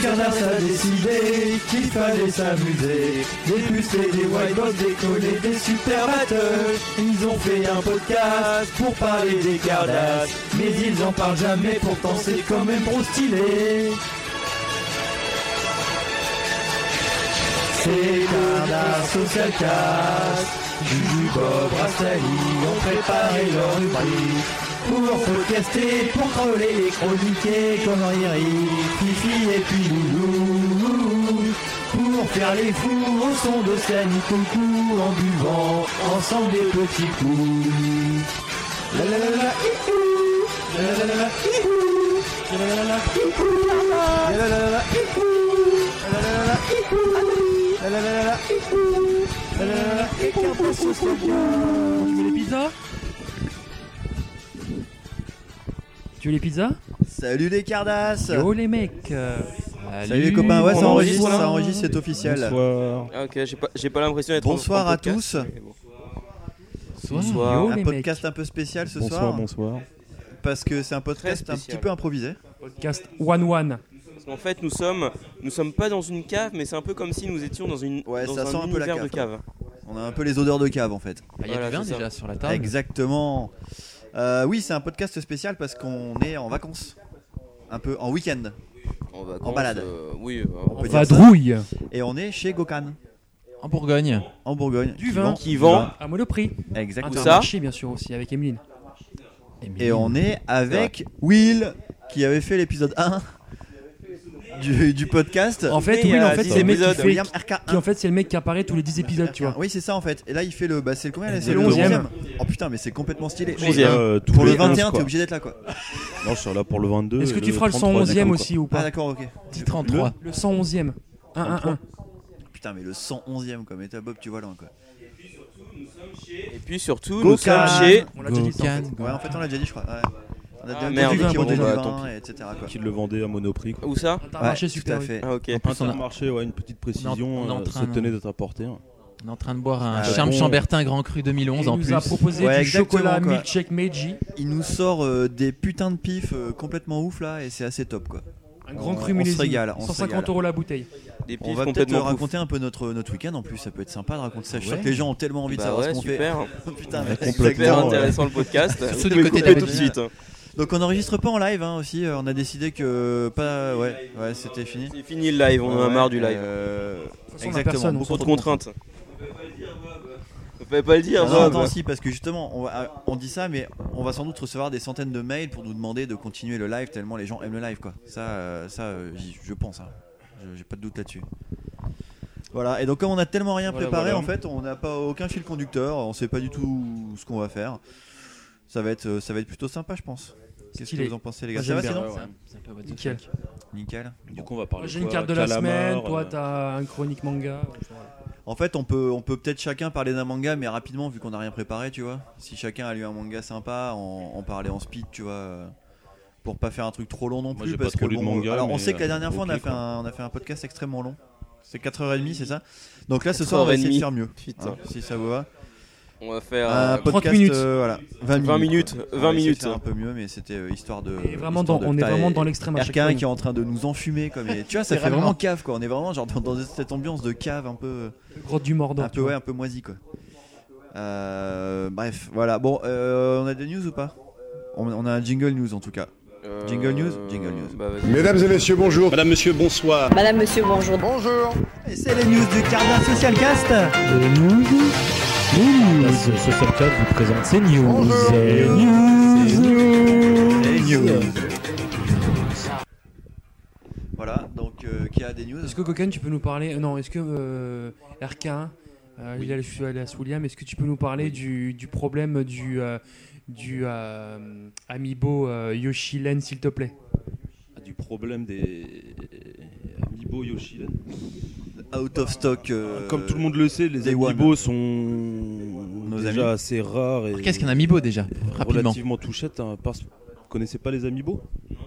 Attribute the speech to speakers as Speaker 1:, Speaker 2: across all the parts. Speaker 1: Cardass a décidé qu'il fallait s'amuser. Des puces et des white box, des collés, des super batteurs. Ils ont fait un podcast pour parler des Cardass. Mais ils en parlent jamais, pourtant c'est quand même trop stylé. C'est Cardass Social Cast. Juju, Bob, Rastali ont préparé leur rubrique. Pour podcaster, pour troller et chroniquer comme Riri, Fifi et puis Loulou. Pour faire les fous au son de Sani Coucou en buvant ensemble des petits coups. La la la la, hihou. La la la la, hihou. La la la la, hihou. La la la la, hihou. La la la la, hihou. La la la la, hihou. La la la la, hihou.
Speaker 2: Tu veux les pizzas Tu veux les pizzas
Speaker 3: Salut les Cardasses
Speaker 2: Yo les mecs euh,
Speaker 3: Salut les copains, ouais, ça
Speaker 2: Bonsoir.
Speaker 3: enregistre, ça enregistre, c'est officiel.
Speaker 4: Bonsoir.
Speaker 5: Ah, ok, j'ai pas, j'ai pas l'impression d'être en-
Speaker 3: Bonsoir
Speaker 5: en
Speaker 3: à
Speaker 5: podcast,
Speaker 3: tous.
Speaker 5: mais bon.
Speaker 2: Yo
Speaker 3: Un
Speaker 2: les
Speaker 3: podcast un peu spécial ce
Speaker 4: Bonsoir,
Speaker 3: soir,
Speaker 4: bonsoir.
Speaker 3: parce que c'est un podcast
Speaker 5: Très
Speaker 3: un
Speaker 5: spécial.
Speaker 3: petit peu improvisé.
Speaker 2: mecs Podcast One One.
Speaker 5: Parce qu'en fait, nous sommes, nous sommes pas dans une cave, mais c'est un peu comme si nous étions dans une,
Speaker 3: Ouais,
Speaker 5: dans
Speaker 3: ça
Speaker 5: un
Speaker 3: sent un peu la
Speaker 5: univers de cave.
Speaker 3: On a un peu les odeurs de cave en fait.
Speaker 6: Ah, Il y a
Speaker 5: Voilà,
Speaker 6: du vin
Speaker 5: c'est ça.
Speaker 6: déjà sur la table.
Speaker 3: Exactement. Euh, oui, c'est un podcast spécial parce qu'on est en vacances. Un peu en week-end.
Speaker 5: En, vacances,
Speaker 3: En balade.
Speaker 5: euh, oui, euh,
Speaker 3: peut dire ça.
Speaker 2: Vadrouille
Speaker 3: Et on est chez Gokan,
Speaker 6: En Bourgogne.
Speaker 3: en Bourgogne.
Speaker 2: Du vin.
Speaker 5: Qui vend.
Speaker 2: à Monoprix. Ah,
Speaker 3: Exactement.
Speaker 2: Intermarché bien sûr aussi avec Emeline.
Speaker 3: Et on est avec Will, qui avait fait l'épisode 1 du, du podcast.
Speaker 2: En fait,
Speaker 5: Mais,
Speaker 2: Will, en
Speaker 5: euh,
Speaker 2: fait,
Speaker 5: dix
Speaker 2: c'est le mec qui
Speaker 5: épisodes,
Speaker 2: fait
Speaker 3: William RK1.
Speaker 2: qui en fait c'est le mec qui apparaît tous les
Speaker 3: Ah,
Speaker 2: 10 épisodes, tu vois.
Speaker 3: Oui, c'est ça en fait. Et là, il fait le. Bah, c'est le combien là C'est
Speaker 2: Le
Speaker 3: le 11
Speaker 2: 11e.
Speaker 3: e Oh putain, mais c'est complètement stylé.
Speaker 5: Mais, Onzième.
Speaker 4: Euh, tous
Speaker 3: Pour
Speaker 4: les
Speaker 3: le 21,
Speaker 4: 11,
Speaker 3: t'es
Speaker 4: quoi.
Speaker 3: obligé d'être là quoi.
Speaker 4: Non, je suis là pour le 22.
Speaker 2: Est-ce que
Speaker 4: et
Speaker 2: tu
Speaker 4: le
Speaker 2: feras le
Speaker 4: 33,
Speaker 2: 111e
Speaker 4: d'accord,
Speaker 2: aussi ou
Speaker 3: Ah
Speaker 2: pas
Speaker 3: d'accord, ok.
Speaker 6: Petit 33.
Speaker 2: Le 111e. 1
Speaker 3: Putain, mais le 111 e quoi. Mais toi, Bob, tu vois loin quoi.
Speaker 5: Et puis surtout,
Speaker 3: Go
Speaker 5: nous sommes
Speaker 3: Cannes.
Speaker 5: chez.
Speaker 2: On l'a déjà dit ça. en fait.
Speaker 3: Ouais, en fait, on l'a déjà dit, je crois. Ouais. On a
Speaker 5: Ah,
Speaker 3: déjà
Speaker 5: merde.
Speaker 3: dit
Speaker 2: Bon,
Speaker 3: qui vendait du
Speaker 5: bah, tant
Speaker 3: vin, et etc. Quoi.
Speaker 4: Qui le vendait à Monoprix. quoi.
Speaker 5: Où ça
Speaker 2: Intermarché
Speaker 3: Ouais,
Speaker 2: super.
Speaker 3: Tout à
Speaker 2: U.
Speaker 3: fait.
Speaker 5: Ah, ok.
Speaker 6: En plus, on,
Speaker 4: Un
Speaker 6: a-
Speaker 4: marché, ouais, une petite précision,
Speaker 6: on est en
Speaker 4: euh,
Speaker 6: train,
Speaker 4: ça
Speaker 6: non
Speaker 4: tenait d'être apporté. hein.
Speaker 6: on est en train de boire un
Speaker 3: Ah,
Speaker 6: charme
Speaker 4: bon.
Speaker 6: Chambertin Grand Cru 2011
Speaker 2: Il
Speaker 6: en
Speaker 2: nous
Speaker 6: plus.
Speaker 2: a proposé
Speaker 3: Ouais,
Speaker 2: du
Speaker 3: exactement,
Speaker 2: chocolat
Speaker 3: quoi.
Speaker 2: milkshake Meiji,
Speaker 3: Il nous sort euh, des putains de pifs euh, complètement ouf là, et c'est assez top quoi.
Speaker 2: un grand
Speaker 3: On-
Speaker 2: cru
Speaker 3: on se
Speaker 2: millésime,
Speaker 3: régale, on se
Speaker 2: 150
Speaker 3: régale.
Speaker 2: euros la bouteille.
Speaker 5: Des
Speaker 3: On
Speaker 5: pifs
Speaker 3: va peut-être euh,
Speaker 5: complètement
Speaker 3: raconter un peu notre, notre week-end en plus, ça peut être sympa de raconter ça. Je suis
Speaker 6: Ouais.
Speaker 3: sûr que les gens ont tellement envie
Speaker 5: Bah
Speaker 3: de savoir
Speaker 5: ouais,
Speaker 3: ce qu'on fait.
Speaker 5: super.
Speaker 3: Putain,
Speaker 4: Ouais,
Speaker 3: mais- euh,
Speaker 5: Super
Speaker 4: Complètement,
Speaker 5: intéressant le podcast.
Speaker 6: Surtout
Speaker 5: Vous
Speaker 6: du
Speaker 5: pouvez
Speaker 6: côté de
Speaker 5: couper
Speaker 6: la
Speaker 5: tout de
Speaker 6: Belgique.
Speaker 5: suite.
Speaker 3: Donc on n'enregistre pas en live hein, aussi, euh, on a décidé que pas... Ouais, ouais c'était fini.
Speaker 5: C'est fini le live, on en a
Speaker 3: Ouais,
Speaker 5: marre du live.
Speaker 3: euh,
Speaker 2: façon, on a
Speaker 3: Exactement.
Speaker 2: personne, on
Speaker 3: beaucoup
Speaker 5: Trop de
Speaker 3: trop contraintes.
Speaker 5: contraintes. Vous pouvez pas le dire,
Speaker 3: Non, non,
Speaker 5: Bob.
Speaker 3: attends, si, parce que justement, on, va- euh, on dit ça, mais on va sans doute recevoir des centaines de mails pour nous demander de continuer le live tellement les gens aiment le live, quoi. Ça, euh, ça, euh, j'y- je pense, hein. Je- j'ai pas de doute là-dessus. Voilà, et donc comme on a tellement rien
Speaker 5: Voilà,
Speaker 3: préparé,
Speaker 5: voilà.
Speaker 3: en fait, on n'a pas aucun fil conducteur, on sait pas du tout ce qu'on va faire. Ça va être, euh, ça va être plutôt sympa, je pense. Qu'est-ce que
Speaker 2: Stylé.
Speaker 3: vous en pensez, les gars
Speaker 2: Moi,
Speaker 3: Ça va
Speaker 2: j'aime bien,
Speaker 3: sinon
Speaker 6: C'est un- c'est un peu what the
Speaker 2: Nickel.
Speaker 6: fuck.
Speaker 3: Nickel.
Speaker 4: Du
Speaker 3: Bon.
Speaker 4: coup, on va parler.
Speaker 2: Moi, j'ai une
Speaker 4: quoi
Speaker 2: carte de la
Speaker 4: Calamar,
Speaker 2: semaine, toi
Speaker 4: euh,
Speaker 2: t'as un chronique manga.
Speaker 3: En fait, on peut, on peut peut-être chacun parler d'un manga, mais rapidement, vu qu'on n'a rien préparé, tu vois. Si chacun a lu un manga sympa, en, en parler en speed, tu vois. euh, Pour pas faire un truc trop long non
Speaker 4: Moi,
Speaker 3: plus.
Speaker 4: j'ai pas
Speaker 3: parce
Speaker 4: trop
Speaker 3: que
Speaker 4: lu de
Speaker 3: bon,
Speaker 4: manga,
Speaker 3: Alors, on
Speaker 4: mais, euh,
Speaker 3: sait que la dernière fois, on, a
Speaker 4: ok,
Speaker 3: fait
Speaker 4: quoi.
Speaker 3: un, on a fait un podcast extrêmement long. C'est 4h30, c'est ça Donc là, ce soir, on va essayer de faire mieux.
Speaker 5: Putain.
Speaker 3: hein, si ça vous va.
Speaker 5: On va faire
Speaker 3: un
Speaker 5: euh,
Speaker 3: podcast,
Speaker 2: 30 minutes.
Speaker 3: euh, voilà, 20 minutes.
Speaker 5: 20 minutes.
Speaker 3: quoi.
Speaker 5: 20
Speaker 3: On va essayer de
Speaker 5: minutes.
Speaker 3: faire un peu mieux, mais c'était euh, histoire de.
Speaker 2: Et vraiment,
Speaker 3: histoire
Speaker 2: dans,
Speaker 3: de-
Speaker 2: on est
Speaker 3: Putain,
Speaker 2: vraiment
Speaker 3: et-
Speaker 2: dans l'extrême à chaque fois.
Speaker 3: RK1 qui est en train de nous enfumer comme et, tu vois ça fait
Speaker 6: Carrément.
Speaker 3: vraiment cave quoi on est vraiment genre dans, dans cette ambiance de cave un peu euh,
Speaker 2: Grotte du Mordor.
Speaker 3: un
Speaker 2: tu
Speaker 3: peu
Speaker 2: vois.
Speaker 3: ouais, un peu moisi quoi. Euh, bref, voilà. Bon, euh, on a des news ou pas on, on a un jingle news en tout cas.
Speaker 5: Euh,
Speaker 3: Jingle news Jingle news.
Speaker 5: Bah, vas-y.
Speaker 7: Mesdames et messieurs, bonjour.
Speaker 4: Madame, monsieur, bonsoir.
Speaker 8: Madame, monsieur, bonjour.
Speaker 7: Bonjour.
Speaker 3: Et c'est les news du Cardin Social Cast.
Speaker 7: Bonjour.
Speaker 3: Les news. Voilà, donc euh, qui a des news
Speaker 2: Est-ce que Coquen, tu peux nous parler Non, est-ce que euh, RK1, euh, il a le- je suis allé à Souliam, est-ce que tu peux nous parler du, du problème du, euh, du euh, amiibo euh, Yoshi Len, s'il te plaît
Speaker 4: Du problème des. Amiibo Yoshiden.
Speaker 3: Out of stock. euh,
Speaker 4: Comme tout le monde le sait, les
Speaker 3: Day One.
Speaker 4: Amiibo sont Nos déjà
Speaker 3: amis.
Speaker 4: assez rares et
Speaker 6: Qu'est-ce qu'un amiibo déjà Rapidement.
Speaker 4: Euh, relativement touchettes. hein, parce... Vous connaissez pas les Amiibo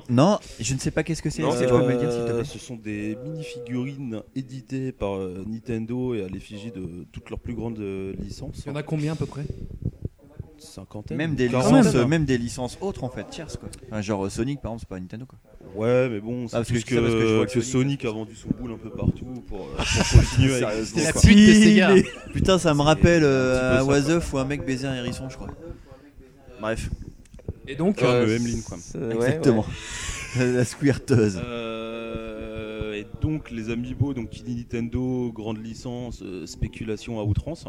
Speaker 3: Non, je ne sais pas qu'est-ce que c'est.
Speaker 5: Non,
Speaker 3: Est-ce que
Speaker 4: Euh,
Speaker 3: tu peux me le dire s'il te plaît
Speaker 4: Ce sont des mini-figurines éditées par euh, Nintendo et à l'effigie de toutes leurs plus grandes euh, licences.
Speaker 2: Il y en a combien à peu près
Speaker 4: Cinquantaine.
Speaker 3: Même des
Speaker 4: quarantaine.
Speaker 3: licences, euh, même des licences autres en fait, tierces quoi. Enfin, genre euh, Sonic par exemple, c'est pas Nintendo quoi.
Speaker 4: Ouais, mais bon, c'est
Speaker 3: parce
Speaker 4: plus
Speaker 3: que-
Speaker 4: que,
Speaker 3: parce que je vois que
Speaker 4: que
Speaker 3: Sonic-
Speaker 4: Sonic a vendu son boule un peu partout pour, euh, pour continuer à
Speaker 3: Sérieusement,
Speaker 4: exister.
Speaker 6: La
Speaker 3: quoi.
Speaker 6: suite de Sega.
Speaker 3: Il est- Putain, ça me rappelle euh,
Speaker 4: un
Speaker 3: à
Speaker 4: petit peu ça,
Speaker 3: Wazuff ou un mec baiser un hérisson, je crois. Bref,
Speaker 2: Et donc,
Speaker 4: Comme
Speaker 2: euh,
Speaker 4: le Emeline, quoi.
Speaker 5: Euh, ouais,
Speaker 3: exactement. La squirteuse.
Speaker 4: Euh, et donc les Amiibo, donc qui dit Nintendo, grande licence, euh, spéculation à outrance.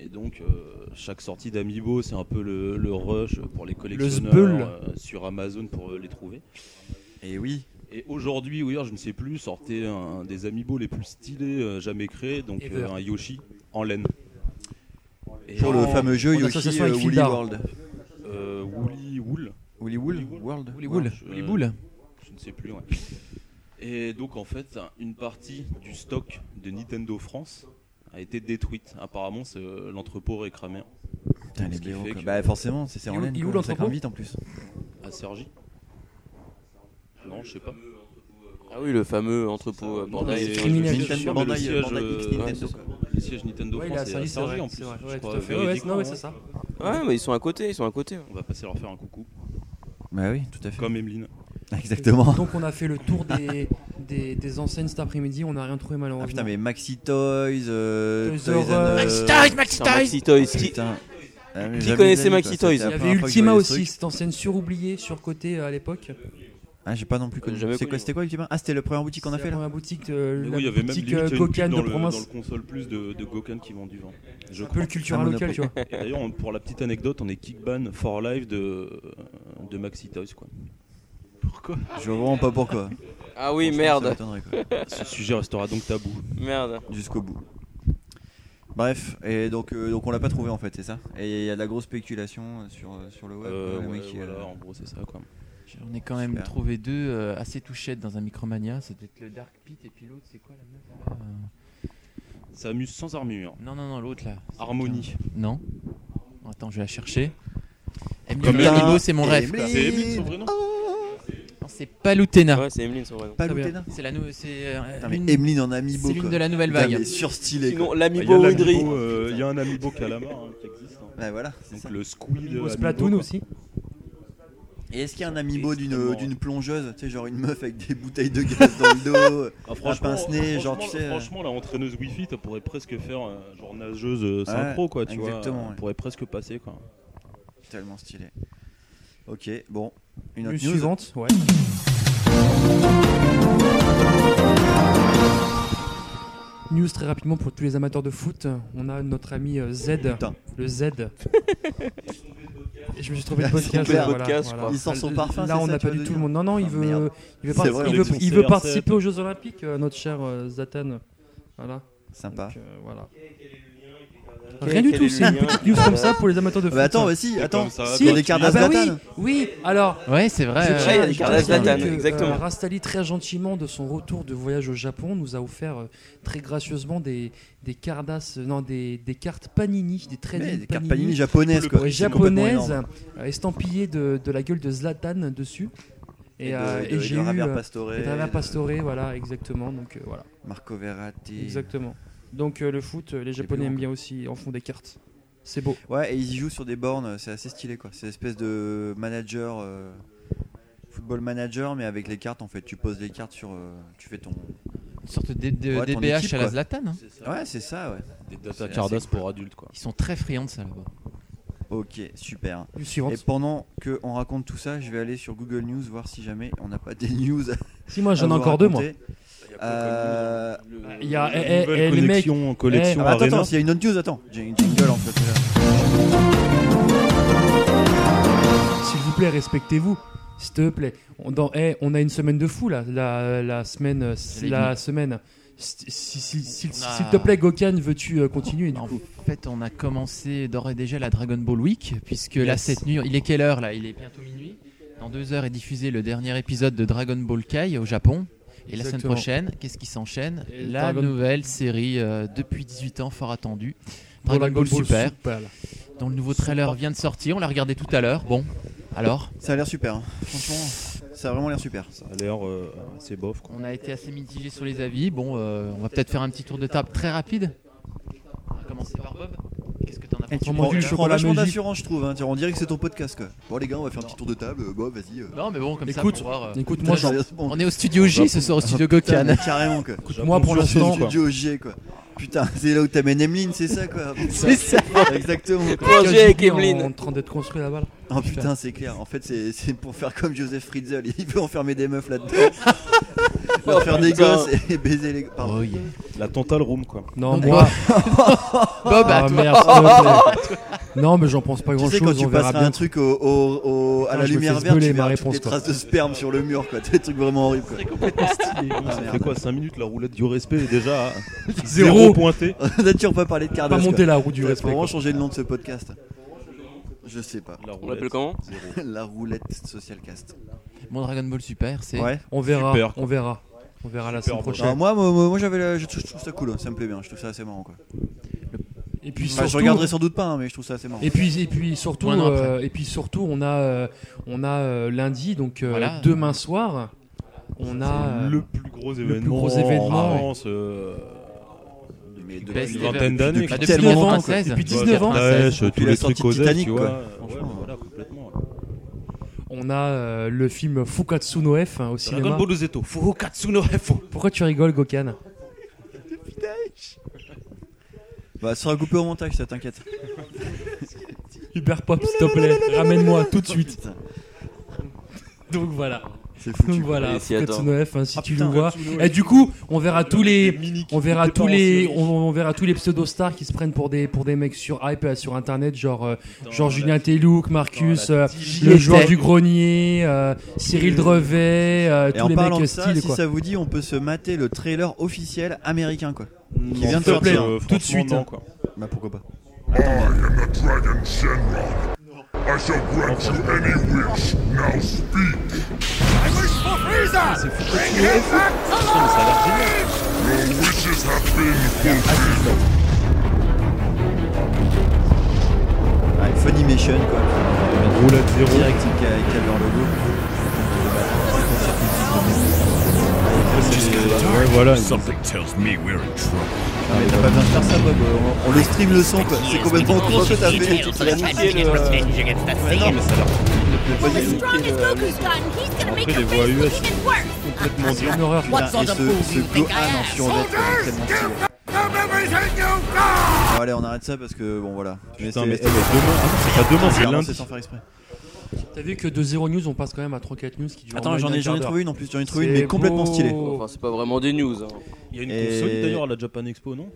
Speaker 4: Et donc euh, chaque sortie d'Amiibo, c'est un peu le, le rush pour les collectionneurs
Speaker 2: sbeul.
Speaker 4: euh, sur Amazon pour euh, les trouver.
Speaker 3: Et oui,
Speaker 4: Et aujourd'hui, ou hier, je ne sais plus, sortait un des Amiibo les plus stylés euh, jamais créés, donc
Speaker 2: Ever.
Speaker 4: euh, un Yoshi en laine. Et
Speaker 3: pour le
Speaker 2: en-
Speaker 3: fameux jeu
Speaker 2: en
Speaker 3: Yoshi
Speaker 2: association
Speaker 3: euh,
Speaker 2: avec
Speaker 3: Woolly
Speaker 2: Fildar.
Speaker 3: World.
Speaker 4: euh, Woolly Wool.
Speaker 3: Woolly Wool World
Speaker 6: Woolly Wool.
Speaker 4: je-
Speaker 6: Woolly Wool.
Speaker 4: Je ne sais plus, ouais. Et donc, en fait, une partie du stock de Nintendo France a été détruite. Apparemment, c'est, euh, l'entrepôt est cramé
Speaker 3: Putain, les
Speaker 4: Ce qui
Speaker 3: blaireaux,
Speaker 4: fait
Speaker 3: quoi.
Speaker 4: que-
Speaker 3: Bah, forcément, c'est c'est
Speaker 2: Il
Speaker 3: en
Speaker 2: est où-
Speaker 3: laine.
Speaker 2: il est où
Speaker 3: quoi. Ça
Speaker 2: l'entrepôt
Speaker 3: crame vite en plus.
Speaker 4: à Sergi. Non, je sais pas.
Speaker 5: Ah oui, le fameux entrepôt à
Speaker 2: c'est
Speaker 5: Bandai.
Speaker 2: criminel.
Speaker 4: Je suis
Speaker 3: euh, Nintendo,
Speaker 4: sûr, mais le
Speaker 3: Bandai,
Speaker 4: siège,
Speaker 3: Bandai X
Speaker 4: euh,
Speaker 3: Nintendo, Ah,
Speaker 4: ouais,
Speaker 3: quoi.
Speaker 4: Le siège Nintendo
Speaker 2: ouais, il a
Speaker 4: Euh, France est à
Speaker 2: servi, c'est vrai,
Speaker 4: Sergi en plus.
Speaker 2: c'est vrai,
Speaker 4: je
Speaker 2: ouais,
Speaker 4: crois, euh,
Speaker 2: tout à fait. Ouais, ouais,
Speaker 4: véridiquement,
Speaker 2: non, ouais,
Speaker 4: ouais.
Speaker 2: c'est ça.
Speaker 5: Ouais, mais ils sont à côté, ils sont à côté.
Speaker 4: On va passer leur faire un coucou,
Speaker 3: Bah oui, tout à fait.
Speaker 4: comme Emeline.
Speaker 3: Exactement.
Speaker 2: Donc on a fait le tour des, des, des enseignes cet après-midi, on n'a rien trouvé malheureusement.
Speaker 3: Ah putain, mais Maxi Toys, euh,
Speaker 2: Toys R Us.
Speaker 3: and,
Speaker 2: Maxi
Speaker 5: Maxi Maxi Toys. Qui-
Speaker 3: Putain. Ah, mais
Speaker 5: qui
Speaker 3: jamais
Speaker 5: connaissait
Speaker 3: de la vie,
Speaker 5: Maxi
Speaker 3: quoi.
Speaker 5: Toys
Speaker 3: C'était la
Speaker 2: Il y avait
Speaker 3: première fois que je
Speaker 2: Ultima
Speaker 3: voyais ce
Speaker 2: aussi,
Speaker 3: truc.
Speaker 2: cette enseigne suroubliée, surcotée à l'époque.
Speaker 3: Ah, j'ai pas non plus connu.
Speaker 5: J'ai jamais
Speaker 3: C'est quoi,
Speaker 5: connu.
Speaker 3: c'était quoi Ultima Ah, c'était le premier boutique qu'on a
Speaker 2: C'est la
Speaker 3: fait là
Speaker 2: première boutique, euh,
Speaker 4: Mais
Speaker 2: la
Speaker 4: oui, il y avait même
Speaker 2: boutique
Speaker 4: limite, il y a
Speaker 2: euh,
Speaker 4: une pub
Speaker 2: Cocan
Speaker 4: dans,
Speaker 2: de
Speaker 4: le, dans le
Speaker 2: province.
Speaker 4: console plus de, de Gokan qui vend du vin. Je
Speaker 2: Un peu
Speaker 4: crois.
Speaker 2: le culturel
Speaker 3: Un
Speaker 2: local, tu vois.
Speaker 4: Et d'ailleurs, on- pour la petite anecdote, on est kickban for life de, de Maxi Toys. Quoi.
Speaker 6: Pourquoi
Speaker 3: Je vois vraiment pas pourquoi.
Speaker 5: Ah oui,
Speaker 3: Franchement, ça
Speaker 5: merde.
Speaker 3: m'étonnerait, quoi.
Speaker 4: Ce sujet restera donc tabou.
Speaker 5: Merde.
Speaker 3: Jusqu'au bout. Bref, et donc, euh, donc on l'a pas trouvé en fait, c'est ça Et il y a de la grosse spéculation euh, sur, euh, sur le web.
Speaker 4: Euh,
Speaker 3: le
Speaker 4: ouais,
Speaker 3: mec qui, euh,
Speaker 4: voilà, en gros, c'est ça. Quoi.
Speaker 6: J'en ai quand même
Speaker 3: Super.
Speaker 6: trouvé deux euh, assez touchettes dans un Micromania. C'est peut-être le Dark Pit et puis l'autre, c'est quoi la meuf là
Speaker 4: Ça amuse sans armure.
Speaker 6: Euh, Non, non, non, l'autre là. C'est
Speaker 4: Harmonie.
Speaker 6: quelqu'un- Non. Attends, je vais la chercher.
Speaker 3: Comme
Speaker 6: Emily Amiibo, c'est mon
Speaker 3: et
Speaker 6: rêve.
Speaker 3: mais-
Speaker 6: quoi.
Speaker 4: Bah, C'est Emeline son prénom
Speaker 6: Non, C'est pas Lutena.
Speaker 5: Ah Ouais, c'est Emeline son vrai nom.
Speaker 3: Pas
Speaker 2: Très bien.
Speaker 3: Lutena
Speaker 6: C'est la nou- c'est, euh,
Speaker 3: Putain,
Speaker 6: l'une-
Speaker 3: mais Emeline en amiibo.
Speaker 6: c'est l'une
Speaker 3: quoi.
Speaker 6: de la nouvelle
Speaker 3: Putain,
Speaker 6: vague.
Speaker 3: mais surstylé. quoi.
Speaker 5: Sinon,
Speaker 4: Il y a
Speaker 5: l'amibo Indri.
Speaker 4: l'amiibo, euh, il y a un amiibo calamar hein, qui existe. hein.
Speaker 3: Ouais, voilà. c'est
Speaker 4: Donc
Speaker 3: ça.
Speaker 4: le squid. euh,
Speaker 2: Au
Speaker 4: amiibo,
Speaker 2: Splatoon
Speaker 4: quoi.
Speaker 2: aussi.
Speaker 3: Et est-ce qu'il y a un amiibo d'une
Speaker 4: Extrêmement-
Speaker 3: d'une plongeuse Tu sais, genre une meuf avec des bouteilles de gaz dans le dos.
Speaker 4: Ah, franchement,
Speaker 3: pince-nez, genre, tu
Speaker 4: franchement,
Speaker 3: sais, euh,
Speaker 4: Franchement, la entraîneuse Wi-Fi, tu pourrais presque faire euh, genre nageuse euh, synchro, quoi, tu
Speaker 3: exactement,
Speaker 4: vois.
Speaker 3: ouais.
Speaker 4: pourrait presque passer, quoi.
Speaker 3: Tellement stylé. Ok, bon. Une autre
Speaker 2: News
Speaker 3: news.
Speaker 2: suivante, ouais. News très rapidement pour tous les amateurs de foot. On a notre ami euh, Z,
Speaker 3: Putain.
Speaker 2: le Z. Je me suis trompé de
Speaker 3: Il a son
Speaker 2: podcast.
Speaker 3: père.
Speaker 2: voilà,
Speaker 5: Podcast, je
Speaker 2: voilà.
Speaker 5: crois.
Speaker 3: Il sort son parfum,
Speaker 2: Là,
Speaker 3: c'est
Speaker 2: on
Speaker 3: ça,
Speaker 2: n'a
Speaker 3: tu
Speaker 2: pas
Speaker 3: veux
Speaker 2: du tout
Speaker 3: dire
Speaker 2: le monde. Non, non, il
Speaker 3: Ah,
Speaker 2: veut,
Speaker 3: merde.
Speaker 2: il veut,
Speaker 3: C'est
Speaker 2: par-
Speaker 3: vrai,
Speaker 2: il
Speaker 3: on
Speaker 2: veut-
Speaker 4: dit son
Speaker 2: il veut
Speaker 4: CR7.
Speaker 2: participer aux Jeux Olympiques, euh, notre cher euh, Zatan. Voilà.
Speaker 3: Sympa.
Speaker 2: Donc, euh, voilà.
Speaker 5: Quel-
Speaker 2: Rien du
Speaker 5: quel
Speaker 2: tout,
Speaker 5: est le
Speaker 2: c'est une
Speaker 5: lien
Speaker 2: petite news comme ça pour les amateurs de
Speaker 3: Ah bah
Speaker 2: foot. hein.
Speaker 3: attends, bah si,
Speaker 4: C'est
Speaker 3: attends.
Speaker 4: comme ça,
Speaker 2: Si.
Speaker 3: Il y a des cartes
Speaker 2: Ah bah oui,
Speaker 3: d'Azlatan.
Speaker 2: oui, alors
Speaker 6: Ouais, c'est vrai.
Speaker 2: Je
Speaker 6: euh,
Speaker 2: tiens
Speaker 5: ouais,
Speaker 2: à-
Speaker 5: les
Speaker 2: je
Speaker 5: cartes
Speaker 2: tiens à
Speaker 5: Zlatan,
Speaker 2: dire que,
Speaker 5: exactement.
Speaker 2: euh, Rastali, très gentiment, de son retour de voyage au Japon, nous a offert euh, très gracieusement des, des, cardas, euh, non, des, des cartes Panini, des trading Panini,
Speaker 3: Mais des cartes panini japonaises
Speaker 2: euh,
Speaker 3: quoi. C'est complètement
Speaker 2: japonaises,
Speaker 3: énorme.
Speaker 2: euh, estampillées de, de la gueule de Zlatan dessus. Et,
Speaker 3: de-
Speaker 2: euh,
Speaker 3: de-
Speaker 2: et
Speaker 3: de
Speaker 2: j'ai eu.
Speaker 3: Javier
Speaker 2: euh,
Speaker 3: Pastore,
Speaker 2: et Dana
Speaker 3: de
Speaker 2: Pastore, voilà, exactement. Donc euh, voilà,
Speaker 3: Marco Verratti.
Speaker 2: exactement. Donc euh, le foot, euh, les Japonais
Speaker 3: plus
Speaker 2: aiment
Speaker 3: grand.
Speaker 2: bien aussi, en font des cartes. C'est beau.
Speaker 3: Ouais, et ils y jouent sur des bornes, c'est assez stylé quoi. C'est une espèce de manager, euh, football manager, mais avec les cartes en fait. Tu poses les cartes sur. euh, tu fais ton.
Speaker 6: Une sorte de, de-
Speaker 3: Ouais, ton
Speaker 6: DBH
Speaker 3: équipe,
Speaker 6: à la
Speaker 3: quoi.
Speaker 6: Zlatan. hein.
Speaker 3: Ouais, c'est ça, ouais.
Speaker 4: Des
Speaker 3: C'est
Speaker 4: data
Speaker 3: assez
Speaker 4: cardas pour adultes, quoi.
Speaker 6: Ils sont très friands de ça là-bas.
Speaker 3: Ok, super.
Speaker 2: Du suivant.
Speaker 3: Et pendant que on raconte tout ça, je vais aller sur Google News voir si jamais on n'a pas des news. à
Speaker 2: Si moi j'en ai
Speaker 3: vous
Speaker 2: encore deux, moi.
Speaker 3: raconter. Euh,
Speaker 2: Il y a-
Speaker 4: la
Speaker 2: eh, eh,
Speaker 4: nouvelle
Speaker 2: eh, les mecs,
Speaker 4: connexion en
Speaker 2: eh,
Speaker 4: collection
Speaker 3: Ah bah attends,
Speaker 4: Arena.
Speaker 3: attends, s'il y a une autre news, attends. J'ai une jingle en fait.
Speaker 2: S'il vous plaît, respectez-vous. S'il te plaît. On, dans- eh, on a une semaine de fou là, la, la semaine. euh,
Speaker 6: l'ai
Speaker 2: La semaine. Si- si- si- si- S'il
Speaker 6: On a-
Speaker 2: te plaît, Gokan, veux-tu euh, continuer du
Speaker 6: En
Speaker 2: coup
Speaker 6: fait, on a commencé d'ores et déjà la Dragon Ball Week, puisque là,
Speaker 2: Yes.
Speaker 6: cette nuit, il est quelle heure là Il est bientôt minuit. Dans deux heures est diffusé le dernier épisode de Dragon Ball Kai au Japon. Et la semaine
Speaker 2: Exactement.
Speaker 6: prochaine, qu'est-ce qui s'enchaîne
Speaker 2: Et
Speaker 6: La
Speaker 2: Dragon-
Speaker 6: nouvelle série euh, depuis 18 ans, fort attendue.
Speaker 2: Pour
Speaker 6: Dragon, Ball, Super,
Speaker 2: Super.
Speaker 6: dont le nouveau trailer vient de sortir. On l'a regardé tout à l'heure. Bon, alors
Speaker 3: Ça a l'air super, hein. franchement, ça a vraiment l'air super.
Speaker 4: Ça a l'air euh, assez bof, quoi.
Speaker 6: On a été assez mitigé sur les avis. Bon, euh, on va peut-être faire un petit tour de table très rapide. On va commencer par Bob. Qu'est-ce que t'en as
Speaker 2: Et tu
Speaker 3: Tu
Speaker 2: prends
Speaker 3: prends,
Speaker 2: du
Speaker 3: tu prends
Speaker 2: chocolat
Speaker 3: vachement
Speaker 2: magique.
Speaker 3: d'assurance, je trouve. hein. Tiens, On dirait que c'est ton podcast. Quoi. Bon, les gars, on va faire un petit tour de table. Euh, Bon, vas-y. euh.
Speaker 6: Non, mais bon, comme
Speaker 2: Écoute,
Speaker 6: ça, pour voir, euh,
Speaker 2: Écoute,
Speaker 3: Putain,
Speaker 2: moi, j'en-
Speaker 3: sérieusement.
Speaker 6: on est au studio J ce soir, au studio
Speaker 3: Putain, mais
Speaker 6: Gokan.
Speaker 3: Carrément, quoi.
Speaker 2: moi, pour
Speaker 3: C'est
Speaker 2: l'instant,
Speaker 3: du du OG, quoi. Putain, c'est là où t'amènes Emeline, c'est ça, quoi.
Speaker 6: C'est ça.
Speaker 3: Exactement. quoi.
Speaker 5: Projet avec
Speaker 2: Kajiki en-
Speaker 5: Emeline.
Speaker 2: en train d'être construit là-bas. là.
Speaker 3: Oh putain, c'est clair. En fait, c'est c'est pour faire comme Joseph Fritzl. Il veut enfermer des meufs là-dedans. Leur
Speaker 2: Oh,
Speaker 3: faire des
Speaker 5: putain.
Speaker 3: gosses et baiser les. Pardon.
Speaker 6: Oh, yeah.
Speaker 4: La Tantal Room, quoi.
Speaker 2: Non,
Speaker 6: Donc,
Speaker 2: moi,
Speaker 6: Bob, à
Speaker 2: ah,
Speaker 6: bah, toi.
Speaker 2: merde, s'il te plaît. Non, mais j'en pense pas
Speaker 3: Tu sais, quand
Speaker 2: grand-chose.
Speaker 3: tu
Speaker 2: On verra
Speaker 3: passeras un
Speaker 2: bien.
Speaker 3: truc au, au- au- à
Speaker 2: Putain,
Speaker 3: la
Speaker 2: je me
Speaker 3: lumière
Speaker 2: fais
Speaker 3: verte,
Speaker 2: sbeuler
Speaker 3: tu
Speaker 2: ma
Speaker 3: verras
Speaker 2: réponse,
Speaker 3: toutes les
Speaker 2: quoi.
Speaker 3: traces de sperme sur le mur, quoi. Des trucs vraiment horribles, quoi.
Speaker 4: ça
Speaker 3: merde.
Speaker 4: fait quoi 5 minutes la roulette du respect est déjà à
Speaker 2: Zéro.
Speaker 4: zéro pointé.
Speaker 3: On a toujours pas parlé de Cardass.
Speaker 2: Pas monter la roue du
Speaker 3: Peut-être
Speaker 2: respect.
Speaker 3: vraiment
Speaker 2: quoi.
Speaker 3: changer le nom de ce podcast. Je sais pas.
Speaker 4: La
Speaker 5: On
Speaker 4: roulette,
Speaker 5: l'appelle comment
Speaker 4: zéro.
Speaker 3: La roulette social cast.
Speaker 6: Mon Dragon Ball Super, c'est.
Speaker 3: Ouais.
Speaker 2: On verra,
Speaker 4: Super, quoi.
Speaker 2: on verra. On verra la semaine
Speaker 4: Super,
Speaker 3: Non,
Speaker 2: prochaine.
Speaker 3: moi, moi, moi, moi, j'avais, la- je, trouve, je trouve ça cool. hein. Ça me plaît bien. Je trouve ça assez marrant, quoi.
Speaker 2: Et puis
Speaker 3: Enfin, je
Speaker 2: surtout,
Speaker 3: regarderai sans doute pas, hein, mais je trouve ça assez marrant.
Speaker 2: et puis et puis surtout,
Speaker 6: Ouais, non, après.
Speaker 2: euh, et puis surtout, on a euh, on a euh, lundi donc euh,
Speaker 6: Voilà.
Speaker 2: demain soir, on a euh,
Speaker 4: le plus gros événement,
Speaker 2: gros événement,
Speaker 4: en
Speaker 2: ouais.
Speaker 4: France. euh,
Speaker 3: Mais
Speaker 6: Best
Speaker 3: depuis-
Speaker 4: une
Speaker 6: ever.
Speaker 4: vingtaine d'années.
Speaker 6: Bah,
Speaker 4: quoi.
Speaker 6: depuis
Speaker 3: Ah, Tellement longtemps,
Speaker 6: 96.
Speaker 2: quoi. Depuis
Speaker 4: Tu vois,
Speaker 2: 19 ans.
Speaker 4: Daesh,
Speaker 3: Depuis
Speaker 4: tous
Speaker 3: la
Speaker 4: les
Speaker 3: sortie
Speaker 4: trucs
Speaker 3: de
Speaker 4: Cosette,
Speaker 3: Titanic,
Speaker 4: tu
Speaker 3: quoi.
Speaker 4: vois. Ouais,
Speaker 3: Franchement,
Speaker 4: voilà, complètement.
Speaker 2: on a euh, le film Fukatsu no F hein, au
Speaker 4: Dragon
Speaker 2: cinéma.
Speaker 4: Ball Zeto. Fukatsu no Hefo.
Speaker 2: Pourquoi tu rigoles Gokan
Speaker 3: Bah, ça sera coupé au montage, ça t'inquiète.
Speaker 2: Hubert Pop, s'il te plaît, ramène-moi tout de suite.
Speaker 3: Putain,
Speaker 2: Donc voilà.
Speaker 3: C'est foutu.
Speaker 2: Donc voilà,
Speaker 5: Allez, si, attends.
Speaker 2: Fukatsu no F, hein, si
Speaker 3: Ah,
Speaker 2: tu
Speaker 3: putain,
Speaker 2: le vois.
Speaker 3: Fukatsu no F.
Speaker 2: Et du coup, on verra tous les
Speaker 4: mini
Speaker 2: on verra
Speaker 4: Des
Speaker 2: tous
Speaker 4: parents
Speaker 2: les on,
Speaker 4: sérieux.
Speaker 2: on verra tous les pseudo stars qui se prennent pour des pour des mecs sur hype euh, sur internet genre euh, genre Julien Telouk, Marcus, euh, le
Speaker 6: était.
Speaker 2: joueur du grenier, euh, Cyril Drevet, euh,
Speaker 3: Et
Speaker 2: tous
Speaker 3: en
Speaker 2: les
Speaker 3: parlant
Speaker 2: mecs euh,
Speaker 3: de ça,
Speaker 2: stylés
Speaker 3: si
Speaker 2: quoi.
Speaker 3: ça vous dit, on peut se mater le trailer officiel américain, quoi. Qui vient de
Speaker 2: s'il te plaît,
Speaker 3: sortir.
Speaker 2: tout de suite.
Speaker 3: Bah, pourquoi pas.
Speaker 7: I am a dragon Shenron. I shall grant you any wish. Now speak. Your wishes have been fulfilled.
Speaker 3: Ouais, Funimation, quoi.
Speaker 4: Roulette zéro.
Speaker 3: Direct, qui a, qui a leur logo.
Speaker 4: Ouais, voilà.
Speaker 7: Something tells me we're in trouble.
Speaker 3: Ah, mais t'as pas besoin de faire ça, Bob. On, on le stream le son, quoi. C'est complètement con ce que t'as fait.
Speaker 4: Mais non, mais ça a l'air
Speaker 3: Pas du tout. euh,
Speaker 8: strong as Goku's gotten, he's gonna make
Speaker 4: Après, les
Speaker 8: your
Speaker 4: voix
Speaker 8: face look
Speaker 4: US
Speaker 8: even worse.
Speaker 2: Complètement C'est une horreur.
Speaker 3: Putain, et ce, ce Gohan en survêt, quoi, c'est tellement stylé. Bon, allez, on arrête ça parce que bon, voilà.
Speaker 4: Putain, mais eh,
Speaker 3: Ah, c'est-
Speaker 4: mais demain, c'est pas demain, c'est
Speaker 3: clairement, c'est
Speaker 4: lundi.
Speaker 3: sans faire exprès.
Speaker 2: T'as vu que de 0 news on passe quand même à 3-4 news qui durent au
Speaker 3: Attends,
Speaker 2: moins
Speaker 3: j'en ai,
Speaker 2: un
Speaker 3: j'en ai
Speaker 2: quart
Speaker 3: trouvé une en plus, j'en ai trouvé une,
Speaker 2: C'est
Speaker 3: mais complètement
Speaker 2: beau.
Speaker 3: stylée.
Speaker 5: Enfin, c'est pas vraiment des news. hein.
Speaker 4: Il y a une
Speaker 3: Et-
Speaker 4: console d'ailleurs à la Japan Expo, non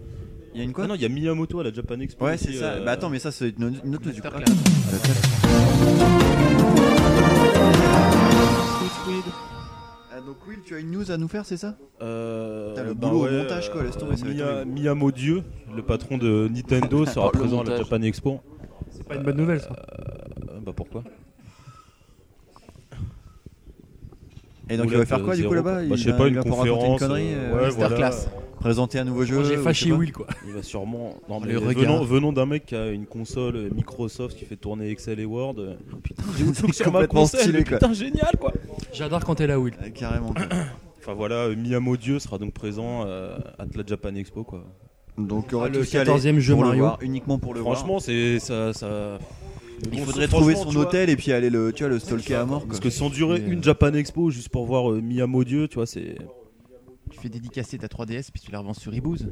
Speaker 3: Il y a une
Speaker 4: Ah
Speaker 3: quoi
Speaker 4: Non, il y a Miyamoto à la Japan Expo.
Speaker 3: Ouais, c'est
Speaker 4: aussi,
Speaker 3: ça.
Speaker 4: euh,
Speaker 3: Bah attends, mais ça, c'est une, une autre news du coup.
Speaker 6: Masterclass.
Speaker 3: Ah, donc, Will, tu as une news à nous faire, c'est ça
Speaker 4: Euh,
Speaker 3: Putain, le
Speaker 4: bah
Speaker 3: boulot au
Speaker 4: ouais,
Speaker 3: montage, quoi, laisse tomber, ça va être
Speaker 4: Miya,
Speaker 3: horrible.
Speaker 4: Miya Modieu, le patron de Nintendo, sera
Speaker 5: Le
Speaker 4: présent à la
Speaker 5: montage.
Speaker 4: Japan Expo.
Speaker 2: d'heure. C'est pas une bonne nouvelle ça.
Speaker 4: Euh, bah pourquoi
Speaker 3: Et donc, il
Speaker 4: Roulette,
Speaker 3: va faire quoi du
Speaker 4: zéro,
Speaker 3: coup là-bas
Speaker 4: Bah,
Speaker 3: Il
Speaker 4: Je sais
Speaker 3: va-
Speaker 4: pas,
Speaker 3: il
Speaker 4: une
Speaker 3: va pour raconter une
Speaker 4: conférence.
Speaker 3: connerie,
Speaker 4: euh,
Speaker 3: euh,
Speaker 4: ouais, voilà.
Speaker 6: Masterclass.
Speaker 3: présenter un nouveau jeu
Speaker 2: J'ai
Speaker 3: ou
Speaker 2: fâché
Speaker 3: je sais pas.
Speaker 2: Will quoi.
Speaker 4: Il va sûrement. Non,
Speaker 6: Oh,
Speaker 4: mais
Speaker 6: le regard.
Speaker 4: venant, venant d'un mec qui a une console euh, Microsoft qui fait tourner Excel et Word. euh, putain, j'ai le truc
Speaker 3: C'est
Speaker 4: sur ma
Speaker 3: complètement
Speaker 4: console.
Speaker 3: stylé,
Speaker 4: mais
Speaker 3: quoi.
Speaker 4: Putain, génial quoi.
Speaker 2: J'adore quand elle a Will.
Speaker 3: Euh, Carrément. quoi.
Speaker 4: Enfin voilà, euh, Miyamo Dieu sera donc présent euh, à la Japan Expo quoi.
Speaker 3: Donc, il y aura
Speaker 2: Ah, Le
Speaker 3: tous qu'à aller
Speaker 2: 14e jeu
Speaker 3: pour le
Speaker 2: Mario.
Speaker 3: voir, uniquement pour le voir.
Speaker 4: Franchement, c'est ça. ça...
Speaker 3: Il
Speaker 4: Bon,
Speaker 3: faudrait
Speaker 4: franchement,
Speaker 3: trouver
Speaker 4: tu
Speaker 3: son
Speaker 4: vois,
Speaker 3: hôtel et puis aller le, tu vois, le stalker à mort. Quoi.
Speaker 4: Parce que sans durer
Speaker 6: Mais, euh,
Speaker 4: une Japan Expo juste pour voir euh, Miyamo Dieu, tu vois, c'est.
Speaker 6: Tu fais dédicacer ta 3DS puis tu la revends sur Ibooz.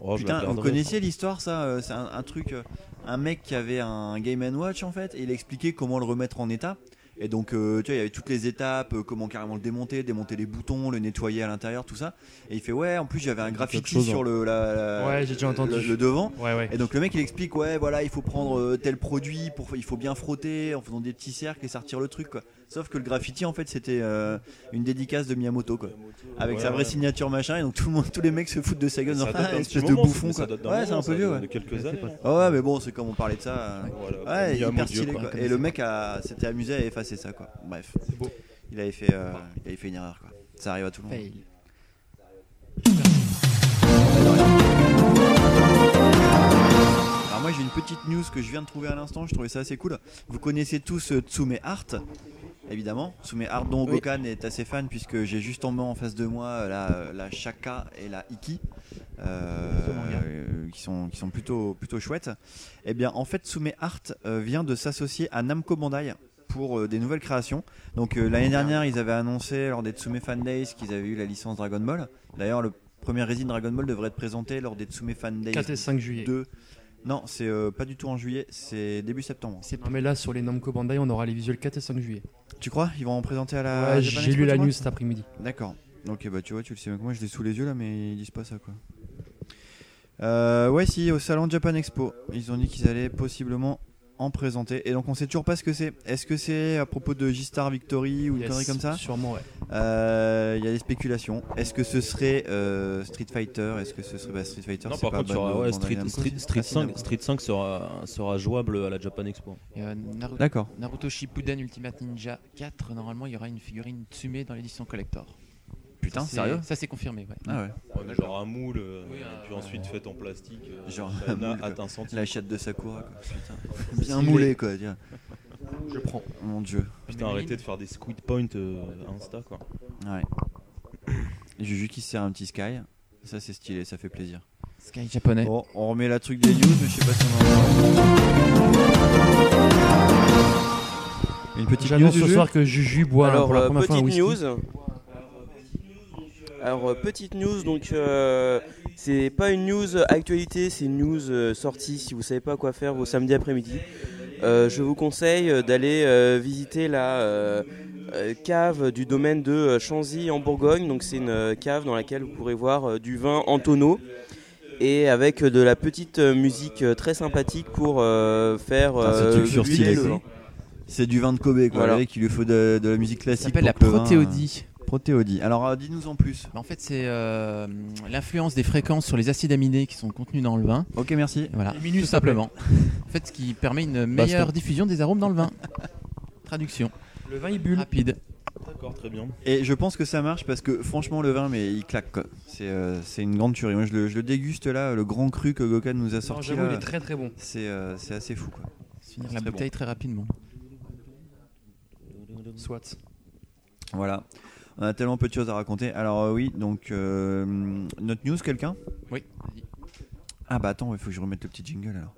Speaker 4: Oh, je la
Speaker 3: Putain, vous
Speaker 4: perdrai.
Speaker 3: connaissiez l'histoire ça euh, C'est un, un truc, euh, un mec qui avait un Game Watch en fait, et il expliquait comment le remettre en état. Et donc, euh, tu vois, il y avait toutes les étapes, euh, comment carrément le démonter, démonter les boutons, le nettoyer à l'intérieur, tout ça. Et il fait ouais, en plus j'avais un graffiti
Speaker 4: chose, hein.
Speaker 3: sur le, la- la-
Speaker 2: Ouais, j'ai déjà entendu.
Speaker 3: le- le devant.
Speaker 2: Ouais ouais.
Speaker 3: Et donc le mec il explique ouais voilà il faut prendre euh, tel produit pour il faut bien frotter en faisant des petits cercles et ça retire le truc quoi. Sauf que le graffiti en fait c'était euh, une dédicace de Miyamoto quoi. Avec
Speaker 4: Ouais,
Speaker 3: sa vraie
Speaker 4: ouais.
Speaker 3: signature machin et donc tout le monde tous les mecs se foutent de sa gueule
Speaker 4: Ça
Speaker 3: genre,
Speaker 4: date
Speaker 3: Ah,
Speaker 4: d'un petit
Speaker 3: espèce de
Speaker 4: moment,
Speaker 3: bouffon
Speaker 4: mais ça
Speaker 3: quoi.
Speaker 4: date d'un
Speaker 3: Ouais, c'est
Speaker 4: moment,
Speaker 3: un peu
Speaker 4: ça,
Speaker 3: vieux
Speaker 4: de-
Speaker 3: ouais.
Speaker 4: de quelques années. là.
Speaker 3: Ah ouais mais bon c'est comme on parlait de ça. euh,
Speaker 4: Voilà,
Speaker 3: Ouais,
Speaker 4: Miyamo
Speaker 3: hyper
Speaker 4: ah, Dieu,
Speaker 3: stylé
Speaker 4: quoi.
Speaker 3: quoi.
Speaker 6: comme
Speaker 3: Et
Speaker 6: ça.
Speaker 3: le mec a- s'était amusé à effacer ça quoi. Bref.
Speaker 2: beau.
Speaker 3: Il avait fait euh, il avait fait une erreur quoi. Ça arrive à tout le monde.
Speaker 6: Fail.
Speaker 3: Alors moi j'ai une petite news que je viens de trouver à l'instant, je trouvais ça assez cool. Vous connaissez tous euh, Tsume Art, évidemment. Tsume Art dont
Speaker 5: Oui.
Speaker 3: Gokan est assez fan puisque j'ai juste en main en face de moi euh, la, la Shaka et la Iki. Euh, euh, qui sont, qui sont plutôt, plutôt chouettes. Eh bien, en fait, Sume Art euh, vient de s'associer à Namco Bandai pour euh, des nouvelles créations. Donc euh, l'année dernière, ils avaient annoncé lors des Tsume Fan Days qu'ils avaient eu la licence Dragon Ball. D'ailleurs, le premier Resin Dragon Ball devrait être présenté lors des Tsume Fan Days
Speaker 2: 4 et 5 juillet.
Speaker 3: 2. Non, c'est euh, pas du tout en juillet, c'est début septembre.
Speaker 2: C'est Non mais là sur les Namco Bandai on aura les visuels 4 et 5 juillet.
Speaker 3: Tu crois Ils vont en présenter à la
Speaker 2: Ouais,
Speaker 3: Japan
Speaker 2: J'ai
Speaker 3: Expo,
Speaker 2: lu la
Speaker 3: tu crois
Speaker 2: news cet après-midi.
Speaker 3: D'accord. Ok, bah tu vois, tu le sais mieux que moi, je l'ai sous les yeux là, mais ils disent pas ça quoi. Euh, ouais, si, au salon Japan Expo, ils ont dit qu'ils allaient possiblement en présenter. Et donc on sait toujours pas ce que c'est. Est-ce que c'est à propos de G-Star Victory ou une
Speaker 2: Yes,
Speaker 3: connerie comme ça
Speaker 2: Sûrement ouais.
Speaker 3: Euh, Il y a des spéculations. Est-ce que ce serait euh, Street Fighter Est-ce que ce serait bah, Street Fighter
Speaker 4: Non,
Speaker 3: c'est
Speaker 4: par
Speaker 3: pas
Speaker 4: contre, il y aura,
Speaker 3: Bandai-
Speaker 4: ouais,
Speaker 3: Bandai
Speaker 4: Street,
Speaker 3: Namco,
Speaker 4: Street,
Speaker 3: c'est
Speaker 4: Street
Speaker 3: Bandai
Speaker 4: 5,
Speaker 3: Namco.
Speaker 4: Street 5 sera, sera jouable à la Japan Expo.
Speaker 6: Et, euh, Naru-
Speaker 3: D'accord.
Speaker 6: Naruto Shippuden Ultimate Ninja 4, normalement il y aura une figurine Tsume dans l'édition collector.
Speaker 3: Putain,
Speaker 6: C'est-
Speaker 3: sérieux
Speaker 6: Ça c'est confirmé, ouais.
Speaker 3: Ah ouais.
Speaker 4: Ouais, mais genre un moule, euh,
Speaker 6: Oui, un-
Speaker 4: et puis ensuite faite en plastique. euh,
Speaker 3: Genre
Speaker 4: ça
Speaker 3: un
Speaker 4: n'a
Speaker 3: moule, quoi.
Speaker 4: atteint centime.
Speaker 3: La chatte de Sakura, quoi. Putain. Bien moulé, quoi. tiens.
Speaker 2: Je prends.
Speaker 3: Mon dieu.
Speaker 4: Putain, arrêtez de faire des squid points euh, Insta quoi.
Speaker 3: Ouais. Juju qui se sert un petit Sky. Ça, c'est stylé, ça fait plaisir.
Speaker 6: Sky japonais.
Speaker 3: Bon, on remet la truc des news, mais je sais pas si on en a. Une petite news
Speaker 2: J'annonce ce
Speaker 3: Juju
Speaker 2: soir que Juju boit
Speaker 5: Alors,
Speaker 2: pour la
Speaker 5: euh,
Speaker 2: première fois un
Speaker 5: petite
Speaker 2: whisky.
Speaker 5: news. Alors, euh, petite news, donc euh, c'est pas une news actualité, c'est une news euh, sortie. Si vous savez pas quoi faire vos samedis après-midi, Euh, je vous conseille euh, d'aller euh, visiter la euh, euh, cave du domaine de euh, Chanzy en Bourgogne. Donc, c'est une euh, cave dans laquelle vous pourrez voir euh, du vin en tonneau et avec euh, de la petite euh, musique euh, très sympathique pour euh, faire
Speaker 2: Ah,
Speaker 3: Putain, ce truc sur
Speaker 5: buller
Speaker 3: style,
Speaker 5: le-
Speaker 3: quoi. C'est du vin de Kobe, quoi.
Speaker 5: Voilà.
Speaker 3: Le mec, il lui faut de, de la musique
Speaker 6: Ça
Speaker 3: classique.
Speaker 6: s'appelle la
Speaker 3: pour que le vin,
Speaker 6: protéodie.
Speaker 3: euh, Protéodie. Alors, euh, dis-nous en plus.
Speaker 6: Bah, en fait, c'est euh, l'influence des fréquences sur les acides aminés qui sont contenus dans le vin.
Speaker 3: Ok, merci.
Speaker 6: Voilà,
Speaker 2: Les minus,
Speaker 6: tout
Speaker 2: s'il te plaît.
Speaker 6: simplement. en fait, ce qui permet une meilleure diffusion des arômes dans le vin. Traduction
Speaker 2: Le vin il bulle.
Speaker 6: rapide.
Speaker 4: D'accord, très bien.
Speaker 3: Et je pense que ça marche parce que, franchement, le vin, mais il claque, quoi. C'est euh, c'est une grande tuerie. Moi, je le, je le déguste là, le grand cru que Gokan nous a
Speaker 2: Non,
Speaker 3: sorti.
Speaker 2: j'avoue,
Speaker 3: là.
Speaker 2: il est très très bon.
Speaker 3: C'est euh, c'est assez fou, quoi.
Speaker 6: Finir
Speaker 3: C'est
Speaker 6: la
Speaker 3: très
Speaker 6: bouteille très rapidement.
Speaker 2: Soit.
Speaker 3: Voilà. On a tellement peu de choses à raconter. Alors euh, oui, donc euh, notre news, quelqu'un
Speaker 6: Oui.
Speaker 3: Ah bah attends, il faut que je remette le petit jingle alors.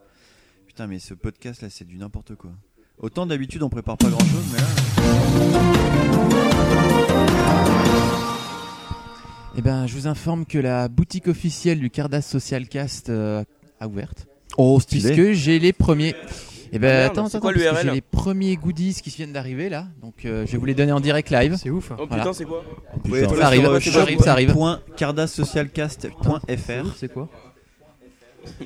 Speaker 3: Putain, mais ce podcast là, c'est du n'importe quoi. Autant d'habitude, on prépare pas grand chose, mais là.
Speaker 6: Eh ben, je vous informe que la boutique officielle du Cardass Social Cast euh, a ouverte.
Speaker 3: Oh,
Speaker 6: Puisque j'ai les premiers. Eh ben,
Speaker 5: Ah merde,
Speaker 6: attends,
Speaker 5: c'est
Speaker 6: attends,
Speaker 5: quoi
Speaker 6: parce que
Speaker 5: l'URL?
Speaker 6: j'ai les premiers goodies qui viennent d'arriver là. Donc, euh, je vais vous les donner en direct live.
Speaker 2: C'est ouf. hein.
Speaker 5: Oh putain,
Speaker 6: Voilà.
Speaker 5: c'est quoi
Speaker 3: Vous pouvez
Speaker 4: Putain.
Speaker 3: être
Speaker 6: Ça arrive,
Speaker 3: sur, euh,
Speaker 6: ça arrive, ça arrive.
Speaker 2: C'est
Speaker 3: shop.cardasocialcast.fr.
Speaker 2: ouf, C'est quoi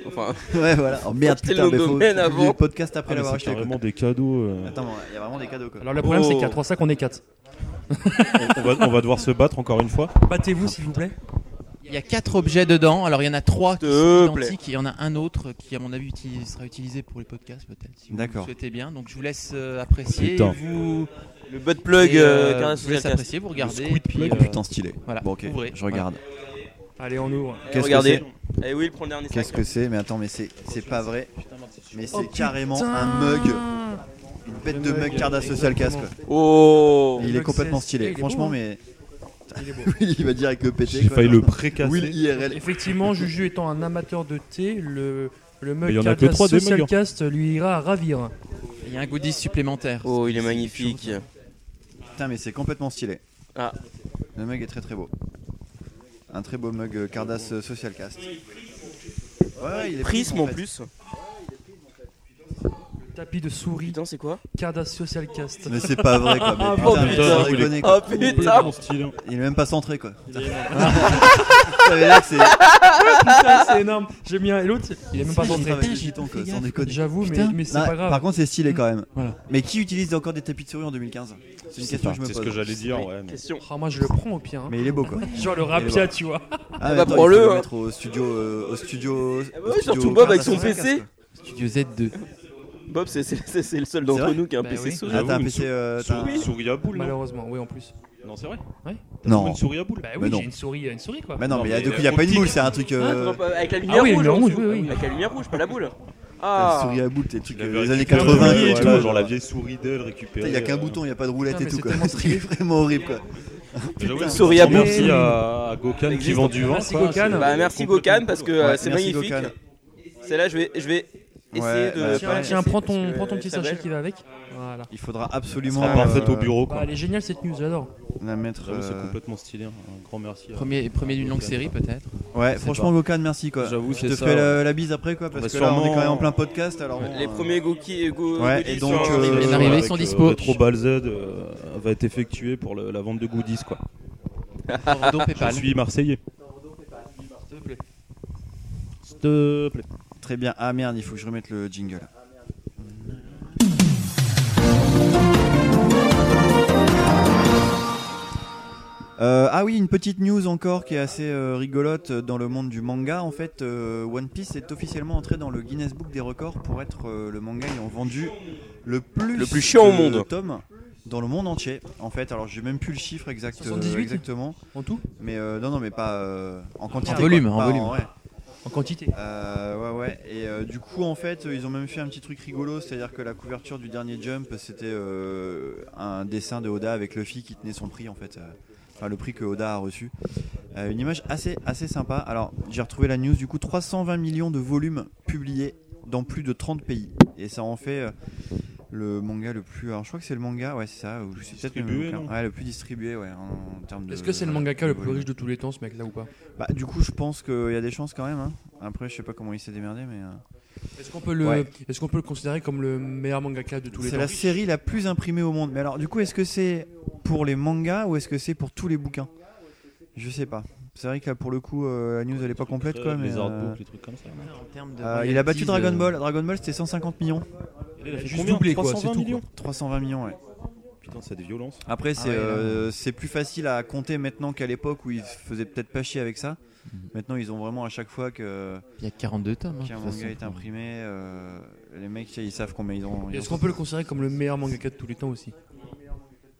Speaker 5: Enfin,
Speaker 3: Ouais, voilà. Oh merde,
Speaker 5: Acheter
Speaker 3: putain,
Speaker 5: le
Speaker 3: mais faut
Speaker 5: domaine
Speaker 3: faut oublier
Speaker 5: avant.
Speaker 3: le podcast après
Speaker 4: Ah, mais
Speaker 3: l'avoir
Speaker 4: c'est
Speaker 3: acheté. quoi.
Speaker 4: carrément des cadeaux. euh.
Speaker 3: Attends, il y a vraiment des cadeaux quoi.
Speaker 2: Alors le problème c'est
Speaker 5: Oh.
Speaker 2: qu'à 3-5 on est 4.
Speaker 4: on, va, on va devoir se battre encore une fois.
Speaker 2: Battez-vous s'il vous plaît.
Speaker 6: Il y a quatre objets dedans. Alors, il y en a trois qui
Speaker 5: S'il te
Speaker 6: sont
Speaker 5: plaît.
Speaker 6: identiques. et Il y en a un autre qui, à mon avis, utilise- sera utilisé pour les podcasts, peut-être. Si vous le
Speaker 3: D'accord.
Speaker 6: souhaitez bien. Donc, je vous laisse euh, apprécier.
Speaker 4: Putain.
Speaker 6: Vous,
Speaker 5: le butt plug
Speaker 6: et,
Speaker 5: euh,
Speaker 6: euh,
Speaker 5: Carnass
Speaker 6: je vous laisse
Speaker 5: Socialcast.
Speaker 6: apprécier, vous regardez.
Speaker 4: squid
Speaker 6: et puis,
Speaker 4: plug.
Speaker 3: Oh
Speaker 6: euh,
Speaker 3: putain, stylé.
Speaker 6: voilà,
Speaker 3: Bon, ok,
Speaker 6: ouvrez.
Speaker 3: je regarde.
Speaker 2: Allez on ouvre.
Speaker 5: Allez,
Speaker 3: Qu'est-ce que
Speaker 5: regardez.
Speaker 3: c'est
Speaker 5: Allez, Will, prends le dernier sac.
Speaker 3: Qu'est-ce que c'est Mais attends, mais c'est c'est pas vrai. Mais c'est
Speaker 2: Oh,
Speaker 3: carrément un mug, une bête de
Speaker 2: Le
Speaker 3: mug
Speaker 2: mug,
Speaker 3: Carda Social Cast. quoi.
Speaker 5: Oh
Speaker 2: Le
Speaker 3: Il est
Speaker 2: mug,
Speaker 3: complètement
Speaker 2: c'est-
Speaker 3: stylé,
Speaker 2: il est
Speaker 3: franchement,
Speaker 2: beau, hein.
Speaker 3: mais
Speaker 2: Il est beau.
Speaker 3: il va dire avec le pété.
Speaker 4: J'ai
Speaker 3: quoi.
Speaker 4: failli le précasser.
Speaker 3: Will IRL.
Speaker 2: Effectivement, Juju étant un amateur de thé, le, le
Speaker 4: Mais il y
Speaker 2: mug
Speaker 4: en a que
Speaker 2: Cardass
Speaker 4: trois, des
Speaker 2: Social
Speaker 4: mugs. hein.
Speaker 2: Cast lui ira à ravir.
Speaker 6: Il y a un goodies supplémentaire.
Speaker 5: Oh, il est magnifique.
Speaker 3: Putain, mais c'est complètement stylé.
Speaker 5: Ah.
Speaker 3: Le mug est très très beau. Un très beau mug Cardas Social Cast. Ouais, ouais, il est
Speaker 5: Prisme en
Speaker 3: fait.
Speaker 5: plus.
Speaker 2: Tapis de souris,
Speaker 5: Putain, c'est quoi
Speaker 2: Cardass Social Cast.
Speaker 3: Mais c'est pas vrai quoi. Mais
Speaker 5: Oh
Speaker 3: putain, mais
Speaker 4: putain,
Speaker 3: sans
Speaker 4: il est-
Speaker 3: déconner, quoi.
Speaker 5: Oh putain
Speaker 3: il est même pas centré quoi. Putain, mais là, c'est
Speaker 2: Putain, c'est énorme. J'aime bien. Et l'autre, il est même pas
Speaker 3: Ils ont
Speaker 2: centré.
Speaker 3: travaillé
Speaker 6: Putain, j'ai
Speaker 3: Python,
Speaker 6: pas
Speaker 3: quoi,
Speaker 6: fait
Speaker 3: sans
Speaker 6: gaffe.
Speaker 3: déconner.
Speaker 2: J'avoue, mais,
Speaker 6: Putain.
Speaker 2: mais c'est
Speaker 3: Non,
Speaker 2: pas grave.
Speaker 3: Par contre, c'est stylé quand même.
Speaker 6: Voilà.
Speaker 3: Mais qui utilise encore des tapis de souris en 2015 C'est une question que je me
Speaker 4: C'est ce que
Speaker 3: pose.
Speaker 4: j'allais dire, ouais. mais-
Speaker 5: Question.
Speaker 2: Ah, moi, je le prends au pire. hein.
Speaker 3: Mais il est beau quoi.
Speaker 2: Genre le rapia,
Speaker 3: voir.
Speaker 2: tu vois.
Speaker 3: Ah,
Speaker 5: bah,
Speaker 3: attends, il
Speaker 5: prends-le,
Speaker 3: faut
Speaker 5: hein.
Speaker 3: mettre au studio. euh, au studio.
Speaker 5: bah
Speaker 3: au
Speaker 5: ouais,
Speaker 3: studio
Speaker 5: surtout Bob avec son
Speaker 3: Cardass,
Speaker 5: PC.
Speaker 2: hein.
Speaker 3: quoi.
Speaker 6: Studio Z2.
Speaker 5: Bob, c'est- c'est c'est- c'est le seul
Speaker 3: C'est
Speaker 5: d'entre
Speaker 3: vrai
Speaker 5: nous qui a un
Speaker 6: Bah
Speaker 5: PC
Speaker 6: oui.
Speaker 5: sous.
Speaker 3: Ah,
Speaker 4: J'avoue,
Speaker 3: t'as un
Speaker 4: une
Speaker 3: PC. euh, t'as un-
Speaker 4: Souris, souris à boule. Non,
Speaker 2: Malheureusement, oui, en plus.
Speaker 4: non c'est vrai.
Speaker 2: Ouais.
Speaker 4: T'as
Speaker 3: Non.
Speaker 4: trouvé Une souris à boule.
Speaker 2: Bah
Speaker 3: Bah
Speaker 2: oui,
Speaker 3: non.
Speaker 2: j'ai une souris, une souris quoi.
Speaker 3: Bah non,
Speaker 4: Non,
Speaker 3: mais, y a-
Speaker 4: mais
Speaker 3: du coup,
Speaker 4: la
Speaker 3: il n'y a pas une
Speaker 4: optique. Ah,
Speaker 3: boule, c'est un truc. euh,
Speaker 5: Avec la lumière
Speaker 2: oui,
Speaker 5: rouge.
Speaker 2: la
Speaker 5: en
Speaker 2: lumière
Speaker 5: dessous.
Speaker 2: rouge, oui, oui.
Speaker 5: Avec la lumière rouge, pas la boule.
Speaker 3: la
Speaker 5: Ah
Speaker 3: souris à boule, t'es trucs
Speaker 4: Il avait
Speaker 3: euh, des
Speaker 4: récupéré,
Speaker 3: années 80
Speaker 4: euh,
Speaker 3: et tout.
Speaker 4: voilà,
Speaker 3: quoi.
Speaker 4: genre la vieille souris d'elle récupérée.
Speaker 3: Putain, y a qu'un
Speaker 4: euh,
Speaker 3: bouton, y a pas de roulette
Speaker 2: Putain,
Speaker 3: et
Speaker 2: mais
Speaker 3: tout
Speaker 2: c'est
Speaker 3: quoi.
Speaker 2: tellement
Speaker 3: C'est
Speaker 2: stylé.
Speaker 3: vraiment horrible quoi.
Speaker 4: j'avoue,
Speaker 5: Une souris à
Speaker 4: Merci
Speaker 2: boule.
Speaker 4: à à Gokan qui
Speaker 5: Existe.
Speaker 4: vend du vin.
Speaker 2: Merci
Speaker 4: quoi,
Speaker 2: Gokan.
Speaker 4: c'est-
Speaker 2: Euh,
Speaker 5: Bah merci
Speaker 4: complètement
Speaker 5: Gokan
Speaker 4: cool.
Speaker 5: parce que
Speaker 3: Ouais,
Speaker 5: euh, c'est
Speaker 3: merci,
Speaker 5: magnifique.
Speaker 3: Gokan.
Speaker 5: Celle-là, je vais, je vais essayer
Speaker 3: Ouais, bah, tiens,
Speaker 5: de. pas la
Speaker 2: Tiens,
Speaker 3: pareil,
Speaker 2: tiens,
Speaker 5: casser
Speaker 2: prends
Speaker 5: parce
Speaker 2: ton,
Speaker 5: que euh,
Speaker 2: prends ton petit
Speaker 5: ça
Speaker 2: sachet
Speaker 5: gèle.
Speaker 2: qui va avec. Voilà.
Speaker 3: Il faudra
Speaker 4: C'est
Speaker 3: absolument.
Speaker 4: pas parfaite
Speaker 3: euh,
Speaker 4: au bureau
Speaker 2: Bah,
Speaker 4: quoi.
Speaker 2: elle est géniale cette news, j'adore.
Speaker 3: La mettre.
Speaker 4: J'avoue, C'est
Speaker 3: euh,
Speaker 4: complètement stylé. hein. Un grand merci. à-
Speaker 6: Premier, premier d'une longue série peut-être.
Speaker 3: Ouais,
Speaker 4: sais
Speaker 3: franchement,
Speaker 4: pas.
Speaker 3: Gokan, merci quoi.
Speaker 4: J'avoue,
Speaker 3: Je
Speaker 4: c'est
Speaker 3: te
Speaker 4: ça,
Speaker 3: fais
Speaker 4: ouais.
Speaker 3: la, la bise après quoi, parce
Speaker 4: va
Speaker 3: que là, on est quand même
Speaker 4: sûrement-
Speaker 3: en plein podcast. Alors bon,
Speaker 5: Les
Speaker 3: euh,
Speaker 5: premiers Goki. Go,
Speaker 3: Ouais,
Speaker 5: Goki
Speaker 3: et
Speaker 5: sur
Speaker 3: donc,
Speaker 5: un
Speaker 3: euh,
Speaker 5: remix.
Speaker 6: les
Speaker 4: Euh,
Speaker 6: arrivées
Speaker 4: avec,
Speaker 6: sont
Speaker 4: euh,
Speaker 6: dispo.
Speaker 4: Retro Ball Z euh, va être effectué pour le- la vente de goodies quoi.
Speaker 6: Bordeaux
Speaker 4: Je
Speaker 6: Paypal.
Speaker 4: suis marseillais.
Speaker 6: S'il te plaît.
Speaker 4: S'il te plaît.
Speaker 3: Très bien. Ah merde, il faut que je remette le jingle. Euh, ah oui, une petite news encore qui est assez euh, rigolote euh, dans le monde du manga. En fait, euh, One Piece est officiellement entré dans le Guinness Book des records pour être euh, le manga ayant vendu le plus,
Speaker 5: Le plus chiant au
Speaker 3: de
Speaker 5: monde.
Speaker 3: tomes dans le monde entier. En fait, alors j'ai même plus le chiffre exact, euh,
Speaker 2: 78?
Speaker 3: exactement,
Speaker 2: En tout
Speaker 3: mais euh, non, non, mais pas euh, en quantité.
Speaker 6: En
Speaker 3: quoi.
Speaker 6: volume, en
Speaker 3: Pas
Speaker 6: volume.
Speaker 3: vrai.
Speaker 2: En quantité.
Speaker 3: Euh, ouais, ouais. Et euh, du coup, en fait, euh, ils ont même fait un petit truc rigolo, c'est-à-dire que la couverture du dernier Jump, c'était euh, un dessin de Oda avec Luffy qui tenait son prix, en fait. euh, Enfin, le prix que Oda a reçu. Euh, une image assez, assez sympa. Alors, j'ai retrouvé la news, du coup, 320 millions de volumes publiés dans plus de 30 pays. Et ça en fait euh, le manga le plus. Alors, je crois que c'est le manga, ouais, c'est ça. Ou c'est peut-être même le
Speaker 4: Distribué,
Speaker 3: bouquin.
Speaker 4: non
Speaker 3: Ouais, le plus distribué, ouais, en, en termes de.
Speaker 2: Euh, Est-ce que c'est le mangaka
Speaker 3: de
Speaker 2: le plus
Speaker 3: volume.
Speaker 2: riche de tous les temps, ce mec-là ou pas
Speaker 3: Bah, du coup, je pense qu'il y a des chances quand même. hein. Après, je sais pas comment il s'est démerdé, mais. euh,
Speaker 2: Est-ce qu'on peut le,
Speaker 3: Ouais.
Speaker 2: est-ce qu'on peut le considérer comme le meilleur mangaka de tous les
Speaker 3: C'est
Speaker 2: temps
Speaker 3: la série la plus imprimée au monde. Mais alors, du coup, est-ce que c'est pour les mangas ou est-ce que c'est pour tous les bouquins Je sais pas. C'est vrai que là, pour le coup, euh, la news elle est pas complète quoi. Mais,
Speaker 4: Les
Speaker 3: euh,
Speaker 4: artbooks, les trucs comme ça.
Speaker 6: En termes de
Speaker 3: euh, il a battu
Speaker 6: royalties,
Speaker 3: Dragon
Speaker 6: euh,
Speaker 3: Ball. Dragon Ball c'était 150 millions.
Speaker 4: Il a fait
Speaker 2: Juste
Speaker 4: combien
Speaker 2: doublé, quoi, c'est
Speaker 4: 320
Speaker 2: tout, quoi.
Speaker 4: millions
Speaker 3: 320 millions, ouais.
Speaker 4: Putain, cette violence.
Speaker 3: Après,
Speaker 2: Ah
Speaker 3: c'est
Speaker 6: ouais, là.
Speaker 3: euh, c'est plus facile à compter maintenant qu'à l'époque où ils se faisaient peut-être pas chier avec ça.
Speaker 2: Mhm.
Speaker 3: Maintenant, ils ont vraiment à chaque fois que
Speaker 6: Il y a 42 tomes. hein,
Speaker 3: qu'un
Speaker 6: de toute
Speaker 3: manga
Speaker 6: façon.
Speaker 3: est imprimé, euh, les mecs, ils savent combien ils ont.
Speaker 2: Et
Speaker 3: ils
Speaker 2: Est-ce
Speaker 3: ont-
Speaker 2: qu'on peut le considérer comme le meilleur mangaka de tous les temps aussi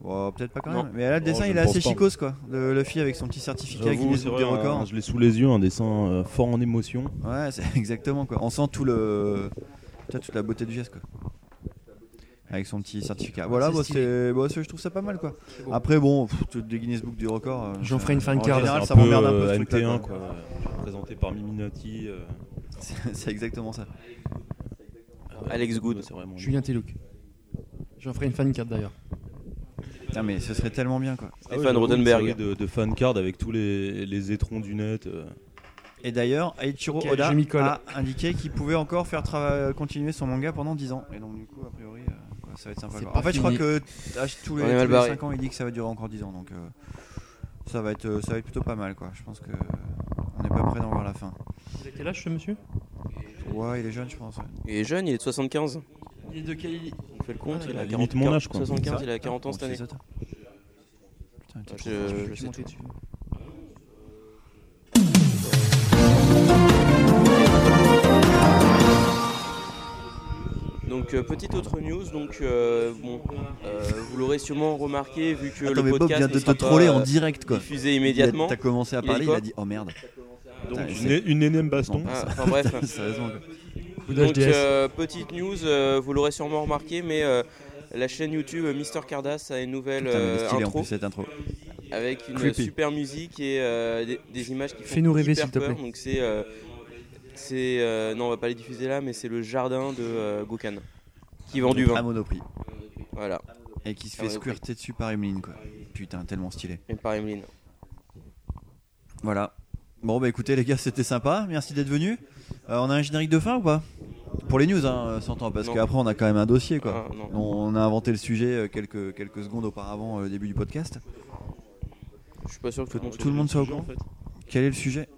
Speaker 3: Oh, peut-être pas quand
Speaker 5: Non.
Speaker 3: même. Mais là, le
Speaker 4: Oh,
Speaker 3: dessin,
Speaker 4: je
Speaker 3: il est
Speaker 4: ne pense
Speaker 3: assez
Speaker 4: pas.
Speaker 3: chicose quoi. Le Luffy avec son petit certificat
Speaker 4: J'avoue,
Speaker 3: Guinness
Speaker 4: c'est
Speaker 3: Book
Speaker 4: vrai,
Speaker 3: des
Speaker 4: un-
Speaker 3: records.
Speaker 4: je l'ai sous les yeux, un dessin euh, fort en émotion.
Speaker 3: Ouais, c'est exactement quoi. On sent tout le. Putain, toute la beauté du geste quoi. Avec son petit certificat. Voilà,
Speaker 6: C'est
Speaker 3: bah,
Speaker 6: stylé.
Speaker 3: c'est- bah, c'est- je trouve ça pas mal quoi.
Speaker 2: beau.
Speaker 3: Après, bon, pff, tout des Guinness Book du record. euh,
Speaker 2: J'en
Speaker 3: ça-
Speaker 2: ferai une fin de
Speaker 3: en
Speaker 2: carte.
Speaker 3: général,
Speaker 4: C'est
Speaker 3: Ah, ça
Speaker 4: un peu,
Speaker 3: m'emmerde un peu
Speaker 4: euh,
Speaker 3: ce truc-là,
Speaker 4: NT1,
Speaker 3: quoi.
Speaker 4: quoi. Présenté par Miminati. euh,
Speaker 3: C'est c'est exactement ça.
Speaker 5: Alex Good.
Speaker 4: c'est vraiment
Speaker 2: Julien Telouk. J'en ferai une fan card d'ailleurs.
Speaker 3: Non, mais ce serait tellement bien quoi.
Speaker 4: Ah ouais,
Speaker 5: Stéphane
Speaker 4: j'avoue, une
Speaker 5: Rodenberg.
Speaker 4: série De, de fan card avec tous les, les étrons du net. euh.
Speaker 3: Et d'ailleurs, Aiichiro
Speaker 2: Ok,
Speaker 3: Oda
Speaker 2: je m'y colle.
Speaker 3: a indiqué qu'il pouvait encore faire trava- continuer son manga pendant 10 ans. Et donc, du coup, a priori, euh, quoi, ça va être sympa.
Speaker 6: C'est
Speaker 3: quoi.
Speaker 6: pas
Speaker 3: En fait,
Speaker 6: fini.
Speaker 3: je crois que ah, tous les,
Speaker 5: On est mal
Speaker 3: tous les
Speaker 5: barré.
Speaker 3: 5 ans, il dit que ça va durer encore 10 ans. Donc, euh, ça, va être, euh, ça va être plutôt pas mal quoi. Je pense que. euh, On n'est pas prêt d'en voir la fin.
Speaker 2: Il a quel âge ce monsieur
Speaker 3: Ouais, il est jeune, je pense. ouais.
Speaker 5: Il est jeune, il est de 75.
Speaker 2: Il est de quel
Speaker 5: On fait le compte,
Speaker 2: Ah,
Speaker 5: il
Speaker 4: il a
Speaker 5: a
Speaker 4: limite
Speaker 5: 40
Speaker 4: mon âge, quoi.
Speaker 5: 75,
Speaker 3: Ça. Ah,
Speaker 5: il a 40 ans
Speaker 3: Bon,
Speaker 5: cette
Speaker 3: tu
Speaker 5: année.
Speaker 3: sais ça, toi Putain, il était trop fort.
Speaker 5: Je, je sais tout. Donc euh, petite autre news, donc euh, bon, euh, vous l'aurez sûrement remarqué vu que
Speaker 3: Attends,
Speaker 5: le
Speaker 3: mais Bob
Speaker 5: podcast
Speaker 3: vient
Speaker 5: ne
Speaker 3: de te
Speaker 5: sera pas,
Speaker 3: troller en
Speaker 5: euh,
Speaker 3: direct quoi.
Speaker 5: diffusé
Speaker 3: Il a-
Speaker 5: immédiatement.
Speaker 3: T'as commencé à
Speaker 5: Il est
Speaker 3: parler, il
Speaker 5: quoi
Speaker 3: a dit oh merde.
Speaker 4: Donc,
Speaker 3: Putain,
Speaker 4: une, une énième baston.
Speaker 3: Non.
Speaker 5: Ah, enfin bref.
Speaker 3: Sérieusement. quoi.
Speaker 5: Donc euh, petite news, euh, vous l'aurez sûrement remarqué, mais euh, la chaîne YouTube Mister Cardass a une nouvelle
Speaker 3: Putain, mais elle est
Speaker 5: euh,
Speaker 3: stylée en
Speaker 5: intro
Speaker 3: plus cette intro.
Speaker 5: avec une
Speaker 3: Creepy.
Speaker 5: super musique et euh, des, des images qui font
Speaker 2: Fais-nous rêver,
Speaker 5: hyper
Speaker 2: s'il te
Speaker 5: peur.
Speaker 2: plaît.
Speaker 5: Donc c'est euh, c'est euh, non, on va pas les diffuser là, mais c'est le jardin de euh, Gokhan qui vend du
Speaker 3: À
Speaker 5: vin.
Speaker 3: Monoprix.
Speaker 5: Voilà,
Speaker 3: Et qui se
Speaker 5: Ah
Speaker 3: fait
Speaker 5: ouais,
Speaker 3: squirter dessus par Emeline quoi. Putain, tellement stylé.
Speaker 5: et par Emeline.
Speaker 3: Voilà. Bon bah écoutez les gars, c'était sympa. Merci d'être venus. Euh, on a un générique de fin ou pas Pour les news, hein, euh, s'entend, parce
Speaker 5: Non.
Speaker 3: qu'après on a quand même un dossier quoi.
Speaker 5: Ah, non.
Speaker 3: On a inventé le sujet euh, quelques, quelques secondes auparavant euh, le début du podcast.
Speaker 5: Je suis pas sûr que tout le monde.
Speaker 3: Tout le monde soit au courant. Quel est le sujet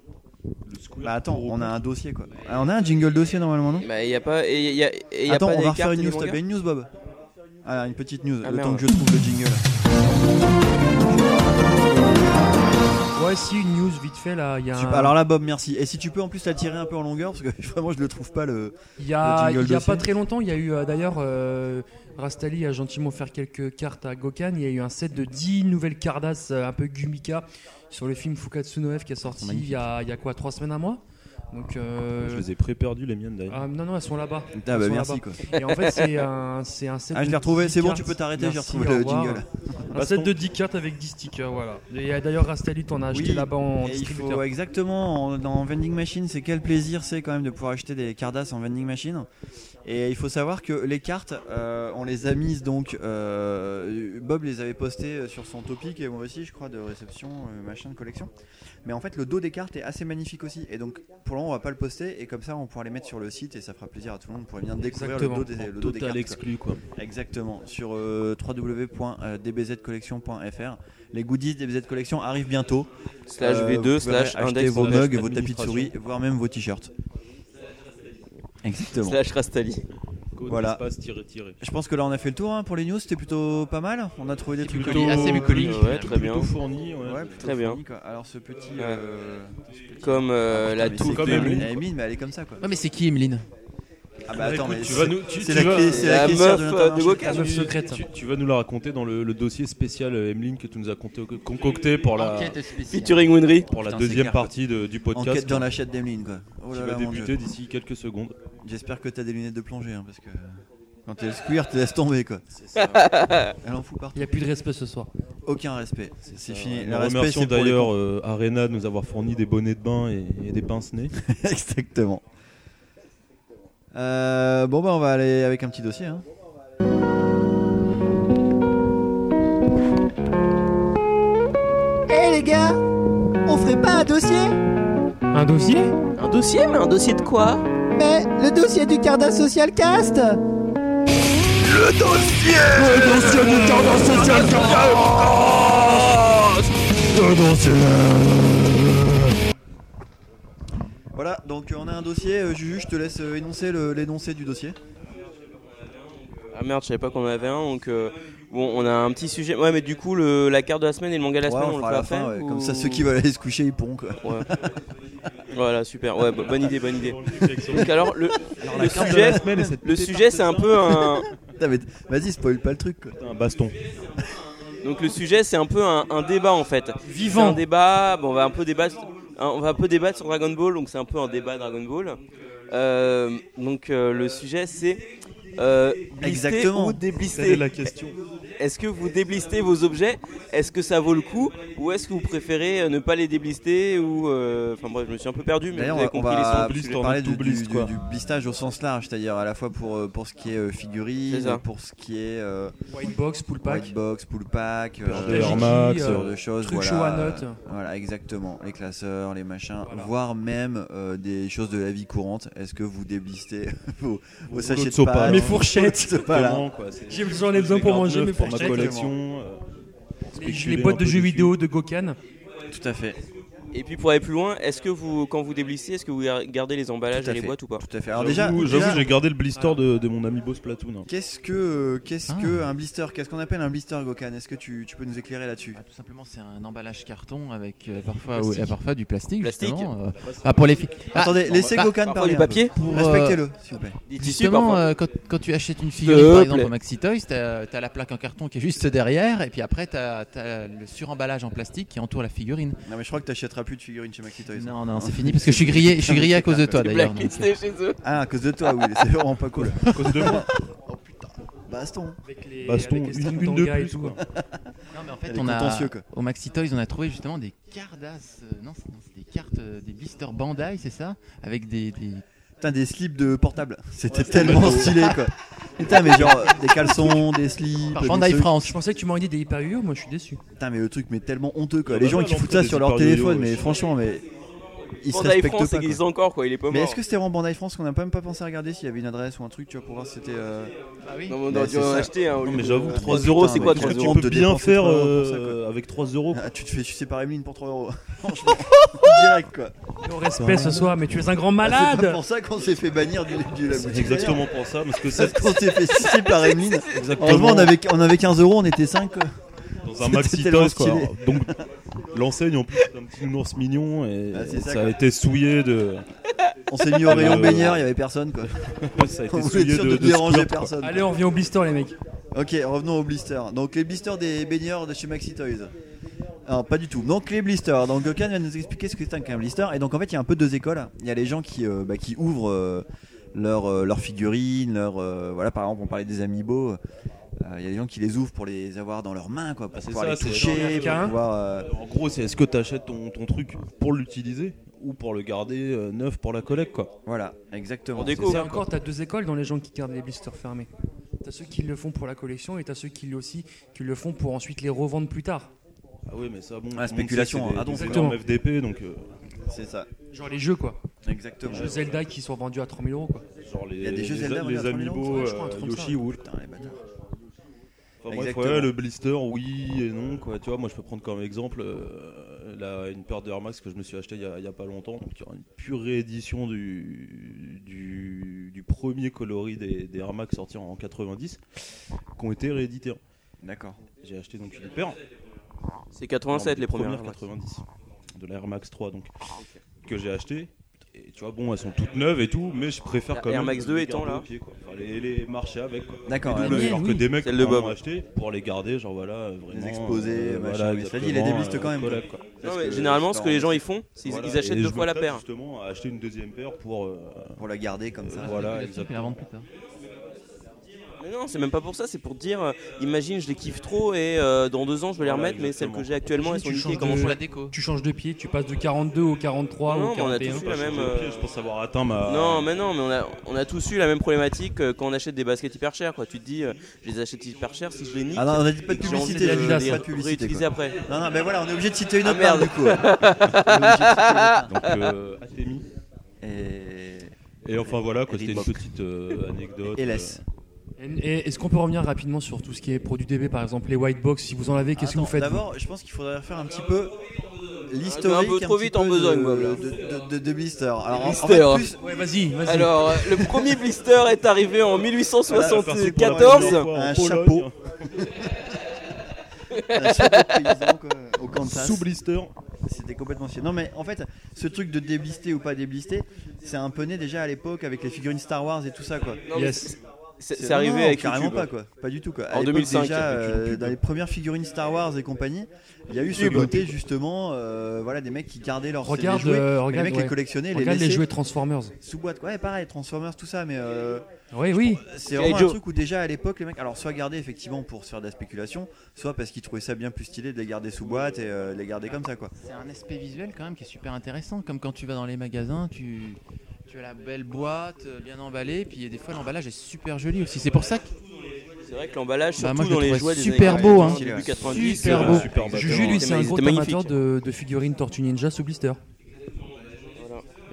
Speaker 4: Le square
Speaker 3: Bah attends,
Speaker 4: pour-
Speaker 3: on a un dossier quoi. Ah, on a un jingle dossier normalement non
Speaker 5: Bah, il y a pas. Et y a, et y a
Speaker 3: Attends,
Speaker 5: pas
Speaker 3: on
Speaker 5: des
Speaker 3: va refaire
Speaker 5: cartes
Speaker 3: une
Speaker 5: et
Speaker 3: news.
Speaker 5: des
Speaker 3: T'as
Speaker 5: mangas
Speaker 3: bien une news, Bob Ah, une petite news.
Speaker 5: Ah,
Speaker 3: le
Speaker 5: merde.
Speaker 3: temps que je trouve le jingle.
Speaker 2: Ouais, si, une news vite fait là. Il y a,
Speaker 3: Super.
Speaker 2: un-
Speaker 3: Alors là, Bob, merci. Et si tu peux en plus la tirer un peu en longueur, parce que vraiment, je le trouve pas le.
Speaker 2: il y a,
Speaker 3: le jingle
Speaker 2: il y a
Speaker 3: dossier.
Speaker 2: pas très longtemps, il y a eu euh, d'ailleurs. euh, Rastali a gentiment offert quelques cartes à Gokan. Il y a eu un set de 10 nouvelles cardas euh, un peu Gumika sur le film Fukatsu no F qui est sorti il y, a, il y a quoi 3 semaines, un mois Donc, euh,
Speaker 4: Je les ai pré-perdus, les miennes d'ailleurs.
Speaker 2: ah, non, non, elles sont là-bas. Elles
Speaker 3: Ah bah
Speaker 2: sont
Speaker 3: merci
Speaker 2: là-bas.
Speaker 3: quoi.
Speaker 2: Et en fait, c'est un, c'est un set
Speaker 3: Ah je
Speaker 2: de
Speaker 3: l'ai retrouvé,
Speaker 2: 10
Speaker 3: c'est bon
Speaker 2: cartes.
Speaker 3: tu peux t'arrêter, j'ai
Speaker 2: Merci,
Speaker 3: retrouvé
Speaker 2: au
Speaker 3: le
Speaker 2: revoir.
Speaker 3: jingle.
Speaker 2: Un set de 10 cartes avec 10 stickers, voilà. Et euh, d'ailleurs, Rastali, t'en as acheté
Speaker 3: Oui,
Speaker 2: là-bas en
Speaker 3: Et il
Speaker 2: distributeur.
Speaker 3: faut exactement en- dans vending machine, c'est quel plaisir c'est quand même de pouvoir acheter des cardas en vending machine. Et il faut savoir que les cartes, euh, on les a mises donc. euh, Bob les avait postées euh, sur son topic et moi aussi, je crois, de réception, euh, machin, de collection. Mais en fait, le dos des cartes est assez magnifique aussi. Et donc, pour le moment, on va pas le poster et comme ça, on pourra les mettre sur le site et ça fera plaisir à tout le monde. Pour bien découvrir le
Speaker 2: Exactement.
Speaker 3: dos des, le dos des cartes.
Speaker 4: Total exclu quoi.
Speaker 3: Exactement, sur euh, www.dbzcollection.fr. Les goodies DBZ Collection arrivent bientôt.
Speaker 5: Slash
Speaker 3: Euh,
Speaker 5: V2,
Speaker 3: vous pouvez
Speaker 5: slash
Speaker 3: acheter
Speaker 5: index.
Speaker 3: vos
Speaker 5: slash
Speaker 3: mugs, vos tapis de souris,
Speaker 5: administration,
Speaker 3: voire même vos t-shirts. Exactement.
Speaker 5: Slash Rastali.
Speaker 4: Code,
Speaker 3: Voilà.
Speaker 4: espace, tiré, tiré.
Speaker 3: Je pense que là on a fait le tour hein, pour les news, c'était plutôt pas mal. On a trouvé des trucs
Speaker 6: plutôt- assez bucolique.
Speaker 5: euh, Ouais, très bien.
Speaker 4: Plutôt fourni, ouais.
Speaker 3: Ouais, plutôt
Speaker 5: Très bien.
Speaker 3: funny, quoi. Alors ce petit.
Speaker 5: Ouais.
Speaker 3: euh,
Speaker 5: Comme euh, la
Speaker 3: mais
Speaker 5: tour
Speaker 3: c'est
Speaker 4: Comme
Speaker 5: de-
Speaker 3: Emeline,
Speaker 4: Emeline, quoi.
Speaker 3: Emeline, mais elle est comme ça quoi.
Speaker 6: Ouais, mais c'est qui, Emeline
Speaker 3: Ah bah attends, mais
Speaker 4: tu
Speaker 3: c'est-
Speaker 4: vas nous, tu,
Speaker 3: c'est
Speaker 4: tu
Speaker 3: la
Speaker 4: vas-
Speaker 3: clé, c'est la hein.
Speaker 5: La
Speaker 3: caissière de Ah,
Speaker 5: meuf, euh, de
Speaker 3: l'international.
Speaker 5: Wokaz.
Speaker 2: La meuf secrète.
Speaker 4: tu- tu vas nous la raconter dans le, le dossier spécial euh, Emeline que tu nous as conté- concocté pour la,
Speaker 6: Enquête spéciale.
Speaker 5: Featuring Winry.
Speaker 4: pour la
Speaker 6: Putain, c'est
Speaker 4: deuxième
Speaker 6: clair,
Speaker 4: partie de- du podcast
Speaker 3: Enquête dans
Speaker 4: quoi,
Speaker 3: la chatte d'Emeline quoi. Oh
Speaker 4: qui
Speaker 3: là
Speaker 4: va
Speaker 3: là, mon
Speaker 4: hein. débuter
Speaker 3: Dieu.
Speaker 4: d'ici quelques secondes.
Speaker 3: J'espère que t'as des lunettes de plongée hein, parce que quand t'es le square, te laisse tomber quoi. Elle en fout
Speaker 2: Il
Speaker 3: partout.
Speaker 2: n'y a plus de respect ce soir.
Speaker 3: Aucun respect. C'est fini.
Speaker 4: Nous
Speaker 3: Le respect,
Speaker 4: remercions
Speaker 3: c'est pour les
Speaker 4: d'ailleurs euh, Arena de nous avoir fourni des bonnets de bain et, et des pince-nez.
Speaker 3: Exactement. Euh, bon, bah, on va aller avec un petit dossier. hein.
Speaker 1: Eh les gars, on ferait pas un dossier
Speaker 2: Un dossier
Speaker 5: Un dossier, mais un dossier de quoi
Speaker 1: Mais le dossier du Carda Social Cast
Speaker 3: Voilà, donc euh, on a un dossier. Euh, Juju, je te laisse euh, énoncer le- l'énoncé du dossier.
Speaker 5: Ah merde, je savais pas qu'on en avait un, donc euh, bon, on a un petit sujet. Ouais, mais du coup, le, la carte de la semaine et le manga de la
Speaker 3: Ouais,
Speaker 5: semaine,
Speaker 3: on
Speaker 5: on, le
Speaker 3: fera à
Speaker 5: fait
Speaker 3: la
Speaker 5: après
Speaker 3: fin. ouais.
Speaker 5: ou-
Speaker 3: Comme ça, ceux qui veulent aller se coucher, ils pourront. Quoi.
Speaker 5: Ouais. voilà, super. Ouais, bo- bonne idée, bonne idée. Donc alors, le,
Speaker 3: Alors,
Speaker 5: le sujet, le sujet, c'est un peu un.
Speaker 3: Vas-y, spoil pas le truc. Quoi.
Speaker 4: Un baston.
Speaker 5: Donc le sujet, c'est un peu un, un débat en fait. Vivant. Un débat. Bon, on va un peu débattre. un- On va un peu débattre sur Dragon Ball, donc c'est un peu un débat Dragon Ball. Euh, donc euh, le sujet, c'est euh, blister
Speaker 3: Exactement.
Speaker 5: ou déblister.
Speaker 4: question.
Speaker 5: Est-ce que vous déblistez vos objets Est-ce que ça vaut le coup Ou est-ce que vous préférez euh, ne pas les déblister Ou euh, enfin bref, je me suis un peu perdu, mais
Speaker 3: D'ailleurs,
Speaker 5: vous avez
Speaker 3: on
Speaker 5: compris les
Speaker 3: va
Speaker 5: sens du
Speaker 4: bliste
Speaker 5: sujet.
Speaker 4: en
Speaker 3: parler
Speaker 4: tout
Speaker 3: du, du-
Speaker 4: bliste,
Speaker 3: du-
Speaker 4: quoi.
Speaker 3: du blistage au sens large, c'est-à-dire à la fois pour, euh, pour ce qui est euh,
Speaker 5: C'est
Speaker 3: figurine,
Speaker 5: ça.
Speaker 3: pour ce qui est euh,
Speaker 2: White box, pull
Speaker 3: white
Speaker 2: pack.
Speaker 3: box, pull pack,
Speaker 4: Peur de
Speaker 3: euh,
Speaker 4: Air Max,
Speaker 3: ce
Speaker 4: euh,
Speaker 3: genre de choses.
Speaker 2: truc
Speaker 3: voilà,
Speaker 2: show à notes.
Speaker 3: Voilà, exactement. Les classeurs, les machins,
Speaker 2: Voilà.
Speaker 3: voire même euh, des choses de la vie courante. Est-ce que vous déblistez vos, vos
Speaker 4: rouleaux
Speaker 3: sachets
Speaker 4: de
Speaker 3: de
Speaker 4: sopa.
Speaker 3: pâtes
Speaker 4: Mes
Speaker 2: fourchettes.
Speaker 3: de pâtes, là.
Speaker 4: Vraiment, quoi, c'est-
Speaker 2: J'ai- J'en ai besoin
Speaker 4: c'est
Speaker 2: pour
Speaker 4: grave
Speaker 2: manger
Speaker 4: neuf
Speaker 2: mes
Speaker 4: pour ma
Speaker 2: fourchettes.
Speaker 4: collection. euh,
Speaker 2: Les,
Speaker 4: spéculer
Speaker 2: les
Speaker 4: un
Speaker 2: boîtes de
Speaker 4: peu
Speaker 2: jeux
Speaker 4: dessus.
Speaker 2: vidéo de Gokan.
Speaker 3: Tout à fait.
Speaker 5: Et puis pour aller plus loin, est-ce que vous, quand vous déblissez, est-ce que vous gardez les emballages
Speaker 3: Tout à
Speaker 5: et les
Speaker 3: fait.
Speaker 5: boîtes ou pas
Speaker 3: Tout à fait. Alors déjà,
Speaker 4: J'avoue,
Speaker 3: déjà,
Speaker 4: j'avoue, j'ai gardé le blister de, de mon ami Boss Platoon. hein.
Speaker 3: qu'est-ce que euh, qu'est-ce
Speaker 6: Ah.
Speaker 3: que un blister Qu'est-ce qu'on appelle un blister, Gokan Est-ce que tu, tu peux nous éclairer là-dessus
Speaker 6: Bah, tout simplement, c'est un emballage carton avec euh, parfois, ouais, parfois du plastique.
Speaker 5: Plastique.
Speaker 6: justement, euh, bah, pour les filles. Ah,
Speaker 3: Attendez, laissez
Speaker 6: bah,
Speaker 3: Gokan
Speaker 5: Parfois
Speaker 3: parler.
Speaker 5: du
Speaker 3: un peu.
Speaker 5: papier,
Speaker 6: pour, euh,
Speaker 3: Respectez-le, s'il vous plaît.
Speaker 5: des tissus
Speaker 3: bah,
Speaker 6: Justement,
Speaker 5: parfois.
Speaker 6: euh, quand, quand tu achètes une figurine, par
Speaker 5: Te
Speaker 6: exemple,
Speaker 5: plaît.
Speaker 6: au Maxi Toys, t'as as la plaque en carton qui est juste derrière, et puis après, t'as as le suremballage en plastique qui entoure la figurine.
Speaker 3: Non mais je crois que t'achèteras plus de figurines chez Maxi Toys.
Speaker 6: Non, non, c'est fini, parce que je suis grillé, je suis grillé à cause de toi,
Speaker 5: Des
Speaker 6: d'ailleurs. donc. euh.
Speaker 5: blacklistés chez eux.
Speaker 3: Ah, à cause de toi, oui, c'est vraiment pas cool. Oh, Bah,
Speaker 4: À cause de moi.
Speaker 3: Baston.
Speaker 2: Avec les,
Speaker 4: Baston,
Speaker 2: avec les
Speaker 4: une-
Speaker 2: Star
Speaker 4: une de
Speaker 2: Tanga et
Speaker 4: plus,
Speaker 2: tout.
Speaker 4: quoi.
Speaker 6: Non, mais en fait,
Speaker 3: Elle est
Speaker 6: on a,
Speaker 3: contentieuse, quoi.
Speaker 6: au Maxi Toys, on a trouvé justement des cardas. euh, non, c'est non, c'est des cartes, euh, des blisters Bandai, c'est ça Avec des. des-
Speaker 3: Putain, des slips de portable. C'était tellement stylé, quoi. Putain, mais genre euh, des caleçons, des slips.
Speaker 6: Par
Speaker 3: des
Speaker 6: Bandai
Speaker 3: trucs.
Speaker 6: France.
Speaker 2: Je pensais que tu m'aurais dit des hyper moi je suis déçu.
Speaker 3: Putain, mais le truc, mais tellement honteux, quoi.
Speaker 4: Ah
Speaker 3: Les
Speaker 4: bah
Speaker 3: gens
Speaker 4: ouais,
Speaker 3: qui
Speaker 4: non,
Speaker 3: foutent
Speaker 4: t'as
Speaker 3: ça
Speaker 4: des
Speaker 3: sur leur
Speaker 4: hyper yo-yo,
Speaker 3: téléphone,
Speaker 4: ouais.
Speaker 3: mais franchement, mais ils se
Speaker 5: Bandai
Speaker 3: respectent
Speaker 5: France
Speaker 3: pas. quoi.
Speaker 5: existe encore quoi, il est pas mort.
Speaker 3: Mais est-ce que c'était vraiment Bandai France qu'on n'a même pas pensé à regarder s'il y avait une adresse ou un truc, tu vois, pour voir si c'était. euh,
Speaker 5: Non, mais on
Speaker 3: Bah,
Speaker 5: aurait
Speaker 3: c'est
Speaker 5: dû en
Speaker 3: ça.
Speaker 5: acheter hein, au
Speaker 4: Non,
Speaker 5: lieu
Speaker 4: mais
Speaker 5: de-
Speaker 4: j'avoue,
Speaker 5: 3
Speaker 3: putain,
Speaker 5: euros, c'est
Speaker 3: mais
Speaker 5: quoi
Speaker 3: tu
Speaker 5: 3
Speaker 4: Qu'est-ce que
Speaker 5: euros
Speaker 4: tu
Speaker 3: de
Speaker 4: peux bien
Speaker 3: dépenser
Speaker 4: faire
Speaker 3: trois euros pour ça,
Speaker 4: euh, avec 3 euros
Speaker 3: Ah, tu te fais sucer par Emeline pour 3 euros. Franchement, direct, quoi.
Speaker 2: Non respect ce soir, mais tu es un grand
Speaker 3: Ah, c'est pas
Speaker 2: malade
Speaker 3: pour ça qu'on s'est fait bannir du, du la boutique.
Speaker 4: C'est exactement pour ça, parce que
Speaker 3: Parce
Speaker 4: c'est
Speaker 3: qu'on s'est fait sucer par Emeline. Heureusement,
Speaker 4: exactement
Speaker 3: on avait, on avait 15 euros, on était 5, quoi.
Speaker 4: dans un
Speaker 3: c'était
Speaker 4: maxi
Speaker 3: tellement
Speaker 4: toys quoi.
Speaker 3: stylé.
Speaker 4: Donc l'enseigne en plus c'est un petit nounours mignon et
Speaker 3: Ah, c'est ça,
Speaker 4: ça,
Speaker 3: quoi.
Speaker 4: a été souillé de
Speaker 3: On s'est mis au rayon
Speaker 4: Euh,
Speaker 3: baigneur, il y avait personne, quoi.
Speaker 4: ça a
Speaker 3: On
Speaker 4: été
Speaker 3: voulait être
Speaker 4: souillé
Speaker 3: sûr de,
Speaker 4: de, de
Speaker 3: déranger
Speaker 4: squirt, quoi.
Speaker 3: personne.
Speaker 2: Allez, on revient au blister les mecs.
Speaker 3: Ok, revenons aux blisters. Donc les blisters des baigneurs de chez Maxi Toys. Alors pas du tout. Donc les blisters. Donc Gokan va nous expliquer ce que c'est un clean blister. Et donc en fait il y a un peu deux écoles. Il y a les gens qui, euh, bah, qui ouvrent euh, leurs euh, leurs figurines, leurs euh, voilà par exemple on parlait des amiibo. Euh, Il y a des gens qui les ouvrent pour les avoir dans leurs mains quoi, pour
Speaker 4: Ah, c'est
Speaker 3: pouvoir
Speaker 4: ça,
Speaker 3: les
Speaker 4: c'est
Speaker 2: dans
Speaker 3: toucher,
Speaker 2: les
Speaker 3: pour
Speaker 2: requins.
Speaker 3: pouvoir. euh,
Speaker 4: En gros, c'est est-ce que tu achètes ton, ton truc pour l'utiliser ou pour le garder euh, neuf pour la collecte quoi
Speaker 3: voilà, exactement.
Speaker 5: Pour des
Speaker 3: C'est
Speaker 5: coups.
Speaker 2: C'est encore, t'as deux écoles dans les gens qui gardent les blisters fermés. T'as ceux qui le font pour la collection et t'as ceux qui aussi qui le font pour ensuite les revendre plus tard.
Speaker 4: Ah oui, mais ça, bon.
Speaker 3: Ah, spéculation,
Speaker 4: tout le monde sait que c'est
Speaker 3: ah, donc,
Speaker 4: des
Speaker 2: exactement.
Speaker 4: énormes FDP, donc euh,
Speaker 3: ça, C'est ça.
Speaker 2: Genre les jeux quoi.
Speaker 3: Exactement.
Speaker 2: Les jeux Zelda qui sont vendus à 3000 euros quoi.
Speaker 4: genre les,
Speaker 3: y a des jeux
Speaker 4: les,
Speaker 3: Zelda,
Speaker 4: les
Speaker 3: on est à 3000
Speaker 4: amiibo,
Speaker 2: je crois, un
Speaker 4: euh,
Speaker 2: truc comme
Speaker 4: Yoshi
Speaker 2: ça.
Speaker 4: ou
Speaker 3: Putain, les bâtards.
Speaker 4: Enfin, bref,
Speaker 3: Exactement.
Speaker 4: ouais, le blister, oui et non. Quoi. Tu vois, moi, je peux prendre comme exemple euh, la- une paire de Air Max que je me suis acheté il y a, il y a pas longtemps. Donc, il y a une pure réédition du, du, du premier coloris des, des Air Max sortis en 90 qui ont été réédités. hein.
Speaker 3: D'accord.
Speaker 4: J'ai acheté donc une paire.
Speaker 5: C'est 87 les premières. Ah,
Speaker 4: 90 de la Air Max 3 donc que j'ai acheté. Et tu vois, bon, elles sont toutes neuves et tout, mais je préfère
Speaker 5: La
Speaker 4: quand
Speaker 5: Air
Speaker 4: même
Speaker 5: Max
Speaker 4: les
Speaker 5: 2 étant
Speaker 4: garder
Speaker 5: là.
Speaker 4: au pied, quoi. Enfin, les, les marcher avec. quoi.
Speaker 3: D'accord.
Speaker 4: Les
Speaker 3: ouais.
Speaker 4: doubles,
Speaker 2: mienne,
Speaker 4: alors que
Speaker 2: oui.
Speaker 4: des mecs
Speaker 5: Celle de
Speaker 4: en ont
Speaker 5: Bob.
Speaker 4: acheté pour les garder, genre voilà, euh, vraiment,
Speaker 3: exposer, machin, mais ça dit, il y a des
Speaker 4: exactement,
Speaker 3: listes quand même.
Speaker 4: collègues, quoi.
Speaker 3: Parce que
Speaker 5: généralement, ce que les
Speaker 3: dans-
Speaker 5: gens ils font, c'est qu'ils
Speaker 4: Voilà,
Speaker 5: ils achètent
Speaker 4: et
Speaker 5: deux
Speaker 4: je
Speaker 5: fois
Speaker 4: me
Speaker 5: la
Speaker 4: tape,
Speaker 5: paire.
Speaker 4: Justement, à acheter une deuxième paire pour. euh,
Speaker 3: pour la garder comme ça.
Speaker 4: voilà,
Speaker 6: la type et Ah, la
Speaker 4: exactement.
Speaker 6: vendre plus tard.
Speaker 5: Mais non, c'est même pas pour ça, c'est pour dire, euh, imagine, je les kiffe trop et euh, dans deux ans, je vais les
Speaker 4: Voilà,
Speaker 5: remettre, mais celles que
Speaker 4: exactement.
Speaker 5: j'ai actuellement, elles sont
Speaker 2: Imagine, tu changes
Speaker 5: niquées. Comment
Speaker 2: de-
Speaker 3: Euh,
Speaker 5: je
Speaker 6: Pour
Speaker 5: fais
Speaker 6: la déco.
Speaker 2: Tu changes de pied, tu passes de 42 au 43
Speaker 5: Non,
Speaker 2: ou
Speaker 5: mais on a
Speaker 2: 41.
Speaker 5: tous eu la même.
Speaker 4: Au pied,
Speaker 5: euh,
Speaker 4: Je pense avoir atteint ma.
Speaker 5: Non, mais non, mais on a, on a tous eu la même problématique euh, quand on achète des baskets hyper chères. Quoi. Tu te dis, euh, je les achète hyper chères, si je les nique,
Speaker 3: Ah non, on a dit pas
Speaker 5: j'ai
Speaker 3: de
Speaker 5: envie
Speaker 3: publicité.
Speaker 5: de
Speaker 2: Adidas,
Speaker 3: euh,
Speaker 5: les
Speaker 3: pas de publicité.
Speaker 5: réutiliser
Speaker 3: quoi.
Speaker 5: après.
Speaker 3: Non, non, mais voilà, on est obligé de citer une
Speaker 5: Ah,
Speaker 3: autre paire,
Speaker 5: merde.
Speaker 3: du coup. On est obligé de citer une autre paire.
Speaker 4: Donc, euh, Atemi.
Speaker 3: Et
Speaker 4: Et enfin voilà, quoi,
Speaker 3: Et
Speaker 4: c'était une
Speaker 3: Reebok.
Speaker 4: petite euh, anecdote.
Speaker 3: et laisse.
Speaker 2: Et- et Est-ce qu'on peut revenir rapidement sur tout ce qui est produit DB par exemple les white box si vous en avez qu'est-ce que vous
Speaker 3: Attends,
Speaker 2: faites vous
Speaker 3: D'abord, je pense qu'il faudrait refaire un petit peu
Speaker 5: Un
Speaker 3: l'historique.
Speaker 5: peu trop
Speaker 3: petit
Speaker 5: vite en
Speaker 3: peu
Speaker 5: besogne,
Speaker 3: de-
Speaker 5: quoi,
Speaker 3: De,
Speaker 5: là.
Speaker 3: de- de- de blister. Alors, en- en
Speaker 5: Blister.
Speaker 3: fait, plus-
Speaker 2: Ouais vas-y vas-y.
Speaker 5: Alors, euh, le premier blister est arrivé
Speaker 4: Ah,
Speaker 5: en
Speaker 4: Voilà,
Speaker 5: 1874.
Speaker 3: un
Speaker 4: en Pologne.
Speaker 3: chapeau. un chapeau de paysan, quoi, au Kansas.
Speaker 4: sous blister.
Speaker 3: C'était complètement chier. Non, mais en fait, ce truc de déblister ou pas déblister, c'est un peu né déjà à l'époque avec les figurines Star Wars et tout ça, quoi.
Speaker 5: Non, mais
Speaker 2: Yes.
Speaker 5: c'est- C'est
Speaker 3: C'est-
Speaker 5: c'est arrivé
Speaker 3: non, non,
Speaker 5: avec
Speaker 3: carrément
Speaker 5: YouTube.
Speaker 3: pas quoi, pas du tout quoi. À
Speaker 5: En
Speaker 3: l'époque,
Speaker 5: 2005,
Speaker 3: déjà,
Speaker 5: avec
Speaker 3: euh,
Speaker 5: YouTube.
Speaker 3: dans les premières figurines Star Wars et compagnie, il y a eu ce
Speaker 5: YouTube.
Speaker 3: côté justement, euh, voilà, des mecs qui gardaient leurs
Speaker 2: Regarde,
Speaker 3: les jouets,
Speaker 2: euh,
Speaker 3: mais les
Speaker 2: regarde,
Speaker 3: mecs
Speaker 2: ouais.
Speaker 3: les collectionnaient, les
Speaker 2: Regarde les
Speaker 3: laissaient
Speaker 2: jouets Transformers.
Speaker 3: sous boîte. quoi. Ouais, pareil, Transformers tout ça, mais euh,
Speaker 2: Oui oui.
Speaker 3: c'est
Speaker 5: G.I.
Speaker 3: vraiment un
Speaker 5: Joe.
Speaker 3: truc où déjà à l'époque les mecs, alors soit gardaient effectivement pour se faire de la spéculation, soit parce qu'ils trouvaient ça bien plus stylé de les garder sous boîte et euh, de les garder comme ça quoi.
Speaker 6: C'est un aspect visuel quand même qui est super intéressant. Comme quand tu vas dans les magasins, tu, tu as la belle boîte euh, bien emballée, puis des fois l'emballage est super joli aussi. C'est pour ça que
Speaker 5: C'est vrai que l'emballage,
Speaker 6: Bah,
Speaker 5: surtout
Speaker 6: moi, je le
Speaker 5: dans les jouets
Speaker 6: trouvais
Speaker 5: des
Speaker 6: super
Speaker 5: années
Speaker 6: beau, hein.
Speaker 5: 90, début 90,
Speaker 6: Super
Speaker 5: euh,
Speaker 6: beau.
Speaker 4: Super batteur.
Speaker 2: Juju lui c'est un
Speaker 5: C'était
Speaker 2: gros
Speaker 5: magnifique.
Speaker 2: amateur de, de figurines Tortue Ninja sous blister.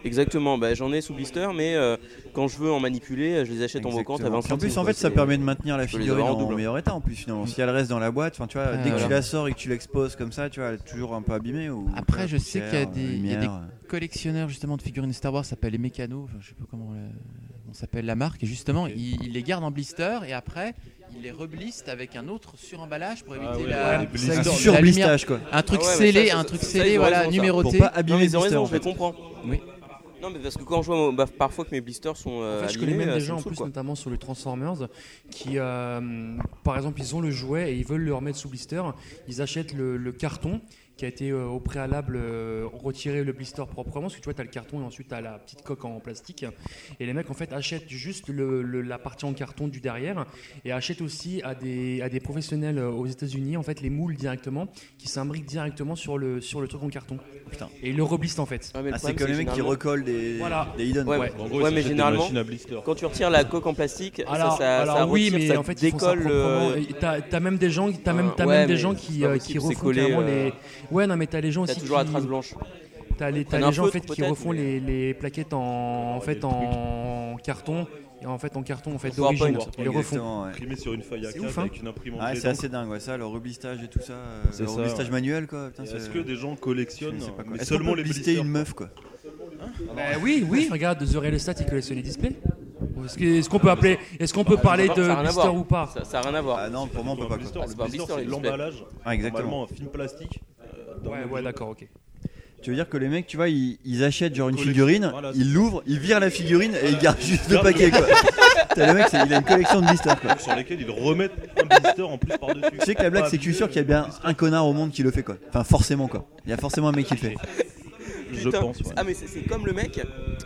Speaker 5: Exactement, bah, j'en ai sous blister, mais euh, quand je veux en manipuler, je les achète en brocante à 20
Speaker 3: En plus,
Speaker 5: centimes,
Speaker 3: en
Speaker 5: quoi,
Speaker 3: fait, ça
Speaker 5: c'est-
Speaker 3: permet de maintenir la
Speaker 5: peux les
Speaker 3: figurine
Speaker 5: avoir en
Speaker 3: en
Speaker 5: double.
Speaker 3: meilleur état en plus finalement. Si elle reste dans la boîte, enfin tu vois,
Speaker 6: Ah,
Speaker 3: dès que tu
Speaker 6: voilà.
Speaker 3: la sors et que tu l'exposes comme ça, tu vois, elle est toujours un peu abîmée. Ou,
Speaker 6: Après,
Speaker 3: tu vois,
Speaker 6: je sais qu'il y a
Speaker 3: poussière,
Speaker 6: des- il y a
Speaker 3: lumière,
Speaker 6: des-
Speaker 3: euh.
Speaker 6: collectionneur justement de figurines Star Wars s'appelle les Mécanos, enfin, je sais pas comment euh, on s'appelle la marque, et justement il, il les garde en blister et après il les rebliste avec un autre suremballage pour éviter
Speaker 4: Ah ouais, ouais, les
Speaker 6: la, la-
Speaker 3: un
Speaker 4: blisters.
Speaker 6: la lumière.
Speaker 3: surblistage quoi.
Speaker 6: Un truc
Speaker 5: Ah ouais, mais
Speaker 6: scellé,
Speaker 5: ça, ça,
Speaker 6: un truc
Speaker 5: ça,
Speaker 6: scellé,
Speaker 5: ils ont
Speaker 6: voilà,
Speaker 5: raison, ça.
Speaker 3: Pour
Speaker 6: numéroté.
Speaker 3: pas
Speaker 5: Non,
Speaker 3: abîmer
Speaker 5: mais
Speaker 3: les
Speaker 5: ils ont
Speaker 3: blisters.
Speaker 5: raison,
Speaker 3: en
Speaker 5: je les
Speaker 3: fait.
Speaker 5: comprends.
Speaker 6: Oui.
Speaker 5: Non, mais parce que quand je vois mon- bah, parfois que mes blisters sont.
Speaker 2: En
Speaker 5: euh,
Speaker 2: fait, je
Speaker 5: animés,
Speaker 2: connais même
Speaker 5: euh,
Speaker 2: des
Speaker 5: ça
Speaker 2: gens
Speaker 5: me
Speaker 2: en
Speaker 5: saoule,
Speaker 2: plus,
Speaker 5: quoi.
Speaker 2: notamment sur le Transformers, qui, euh, par exemple, ils ont le jouet et ils veulent le remettre sous blister. Ils achètent le, le carton qui a été euh, au préalable euh, retiré le blister proprement, parce que tu vois, tu as le carton et ensuite tu as la petite coque en plastique. Et les mecs, en fait, achètent juste le- le- la partie en carton du derrière et achètent aussi à des, à des professionnels euh, aux États-Unis, en fait, les moules directement, qui s'imbriquent directement sur le, sur le truc en carton.
Speaker 3: Putain.
Speaker 2: Et ils le reblistent, en fait.
Speaker 5: Ouais, mais le
Speaker 3: Ah, c'est
Speaker 5: problème,
Speaker 3: comme les mecs qui
Speaker 5: généralement-
Speaker 3: recollent des,
Speaker 2: Voilà.
Speaker 3: des hidden.
Speaker 5: Ouais,
Speaker 3: quoi.
Speaker 5: mais-
Speaker 4: En gros,
Speaker 5: ouais,
Speaker 4: ils
Speaker 5: mais
Speaker 4: achètent des
Speaker 5: généralement,
Speaker 4: machines à blister.
Speaker 5: quand tu retires la coque en plastique, ça-
Speaker 2: Alors,
Speaker 5: ça, ça,
Speaker 2: alors oui,
Speaker 5: retire,
Speaker 2: mais
Speaker 5: ça
Speaker 2: en fait, ils font ça
Speaker 5: décolle. euh,
Speaker 2: proprement. Et T'as t'as même des gens, t'as
Speaker 5: Ah,
Speaker 2: même, t'as
Speaker 5: ouais,
Speaker 2: même des
Speaker 5: mais
Speaker 2: gens
Speaker 5: c'est
Speaker 2: qui,
Speaker 5: pas
Speaker 2: euh, qui
Speaker 5: possible, c'est
Speaker 2: refont
Speaker 5: collé,
Speaker 2: carrément
Speaker 5: euh,
Speaker 2: les. Ouais, non, mais t'as les gens
Speaker 5: T'as
Speaker 2: aussi.
Speaker 5: toujours la
Speaker 2: qui-
Speaker 5: trace blanche.
Speaker 2: T'as les, t'as
Speaker 5: T'en as
Speaker 2: les
Speaker 5: un
Speaker 2: gens en
Speaker 5: feutre,
Speaker 2: fait qui
Speaker 5: peut-être,
Speaker 2: refont les,
Speaker 5: mais-
Speaker 2: les plaquettes en, en
Speaker 4: Ouais,
Speaker 2: fait
Speaker 4: des
Speaker 2: en carton et en fait en carton en fait
Speaker 5: Faut avoir
Speaker 2: d'origine.
Speaker 5: pas
Speaker 2: Ils le refont.
Speaker 3: Exactement, ouais.
Speaker 4: Imprimé sur une feuille à
Speaker 2: C'est
Speaker 4: 4
Speaker 2: ouf, hein.
Speaker 4: avec une imprimante.
Speaker 3: Ah, c'est
Speaker 4: dedans.
Speaker 3: assez dingue, ouais, ça, le reblistage et tout ça. euh,
Speaker 4: C'est
Speaker 3: Le
Speaker 4: ça,
Speaker 3: reblistage
Speaker 4: ouais.
Speaker 3: manuel, quoi. putain,
Speaker 4: Est-ce
Speaker 3: c'est-
Speaker 4: que des gens
Speaker 3: euh, je
Speaker 4: collectionnent
Speaker 3: sais pas, quoi.
Speaker 4: mais
Speaker 3: Est-ce qu'on
Speaker 4: seulement
Speaker 3: peut
Speaker 4: les
Speaker 3: blister
Speaker 4: blisters
Speaker 3: une meuf, quoi.
Speaker 2: Bah oui, oui. Regarde, The Real Estate, ils connaissent les displays. Est-ce que- est-ce qu'on peut appeler, est-ce qu'on peut parler
Speaker 5: Ça a
Speaker 2: de
Speaker 5: rien à
Speaker 2: blister
Speaker 5: voir.
Speaker 2: ou pas
Speaker 5: Ça ça a rien à voir.
Speaker 3: Ah non, pour moi, on peut pas.
Speaker 4: Le
Speaker 3: quoi.
Speaker 4: blister,
Speaker 5: Ah,
Speaker 4: le
Speaker 5: c'est pas un
Speaker 4: blister,
Speaker 5: blister,
Speaker 4: c'est
Speaker 5: il se fait.
Speaker 4: l'emballage.
Speaker 3: Ah, exactement.
Speaker 4: Normalement, un film plastique. euh, dans
Speaker 2: Ouais,
Speaker 4: le
Speaker 2: ouais,
Speaker 4: jeu.
Speaker 2: d'accord, ok.
Speaker 3: Tu veux dire que les mecs, tu vois, ils, ils achètent genre une
Speaker 4: Collection.
Speaker 3: figurine,
Speaker 4: Voilà.
Speaker 3: ils l'ouvrent, ils virent la figurine et ils
Speaker 4: Voilà.
Speaker 3: gardent juste le
Speaker 4: Garde le-
Speaker 3: paquet quoi. T'as le mec, c'est- il a une collection de blisters quoi.
Speaker 4: sur lesquels ils remettent un blister en plus par-dessus.
Speaker 3: Tu sais que la blague, c'est que je suis sûr qu'il y a bien un connard au monde qui le fait quoi. Enfin, forcément quoi. Il y a forcément un mec qui le fait.
Speaker 4: Je
Speaker 5: Putain.
Speaker 4: pense. ouais.
Speaker 5: Ah mais c'est- c'est comme le mec,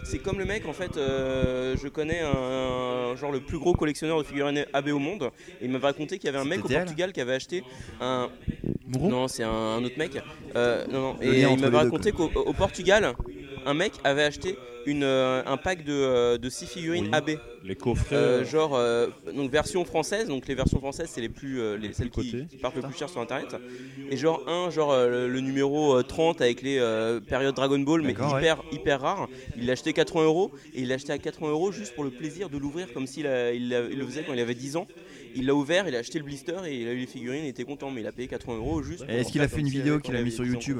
Speaker 5: c'est comme le mec en fait, euh, je connais un, genre le plus gros collectionneur de figurines AB au monde et il m'avait raconté qu'il y avait un
Speaker 3: C'est
Speaker 5: mec au
Speaker 3: TTL?
Speaker 5: Portugal qui avait acheté un...
Speaker 6: Mouron
Speaker 5: Non c'est un, un autre mec, Euh, non, non.
Speaker 3: Le
Speaker 5: et
Speaker 3: lien
Speaker 5: il
Speaker 3: entre
Speaker 5: m'avait
Speaker 3: les deux,
Speaker 5: raconté qu'au au Portugal, un mec avait acheté une, euh, un pack de, euh, de 6 figurines
Speaker 4: Oui.
Speaker 5: AB.
Speaker 4: Les coffrets.
Speaker 5: Euh, genre euh, donc version française donc les versions françaises c'est les plus euh, les, celles qui,
Speaker 4: cotés.
Speaker 5: qui partent le plus cher sur internet et genre un genre euh, le, le numéro euh, 30 avec les euh, périodes Dragon Ball mais
Speaker 3: D'accord, ouais.
Speaker 5: hyper hyper rare il l'a acheté 80 euros et il l'a acheté à 80 euros juste pour le plaisir de l'ouvrir comme s'il a- il, l'a- il le faisait quand il avait 10 ans il l'a ouvert il a acheté le blister et il a eu les figurines il était content mais il a payé 80 euros juste
Speaker 3: Et est-ce qu'il a fait une vidéo qu'il a mis sur YouTube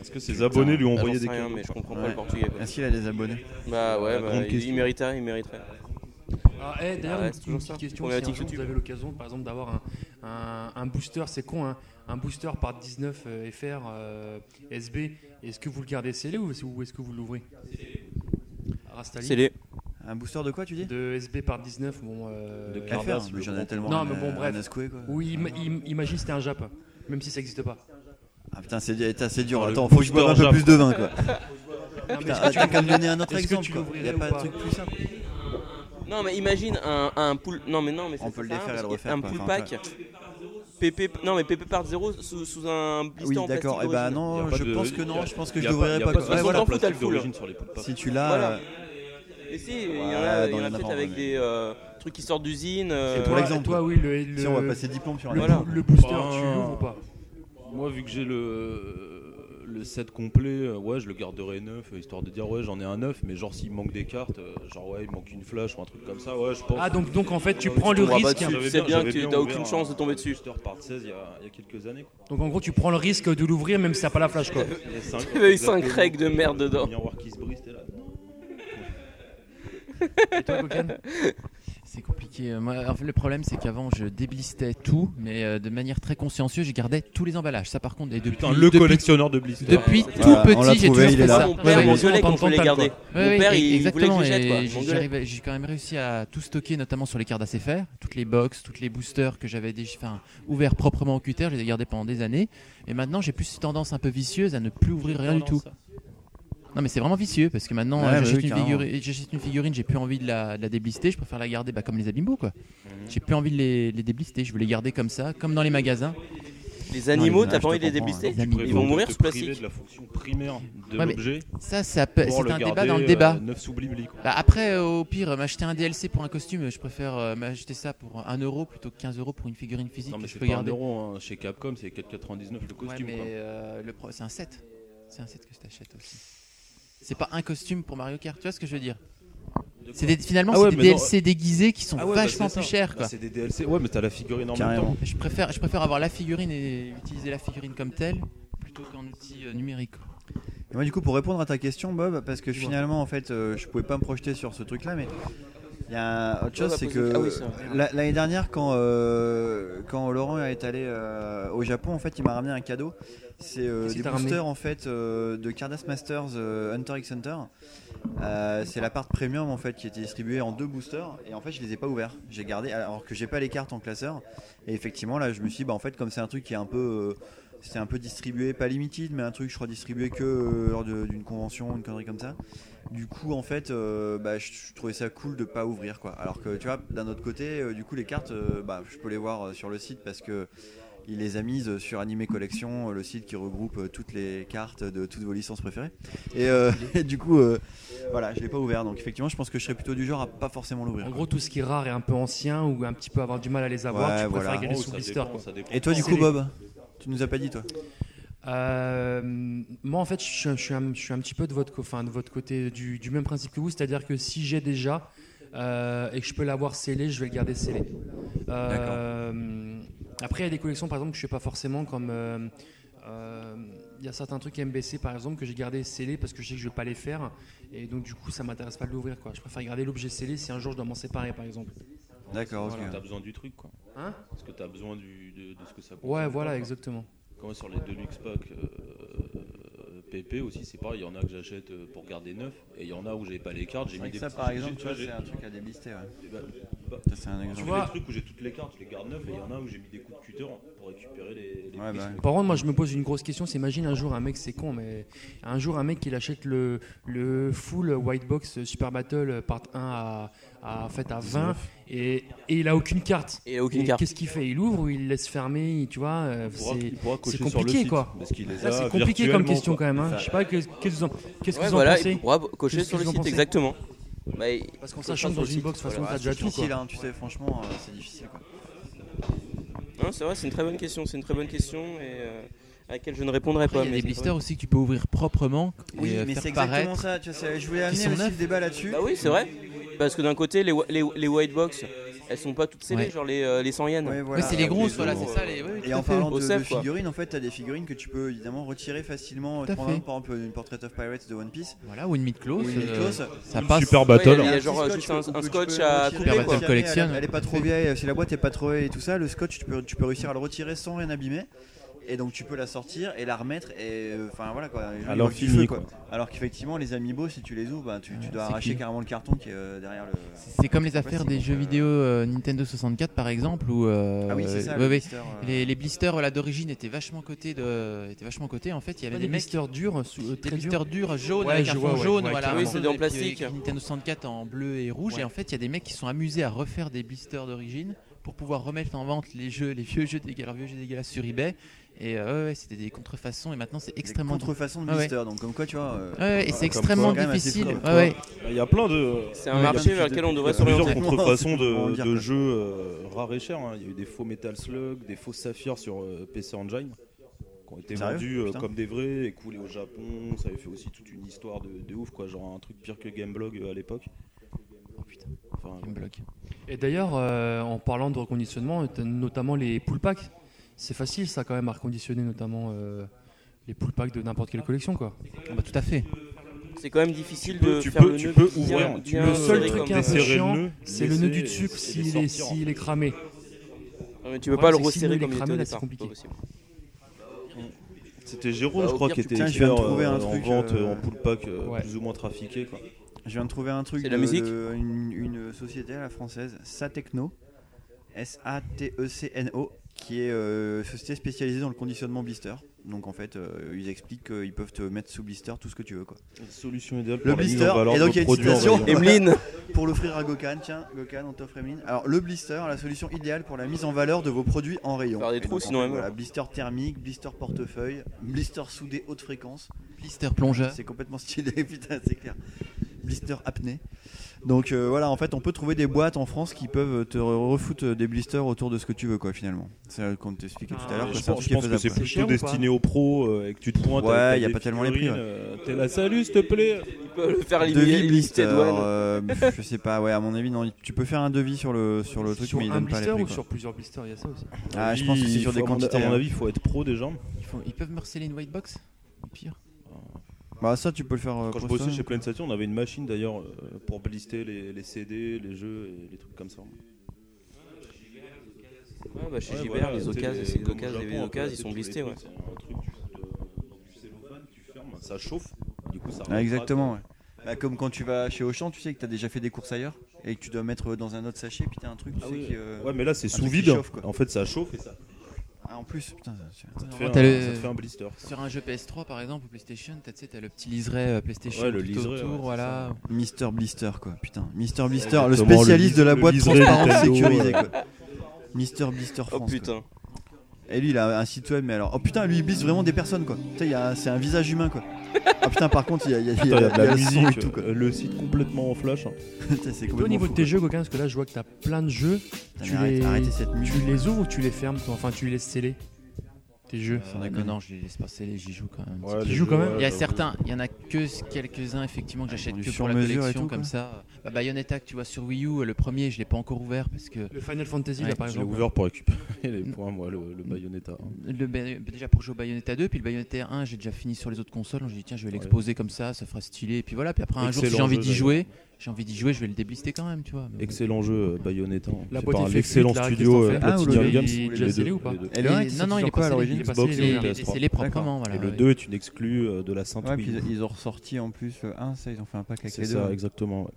Speaker 4: Est-ce que ses abonnés lui ont envoyé des
Speaker 5: rien,
Speaker 4: cadeaux
Speaker 5: mais je comprends
Speaker 3: Ouais.
Speaker 5: pas le portugais quoi.
Speaker 3: Est-ce qu'il a des abonnés
Speaker 5: bah ouais
Speaker 4: La
Speaker 5: bah,
Speaker 4: grande
Speaker 5: il,
Speaker 4: question.
Speaker 5: il mériterait il mériterait
Speaker 2: Ah, eh, D'ailleurs,
Speaker 5: Ah ouais,
Speaker 2: une
Speaker 5: c'est
Speaker 2: petite- une
Speaker 5: toujours
Speaker 2: petite
Speaker 5: ça.
Speaker 2: question. Si un
Speaker 5: Problématique
Speaker 2: jour
Speaker 5: YouTube.
Speaker 2: vous avez l'occasion, par exemple, d'avoir un, un- un booster, c'est con, hein, un booster par 19 euh, FR euh, SB, est-ce que vous le gardez scellé ou est-ce ou est-ce que vous l'ouvrez Rastali
Speaker 5: c'est les
Speaker 3: Un booster de quoi tu dis
Speaker 2: De SB par 19, bon. euh,
Speaker 4: De
Speaker 3: FR,
Speaker 4: Cardas,
Speaker 3: mais
Speaker 4: le
Speaker 3: j'en ai
Speaker 4: gros.
Speaker 3: tellement.
Speaker 2: Non,
Speaker 3: un-
Speaker 2: mais bon,
Speaker 3: un
Speaker 2: bref.
Speaker 3: Asqué, quoi.
Speaker 2: Ou im- im- imagine c'était un Jap, même si ça n'existe pas.
Speaker 3: Ah putain, c'est dur, c'est dur.
Speaker 4: Oh, le
Speaker 3: Attends, faut que je boive un
Speaker 4: booster
Speaker 3: peu
Speaker 4: Jap.
Speaker 3: plus de vin quoi.
Speaker 2: Non, mais
Speaker 3: Putain, Ah,
Speaker 2: est-ce que tu
Speaker 3: t'as qu'à me
Speaker 2: l'ouvrirais-
Speaker 3: donner un autre
Speaker 2: est-ce que
Speaker 3: exemple
Speaker 2: tu
Speaker 3: quoi.
Speaker 2: l'ouvrirais
Speaker 3: Y a
Speaker 2: ou
Speaker 3: pas de
Speaker 2: pas
Speaker 3: truc plus simple.
Speaker 5: Non, mais imagine un, un pool. Non, mais non, mais ça,
Speaker 3: On peut le
Speaker 5: ça sert à
Speaker 3: défaire et
Speaker 5: rien,
Speaker 3: le
Speaker 5: parce que
Speaker 3: refaire,
Speaker 5: Un
Speaker 3: quoi.
Speaker 5: pool
Speaker 3: Enfin,
Speaker 5: pack. PP, non, mais PP part 0 sous, sous un blister
Speaker 3: Oui,
Speaker 5: en plastique.
Speaker 3: d'accord. Et bah
Speaker 5: d'origine.
Speaker 4: Y
Speaker 3: non,
Speaker 4: a pas
Speaker 3: je
Speaker 4: de-
Speaker 3: pense que
Speaker 4: y
Speaker 3: non.
Speaker 4: a-
Speaker 3: Je pense que
Speaker 4: Y
Speaker 3: je
Speaker 4: a pas-
Speaker 3: devrais
Speaker 4: y a
Speaker 3: pas. quoi.
Speaker 4: pas
Speaker 5: de
Speaker 3: Ouais,
Speaker 5: solution.
Speaker 3: voilà.
Speaker 5: T'en fous, t'as le
Speaker 4: plastique
Speaker 5: full.
Speaker 4: d'origine sur les poules
Speaker 3: Si tu l'as.
Speaker 5: Voilà.
Speaker 3: euh,
Speaker 5: Mais si, il y en
Speaker 3: Ouais,
Speaker 5: a, il y en
Speaker 3: dans les
Speaker 5: a peut-être
Speaker 3: normes,
Speaker 5: avec
Speaker 3: mais-
Speaker 5: des euh, trucs qui sortent d'usine. euh,
Speaker 3: Et pour
Speaker 2: Toi-
Speaker 3: l'exemple.
Speaker 2: Toi, oui, le, le-
Speaker 3: Si on va passer diplôme sur un.
Speaker 2: le,
Speaker 5: Voilà.
Speaker 3: laptop.
Speaker 2: le booster,
Speaker 4: Bah,
Speaker 2: tu l'ouvres ou pas
Speaker 4: Moi, vu que j'ai le, le set complet, euh, ouais, je le garderai neuf, euh, histoire de dire, ouais, j'en ai un neuf, mais genre, s'il manque des cartes, euh, genre, ouais, il manque une flash ou un truc comme ça, ouais, je pense.
Speaker 2: Ah, donc, donc en fait, tu prends le
Speaker 5: tombera pas
Speaker 2: risque.
Speaker 6: hein.
Speaker 5: dessus.
Speaker 4: J'avais
Speaker 5: sais bien
Speaker 4: j'avais
Speaker 5: que t'as aucune
Speaker 4: ouvert
Speaker 5: chance de
Speaker 4: un-
Speaker 5: tomber
Speaker 4: un
Speaker 5: dessus.
Speaker 4: booster par 16 il y, a, il y a quelques années. quoi.
Speaker 2: Donc en gros, tu prends le risque de l'ouvrir même si t'as pas la flash, quoi.
Speaker 4: Les cinq,
Speaker 5: Il y avait eu
Speaker 4: exactement,
Speaker 5: cinq règles de merde
Speaker 4: le
Speaker 5: dedans.
Speaker 4: miroir qui se brise, t'es là. Non.
Speaker 2: Et toi, Coquane
Speaker 6: C'est compliqué. Euh, Moi, en fait, le problème, c'est qu'avant, je déblistais tout, mais euh, de manière très consciencieuse, je gardais tous les emballages. Ça, par contre, et depuis,
Speaker 4: Putain, le
Speaker 6: depuis,
Speaker 4: collectionneur de blister.
Speaker 6: depuis
Speaker 5: Ah,
Speaker 6: tout
Speaker 3: voilà, on l'a
Speaker 6: petit, j'ai
Speaker 3: trouvé,
Speaker 6: toujours
Speaker 3: il est
Speaker 6: fait
Speaker 3: là.
Speaker 6: ça.
Speaker 5: Mon père
Speaker 6: Ouais,
Speaker 5: mon
Speaker 6: ouais.
Speaker 5: violait
Speaker 2: en
Speaker 5: quand je voulais
Speaker 2: totale,
Speaker 5: garder.
Speaker 2: quoi.
Speaker 5: Mon père,
Speaker 6: et-
Speaker 5: il voulait que je jette, quoi.
Speaker 6: et
Speaker 5: Il
Speaker 6: j'ai-
Speaker 5: m'engueulait.
Speaker 6: j'arrivais- J'ai quand même réussi à tout stocker, notamment sur les cartes d'ACFR, toutes les box, toutes les boosters que j'avais déjà enfin, ouvert proprement au cutter, je les ai gardés pendant des années. Et maintenant, j'ai plus cette tendance un peu vicieuse à ne plus ouvrir rien du tout. Non, mais c'est vraiment vicieux parce que maintenant,
Speaker 3: Ouais,
Speaker 6: euh,
Speaker 3: bah
Speaker 6: j'achète
Speaker 3: oui,
Speaker 6: une,
Speaker 3: carrément.
Speaker 6: figurine- j'achète une figurine, j'ai plus envie de la, de la déblister, je préfère la garder bah, comme les Abimbo, quoi.
Speaker 5: Mmh.
Speaker 6: J'ai plus envie de les, les déblister, je veux les garder comme ça, comme dans les magasins.
Speaker 5: Les animaux,
Speaker 3: Non,
Speaker 5: t'as
Speaker 3: je
Speaker 5: pas envie de
Speaker 3: te
Speaker 5: les
Speaker 3: comprends,
Speaker 5: dépister
Speaker 6: les animaux.
Speaker 5: Ils vont mourir sous
Speaker 4: ce
Speaker 5: plastique.
Speaker 4: de la fonction primaire de
Speaker 6: Ouais, mais-
Speaker 4: l'objet.
Speaker 6: Ça, ça peut-
Speaker 4: pour
Speaker 6: c'est
Speaker 4: le
Speaker 6: un débat
Speaker 4: garder,
Speaker 6: dans le
Speaker 4: euh,
Speaker 6: débat.
Speaker 4: neuf sous Blibli, quoi.
Speaker 6: Bah, après, euh, au pire, euh, m'acheter un DLC pour un costume, je préfère euh, m'acheter ça pour 1 euro plutôt que 15 euros pour une figurine physique
Speaker 4: Non, mais
Speaker 6: que je
Speaker 4: c'est
Speaker 6: peux
Speaker 4: pas un
Speaker 6: garder.
Speaker 4: euro, hein. chez Capcom, c'est 4,99 le
Speaker 6: Ouais,
Speaker 4: costume.
Speaker 6: mais
Speaker 4: quoi.
Speaker 6: euh, le pro- c'est un set. C'est un set que tu achètes aussi. C'est pas un costume pour Mario Kart, tu vois ce que je veux dire C'est des- Finalement,
Speaker 4: Ah
Speaker 6: c'est
Speaker 4: ouais,
Speaker 6: des
Speaker 4: mais non.
Speaker 6: DLC déguisés qui sont
Speaker 4: Ah ouais, bah,
Speaker 6: vachement
Speaker 4: c'est
Speaker 6: plus
Speaker 4: ça.
Speaker 6: chers.
Speaker 4: Bah,
Speaker 6: Quoi.
Speaker 4: c'est des DLC, ouais, mais t'as la figurine en
Speaker 3: Carrément.
Speaker 4: même temps.
Speaker 6: je, préfère, je préfère avoir la figurine et utiliser la figurine comme telle plutôt qu'en outil euh, numérique. quoi.
Speaker 3: Et moi, du coup, pour répondre à ta question, Bob, parce que
Speaker 6: Dis-moi.
Speaker 3: finalement, en fait, euh, je pouvais pas me projeter sur ce truc-là, mais il y a autre
Speaker 5: Tu vois,
Speaker 3: chose,
Speaker 5: la
Speaker 3: c'est
Speaker 5: pose-
Speaker 3: que
Speaker 5: ah oui, c'est vrai.
Speaker 3: la- l'année dernière, quand, euh, quand Laurent est allé euh, au Japon, en fait, il m'a ramené un cadeau. C'est euh,
Speaker 2: Qu'est-ce
Speaker 3: des
Speaker 2: qu'il t'a ramené
Speaker 3: boosters, en fait, euh, de Cardass Masters euh, Hunter x Hunter. Euh, c'est la part premium en fait qui était distribuée en deux boosters et en fait je les ai pas ouverts. J'ai gardé alors que j'ai pas les cartes en classeur et effectivement là je me suis dit, bah en fait comme c'est un truc qui est un peu euh, c'est un peu distribué pas limited mais un truc je crois distribué que euh, lors de- d'une convention une connerie comme ça. Du coup en fait euh, bah, je, je trouvais ça cool de pas ouvrir quoi. Alors que tu vois d'un autre côté euh, du coup les cartes euh, bah, je peux les voir euh, sur le site parce que il les a mises sur Anime Collection, euh, le site qui regroupe euh, toutes les cartes de toutes vos licences préférées. Et, euh, et du coup, euh, voilà, je l'ai pas ouvert. Donc effectivement, je pense que je serais plutôt du genre à pas forcément l'ouvrir.
Speaker 2: En gros, tout ce qui est rare et un peu ancien ou un petit peu avoir du mal à les avoir,
Speaker 3: Ouais,
Speaker 2: tu préfères
Speaker 3: voilà.
Speaker 2: garder
Speaker 4: Oh,
Speaker 2: sous
Speaker 4: ça
Speaker 2: blister.
Speaker 4: dépend,
Speaker 2: quoi.
Speaker 4: ça dépend.
Speaker 3: Et toi, du
Speaker 2: C'est
Speaker 3: coup,
Speaker 2: les-
Speaker 3: Bob, tu nous as pas dit toi
Speaker 2: Euh, moi, en fait, je, je suis un, je suis un petit peu de votre, co- enfin, de votre côté du, du même principe que vous, c'est-à-dire que si j'ai déjà euh, et que je peux l'avoir scellé, je vais le garder scellé. Euh, après, il y a des collections, par exemple, que je ne fais pas forcément, comme euh, euh, il y a certains trucs MBC, par exemple, que j'ai gardé scellé parce que je sais que je ne vais pas les faire, et donc du coup, ça m'intéresse pas de l'ouvrir. Quoi. Je préfère garder l'objet scellé si un jour je dois m'en séparer, par exemple.
Speaker 3: D'accord, ok.
Speaker 4: Parce que t'as besoin du truc, quoi.
Speaker 2: Hein
Speaker 4: Parce que t'as besoin du, de, de ce que ça coûte.
Speaker 2: Ouais, voilà, exactement.
Speaker 4: Quand sur les Deluxe Pack euh, euh, PP aussi, c'est pareil. Il y en a que j'achète euh, pour garder neuf, et il y en a où j'avais pas les cartes. J'ai mis des
Speaker 3: ça,
Speaker 4: petits-
Speaker 3: par
Speaker 4: j'ai-
Speaker 3: exemple,
Speaker 4: j'ai-
Speaker 3: tu vois,
Speaker 4: j'ai-
Speaker 3: c'est un truc à déblister. ouais.
Speaker 4: bah, bah,
Speaker 3: Ça, c'est un
Speaker 4: Tu
Speaker 3: exemple.
Speaker 4: vois,
Speaker 2: vois-
Speaker 4: les trucs où j'ai toutes les cartes, je les garde neuf, et il y en a où j'ai mis des coups de cutter pour récupérer les. les
Speaker 3: Ouais, bah,
Speaker 2: Par contre, moi, je me pose une grosse question. C'est imagine un jour un mec, c'est con, mais un jour un mec il achète le, le full White Box Super Battle euh, part 1 à, à, en fait, à 20 et, et il a aucune carte.
Speaker 5: Et aucune
Speaker 2: Et
Speaker 5: carte.
Speaker 2: Qu'est-ce qu'il fait Il ouvre ou il laisse fermer Tu vois euh,
Speaker 4: Il pourra-
Speaker 2: c'est-
Speaker 4: il pourra cocher
Speaker 2: C'est
Speaker 4: sur le
Speaker 2: compliqué,
Speaker 4: site,
Speaker 2: quoi.
Speaker 4: parce qu'il les
Speaker 2: Ça,
Speaker 4: a
Speaker 2: c'est compliqué comme
Speaker 4: virtuellement,
Speaker 2: question
Speaker 4: quoi.
Speaker 2: quand même. hein. Je sais pas, qu'est-ce qu'est-ce que vous en, qu'est-ce que
Speaker 5: Ouais,
Speaker 2: vous en
Speaker 5: voilà,
Speaker 2: pensez
Speaker 5: il pourra cocher
Speaker 2: Qu'est-ce
Speaker 5: sur
Speaker 2: que vous
Speaker 5: le
Speaker 2: en
Speaker 5: site,
Speaker 2: pensez
Speaker 5: exactement. Bah, il-
Speaker 2: Parce qu'en sachant que dans une box, de toute façon,
Speaker 3: Ah,
Speaker 2: t'as
Speaker 3: c'est
Speaker 2: déjà tout.
Speaker 3: difficile,
Speaker 2: quoi.
Speaker 3: hein, tu sais, franchement, euh, c'est difficile. Quoi.
Speaker 5: non, c'est vrai, c'est une très bonne question. C'est une très bonne question et euh, à laquelle je ne répondrai
Speaker 6: Après,
Speaker 5: pas.
Speaker 6: il y
Speaker 5: mais
Speaker 6: a des
Speaker 5: c'est une très
Speaker 6: blisters
Speaker 5: bonne-
Speaker 6: aussi que tu peux ouvrir proprement
Speaker 3: Oui,
Speaker 6: et euh,
Speaker 3: mais c'est
Speaker 6: faire
Speaker 3: exactement
Speaker 6: paraître.
Speaker 3: ça. Tu vois, c'est- je voulais amener
Speaker 6: sont
Speaker 3: aussi le
Speaker 6: neufs.
Speaker 3: débat là-dessus.
Speaker 5: Bah oui, c'est vrai. Parce que d'un côté, les, wa- les, les white box, elles sont pas toutes scellées,
Speaker 6: Ouais.
Speaker 5: genre les, euh, les 100 yens.
Speaker 3: Ouais,
Speaker 6: Ouais,
Speaker 3: voilà.
Speaker 6: c'est les grosses,
Speaker 5: les
Speaker 6: voilà,
Speaker 5: gros,
Speaker 6: c'est ça. Les... ouais, ouais, tout
Speaker 3: Et
Speaker 6: à
Speaker 3: en
Speaker 6: fait.
Speaker 3: parlant
Speaker 5: Au
Speaker 3: de,
Speaker 5: safe,
Speaker 3: de
Speaker 5: quoi.
Speaker 3: figurines, en fait, t'as des figurines que tu peux évidemment retirer facilement.
Speaker 6: Tout à
Speaker 3: Prends
Speaker 6: fait.
Speaker 3: un, par exemple une Portrait of Pirates de One Piece.
Speaker 6: Voilà, ou une mid close.
Speaker 3: ou une Mythos.
Speaker 6: ça passe.
Speaker 4: Super
Speaker 5: Ouais,
Speaker 4: Battle.
Speaker 5: il y a
Speaker 3: un
Speaker 5: genre
Speaker 3: petit
Speaker 5: juste un-
Speaker 3: que
Speaker 5: un
Speaker 3: tu
Speaker 5: scotch
Speaker 3: peux
Speaker 5: à
Speaker 3: retirer,
Speaker 5: couper,
Speaker 3: elle est
Speaker 6: quoi.
Speaker 3: fermée,
Speaker 6: Collection.
Speaker 3: Elle, elle est pas trop vieille. Si la boîte est pas trop vieille et tout ça, le scotch, tu peux, tu peux réussir à le retirer sans rien abîmer. Et donc tu peux la sortir et la remettre et euh, enfin voilà quoi. les gens,
Speaker 4: À
Speaker 3: ils
Speaker 4: leur
Speaker 3: volent du
Speaker 4: fini,
Speaker 3: feu, quoi.
Speaker 4: quoi.
Speaker 3: Alors qu'effectivement les amiibo si tu les ouvres bah, tu, tu dois
Speaker 6: Ah, c'est
Speaker 3: arracher
Speaker 6: qui
Speaker 3: carrément le carton qui est euh, derrière le.
Speaker 6: C'est comme les
Speaker 3: Je sais pas
Speaker 6: affaires
Speaker 3: si
Speaker 6: des
Speaker 3: donc,
Speaker 6: jeux
Speaker 3: euh,
Speaker 6: vidéo euh, Nintendo 64 par exemple où euh,
Speaker 3: Ah oui c'est ça.
Speaker 6: ouais,
Speaker 3: le
Speaker 6: ouais.
Speaker 3: blister, euh.
Speaker 6: les, les blisters là d'origine étaient vachement cotés de étaient vachement cotés en fait il y avait
Speaker 2: Des
Speaker 6: des mecs
Speaker 2: blisters durs, sous- euh,
Speaker 6: des
Speaker 2: très durs.
Speaker 6: blisters durs jaunes
Speaker 2: Ouais,
Speaker 6: avec un
Speaker 2: je
Speaker 6: fond
Speaker 2: vois, ouais,
Speaker 6: jaune
Speaker 2: ouais,
Speaker 6: voilà
Speaker 2: Oui,
Speaker 5: c'est des en
Speaker 6: Et puis, avec
Speaker 5: plastique.
Speaker 6: Nintendo 64 en bleu et rouge
Speaker 2: Ouais.
Speaker 6: et en fait il y a des mecs qui sont amusés à refaire des blisters d'origine pour pouvoir remettre en vente les jeux les vieux jeux dégueulasses leurs vieux jeux dégueulasses sur eBay et euh, ouais, ouais, c'était des contrefaçons et maintenant c'est
Speaker 3: Des
Speaker 6: extrêmement
Speaker 3: contrefaçons de
Speaker 6: Ah ouais.
Speaker 3: blister donc comme quoi tu vois. euh,
Speaker 6: Ouais, ouais,
Speaker 4: Ah,
Speaker 6: et c'est
Speaker 4: comme
Speaker 6: extrêmement
Speaker 3: quoi, quand même, assez
Speaker 6: difficile
Speaker 3: fou,
Speaker 6: Ouais,
Speaker 3: quoi.
Speaker 6: ouais.
Speaker 4: Bah, Il y a plein de. euh,
Speaker 5: C'est un
Speaker 3: Il y a
Speaker 5: marché
Speaker 3: plus
Speaker 5: vers
Speaker 3: de-
Speaker 5: lequel on devrait
Speaker 3: de-
Speaker 5: s'orienter.
Speaker 4: plusieurs
Speaker 3: orienter.
Speaker 4: contrefaçons
Speaker 3: Comment
Speaker 4: de,
Speaker 3: dire,
Speaker 4: de
Speaker 3: quoi.
Speaker 4: jeux euh, rares et chers. hein. Il y a eu des faux Metal Slug, des faux Saphirs sur euh, PC Engine qui ont été
Speaker 3: Sérieux
Speaker 4: vendus euh,
Speaker 3: Putain.
Speaker 4: comme des vrais et coulés au Japon. Ça avait fait aussi toute une histoire de, de ouf, quoi. genre un truc pire que Gameblog euh, à l'époque.
Speaker 3: Oh,
Speaker 4: Enfin,
Speaker 6: Il me bloque.
Speaker 2: Et d'ailleurs, euh, en parlant de reconditionnement, t'as notamment les pull packs, c'est facile ça quand même à reconditionner, notamment euh, les pull packs de n'importe quelle collection quoi.
Speaker 6: Ah bah, tout à fait
Speaker 5: C'est quand même difficile
Speaker 4: tu peux-
Speaker 5: de
Speaker 4: tu
Speaker 5: faire
Speaker 4: peux-
Speaker 5: le
Speaker 4: tu
Speaker 5: nœud
Speaker 4: peux
Speaker 5: bien-
Speaker 4: ouvrir,
Speaker 5: bien
Speaker 4: tu peux
Speaker 2: Le seul
Speaker 4: Euh,
Speaker 5: serré
Speaker 2: truc
Speaker 5: comme
Speaker 2: un
Speaker 5: ça.
Speaker 2: peu
Speaker 4: desserrer le
Speaker 2: chiant,
Speaker 4: nœud,
Speaker 2: c'est le nœud du dessus
Speaker 4: laisser, laisser
Speaker 2: s'il est,
Speaker 4: sortir, en
Speaker 2: s'il est cramé.
Speaker 5: Ouais, mais tu peux
Speaker 2: Ouais,
Speaker 5: pas le
Speaker 2: c'est que sinon,
Speaker 5: resserrer
Speaker 2: il est
Speaker 5: comme il était
Speaker 2: cramé,
Speaker 5: au
Speaker 2: là,
Speaker 5: départ,
Speaker 2: c'est
Speaker 5: c'est pas
Speaker 2: compliqué.
Speaker 5: possible.
Speaker 4: C'était Jérôme,
Speaker 5: Bah,
Speaker 4: je
Speaker 5: au
Speaker 4: crois,
Speaker 5: pire,
Speaker 4: qui
Speaker 5: tu-
Speaker 4: était
Speaker 3: tiens, je viens de
Speaker 4: expert,
Speaker 3: trouver un
Speaker 4: euh,
Speaker 3: truc,
Speaker 4: en vente,
Speaker 3: euh,
Speaker 4: euh, en pull pack, euh,
Speaker 2: Ouais.
Speaker 4: plus ou moins trafiqué. Quoi.
Speaker 3: Je viens de trouver un truc.
Speaker 5: C'est de la
Speaker 3: de-
Speaker 5: musique
Speaker 3: de- une, une société à la française, Satecno, E S-A-T-E-C-N-O, qui est euh, société spécialisée dans le conditionnement blister. Donc en fait, euh, ils expliquent qu'ils peuvent te mettre sous blister tout ce que tu veux. Quoi.
Speaker 4: Une solution idéale pour
Speaker 3: Le
Speaker 4: la mise en
Speaker 3: blister,
Speaker 4: valeur
Speaker 3: et donc
Speaker 4: de
Speaker 3: il y a une
Speaker 4: produits en
Speaker 3: citation.
Speaker 4: rayon.
Speaker 3: Et-
Speaker 5: Emeline
Speaker 3: Pour l'offrir à Gokan, tiens, Gokan, on t'offre Emeline. Alors le blister, la solution idéale pour la mise en valeur de vos produits en rayon.
Speaker 5: Faire des
Speaker 3: Et
Speaker 5: trous,
Speaker 3: donc, en
Speaker 5: sinon, hein.
Speaker 3: fait,
Speaker 5: elle meurt.
Speaker 3: voilà, blister thermique, blister portefeuille, blister soudé haute fréquence.
Speaker 6: blister plongeur
Speaker 3: C'est complètement stylé, putain, c'est clair. Blister apnée. Donc euh, voilà, en fait, on peut trouver des boîtes en France qui peuvent te re- refoutre des blisters autour de ce que tu veux, quoi, finalement. C'est euh, qu'on t'expliquait tout à l'heure. quoi,
Speaker 4: Ouais, Ah, je
Speaker 3: c'est un truc
Speaker 4: pense, je
Speaker 3: qui est
Speaker 4: pense que c'est
Speaker 3: faisable, quoi.
Speaker 2: C'est cher
Speaker 4: plutôt
Speaker 2: ou
Speaker 4: destiné aux pros euh, et que tu te pointes.
Speaker 3: Ouais,
Speaker 4: avec
Speaker 3: y a
Speaker 4: des
Speaker 3: pas tellement les prix,
Speaker 4: figurines, euh, T'es là, salut, s'il te plaît.
Speaker 5: Il peut le faire
Speaker 3: Devis
Speaker 5: limiter
Speaker 3: blister,
Speaker 5: blister douane.
Speaker 3: euh, pff, je sais pas, ouais, à mon avis, non, tu peux faire un devis sur le, sur le truc,
Speaker 2: sur
Speaker 3: mais il
Speaker 2: un
Speaker 3: donne pas les
Speaker 2: blister
Speaker 3: prix.
Speaker 2: ou
Speaker 3: quoi.
Speaker 2: sur plusieurs blisters, il y a ça aussi.
Speaker 3: Ah, je pense que c'est
Speaker 4: Il
Speaker 3: sur
Speaker 4: faut-
Speaker 3: des
Speaker 4: à mon-
Speaker 3: quantités.
Speaker 4: À mon
Speaker 3: hein.
Speaker 4: avis, il faut être pro déjà.
Speaker 6: ils, font- ils peuvent me receller une white box Au pire
Speaker 3: Bah, ça, tu peux le faire. euh,
Speaker 4: Quand je
Speaker 3: pour
Speaker 4: bossais
Speaker 3: ça.
Speaker 4: chez Plein Saturn, on avait une machine d'ailleurs euh, pour blister les, les CD, les jeux et les trucs comme ça.
Speaker 5: Ouais, bah, chez
Speaker 4: Ouais,
Speaker 5: Gibert,
Speaker 4: voilà,
Speaker 5: les
Speaker 4: t'es
Speaker 5: occasions,
Speaker 4: des-
Speaker 5: les
Speaker 4: comme au
Speaker 5: occasions,
Speaker 4: Japon,
Speaker 5: les
Speaker 4: un peu,
Speaker 5: occasions,
Speaker 4: là,
Speaker 5: ils
Speaker 4: c'est
Speaker 5: sont
Speaker 4: tous les
Speaker 5: blistés, ouais.
Speaker 4: trucs, C'est un truc, tu fous de- du cellophane, tu fermes, ça chauffe, du coup ça.
Speaker 3: Ah,
Speaker 4: retraque.
Speaker 3: exactement, ouais. Bah, comme quand tu vas chez Auchan, tu sais que t'as déjà fait des courses ailleurs et que tu dois mettre dans un autre sachet, puis t'as un truc, tu
Speaker 4: Ah
Speaker 3: sais
Speaker 4: oui,
Speaker 3: qui, euh,
Speaker 4: Ouais, mais là c'est
Speaker 3: truc
Speaker 4: sous
Speaker 3: qui
Speaker 4: vide.
Speaker 3: chauffe, quoi.
Speaker 4: en fait, ça chauffe et ça,
Speaker 3: Ah, en plus, putain, c'est-
Speaker 4: ça te fait,
Speaker 6: Normalement,
Speaker 4: un,
Speaker 6: t'as le-
Speaker 4: ça te fait un blister.
Speaker 6: Sur un jeu PS3 par exemple ou PlayStation, t'as, tu sais, t'as le petit liseré euh, PlayStation
Speaker 4: Ouais, le
Speaker 6: tout
Speaker 4: liseré,
Speaker 6: autour,
Speaker 4: ouais, c'est
Speaker 6: voilà.
Speaker 3: Mister Blister quoi, putain. Mister Blister, le
Speaker 4: exactement,
Speaker 3: spécialiste
Speaker 4: le
Speaker 3: de la
Speaker 4: lis-
Speaker 3: boîte
Speaker 4: le liseré
Speaker 3: transparente
Speaker 4: Nintendo,
Speaker 3: sécurisée quoi. Mister Blister France.
Speaker 5: Oh
Speaker 3: quoi.
Speaker 5: putain.
Speaker 3: Et lui il a un site web mais alors oh putain lui il blisse vraiment des personnes quoi. Putain, il y a- c'est un visage humain quoi. Ah putain par contre il y a, il y a- il y a-
Speaker 4: Putain, il y a de
Speaker 3: il y a
Speaker 4: la
Speaker 3: le son
Speaker 4: musique,
Speaker 3: et tout quoi.
Speaker 4: euh, le site complètement en flash. hein.
Speaker 3: Putain, c'est
Speaker 2: Et toi, au
Speaker 3: complètement
Speaker 2: niveau
Speaker 3: fou,
Speaker 2: de tes
Speaker 3: quoi.
Speaker 2: jeux, Gauguin, parce que là je vois que t'as plein de jeux,
Speaker 3: Putain,
Speaker 2: tu
Speaker 3: mais arrête-
Speaker 2: les-
Speaker 3: arrêtez cette
Speaker 2: tu
Speaker 3: musique.
Speaker 2: les ouvres ou tu les fermes toi Enfin, tu les laisses sceller tes jeux
Speaker 3: Sans déconner.
Speaker 6: non, non, je les laisse passer, les- j'y joue quand même.
Speaker 4: Ouais,
Speaker 2: Tu
Speaker 4: les
Speaker 2: joues quand
Speaker 4: jeux,
Speaker 2: même
Speaker 4: ouais,
Speaker 6: Il y a
Speaker 4: bah,
Speaker 6: certains, il y en a que quelques-uns effectivement que j'achète
Speaker 3: du
Speaker 6: que
Speaker 3: sur
Speaker 6: pour la
Speaker 3: mesure et
Speaker 6: collection
Speaker 3: tout,
Speaker 6: comme
Speaker 3: quoi.
Speaker 6: ça. Bah, Bayonetta que tu vois sur Wii U, le premier je l'ai pas encore ouvert parce que
Speaker 2: Le Final Fantasy
Speaker 6: Ouais,
Speaker 2: là par
Speaker 4: Je l'ai
Speaker 2: exemple.
Speaker 4: ouvert pour récupérer les points, moi, le, le Bayonetta. hein.
Speaker 6: le, Bay- déjà pour jouer au Bayonetta 2, puis le Bayonetta 1 j'ai déjà fini sur les autres consoles, donc j'ai dit tiens je vais l'exposer comme ça, ça fera stylé, et puis voilà, puis après un jour si
Speaker 4: Excellent
Speaker 6: j'ai envie
Speaker 4: jeu,
Speaker 6: d'y
Speaker 4: d'ailleurs.
Speaker 6: jouer, j'ai envie d'y jouer, je vais le déblister quand même, tu vois. Mais bon.
Speaker 4: Excellent jeu, euh, Bayonetta.
Speaker 2: La
Speaker 4: fait
Speaker 2: boîte
Speaker 4: par
Speaker 2: est fait
Speaker 4: l'excellent
Speaker 2: fuite, là,
Speaker 4: studio euh,
Speaker 2: Christophe
Speaker 3: Lambert. Ah,
Speaker 4: Platinum
Speaker 2: ou le-
Speaker 4: Games.
Speaker 2: il est
Speaker 4: les
Speaker 2: déjà
Speaker 4: deux,
Speaker 2: scellé ou pas
Speaker 4: les deux.
Speaker 3: Et le
Speaker 6: Il
Speaker 3: un
Speaker 6: est-
Speaker 3: qui
Speaker 6: non, non,
Speaker 3: sorti
Speaker 6: il est
Speaker 3: sur quoi,
Speaker 6: pas
Speaker 3: à
Speaker 6: scellé, il
Speaker 3: l'origine
Speaker 6: est pas
Speaker 4: Xbox
Speaker 6: scellé,
Speaker 4: et
Speaker 6: il est-
Speaker 4: PS3.
Speaker 6: c'est les propres
Speaker 3: D'accord.
Speaker 6: commandes, voilà.
Speaker 4: Et le
Speaker 6: ouais.
Speaker 4: 2 est une exclue euh, de la Sainte
Speaker 3: Ah, Ouais, puis
Speaker 4: Wii.
Speaker 3: ils, ils ont ressorti en plus le 1, ça ils ont fait un pack avec
Speaker 4: C'est
Speaker 3: les deux. hein.
Speaker 4: ça, exactement. ouais.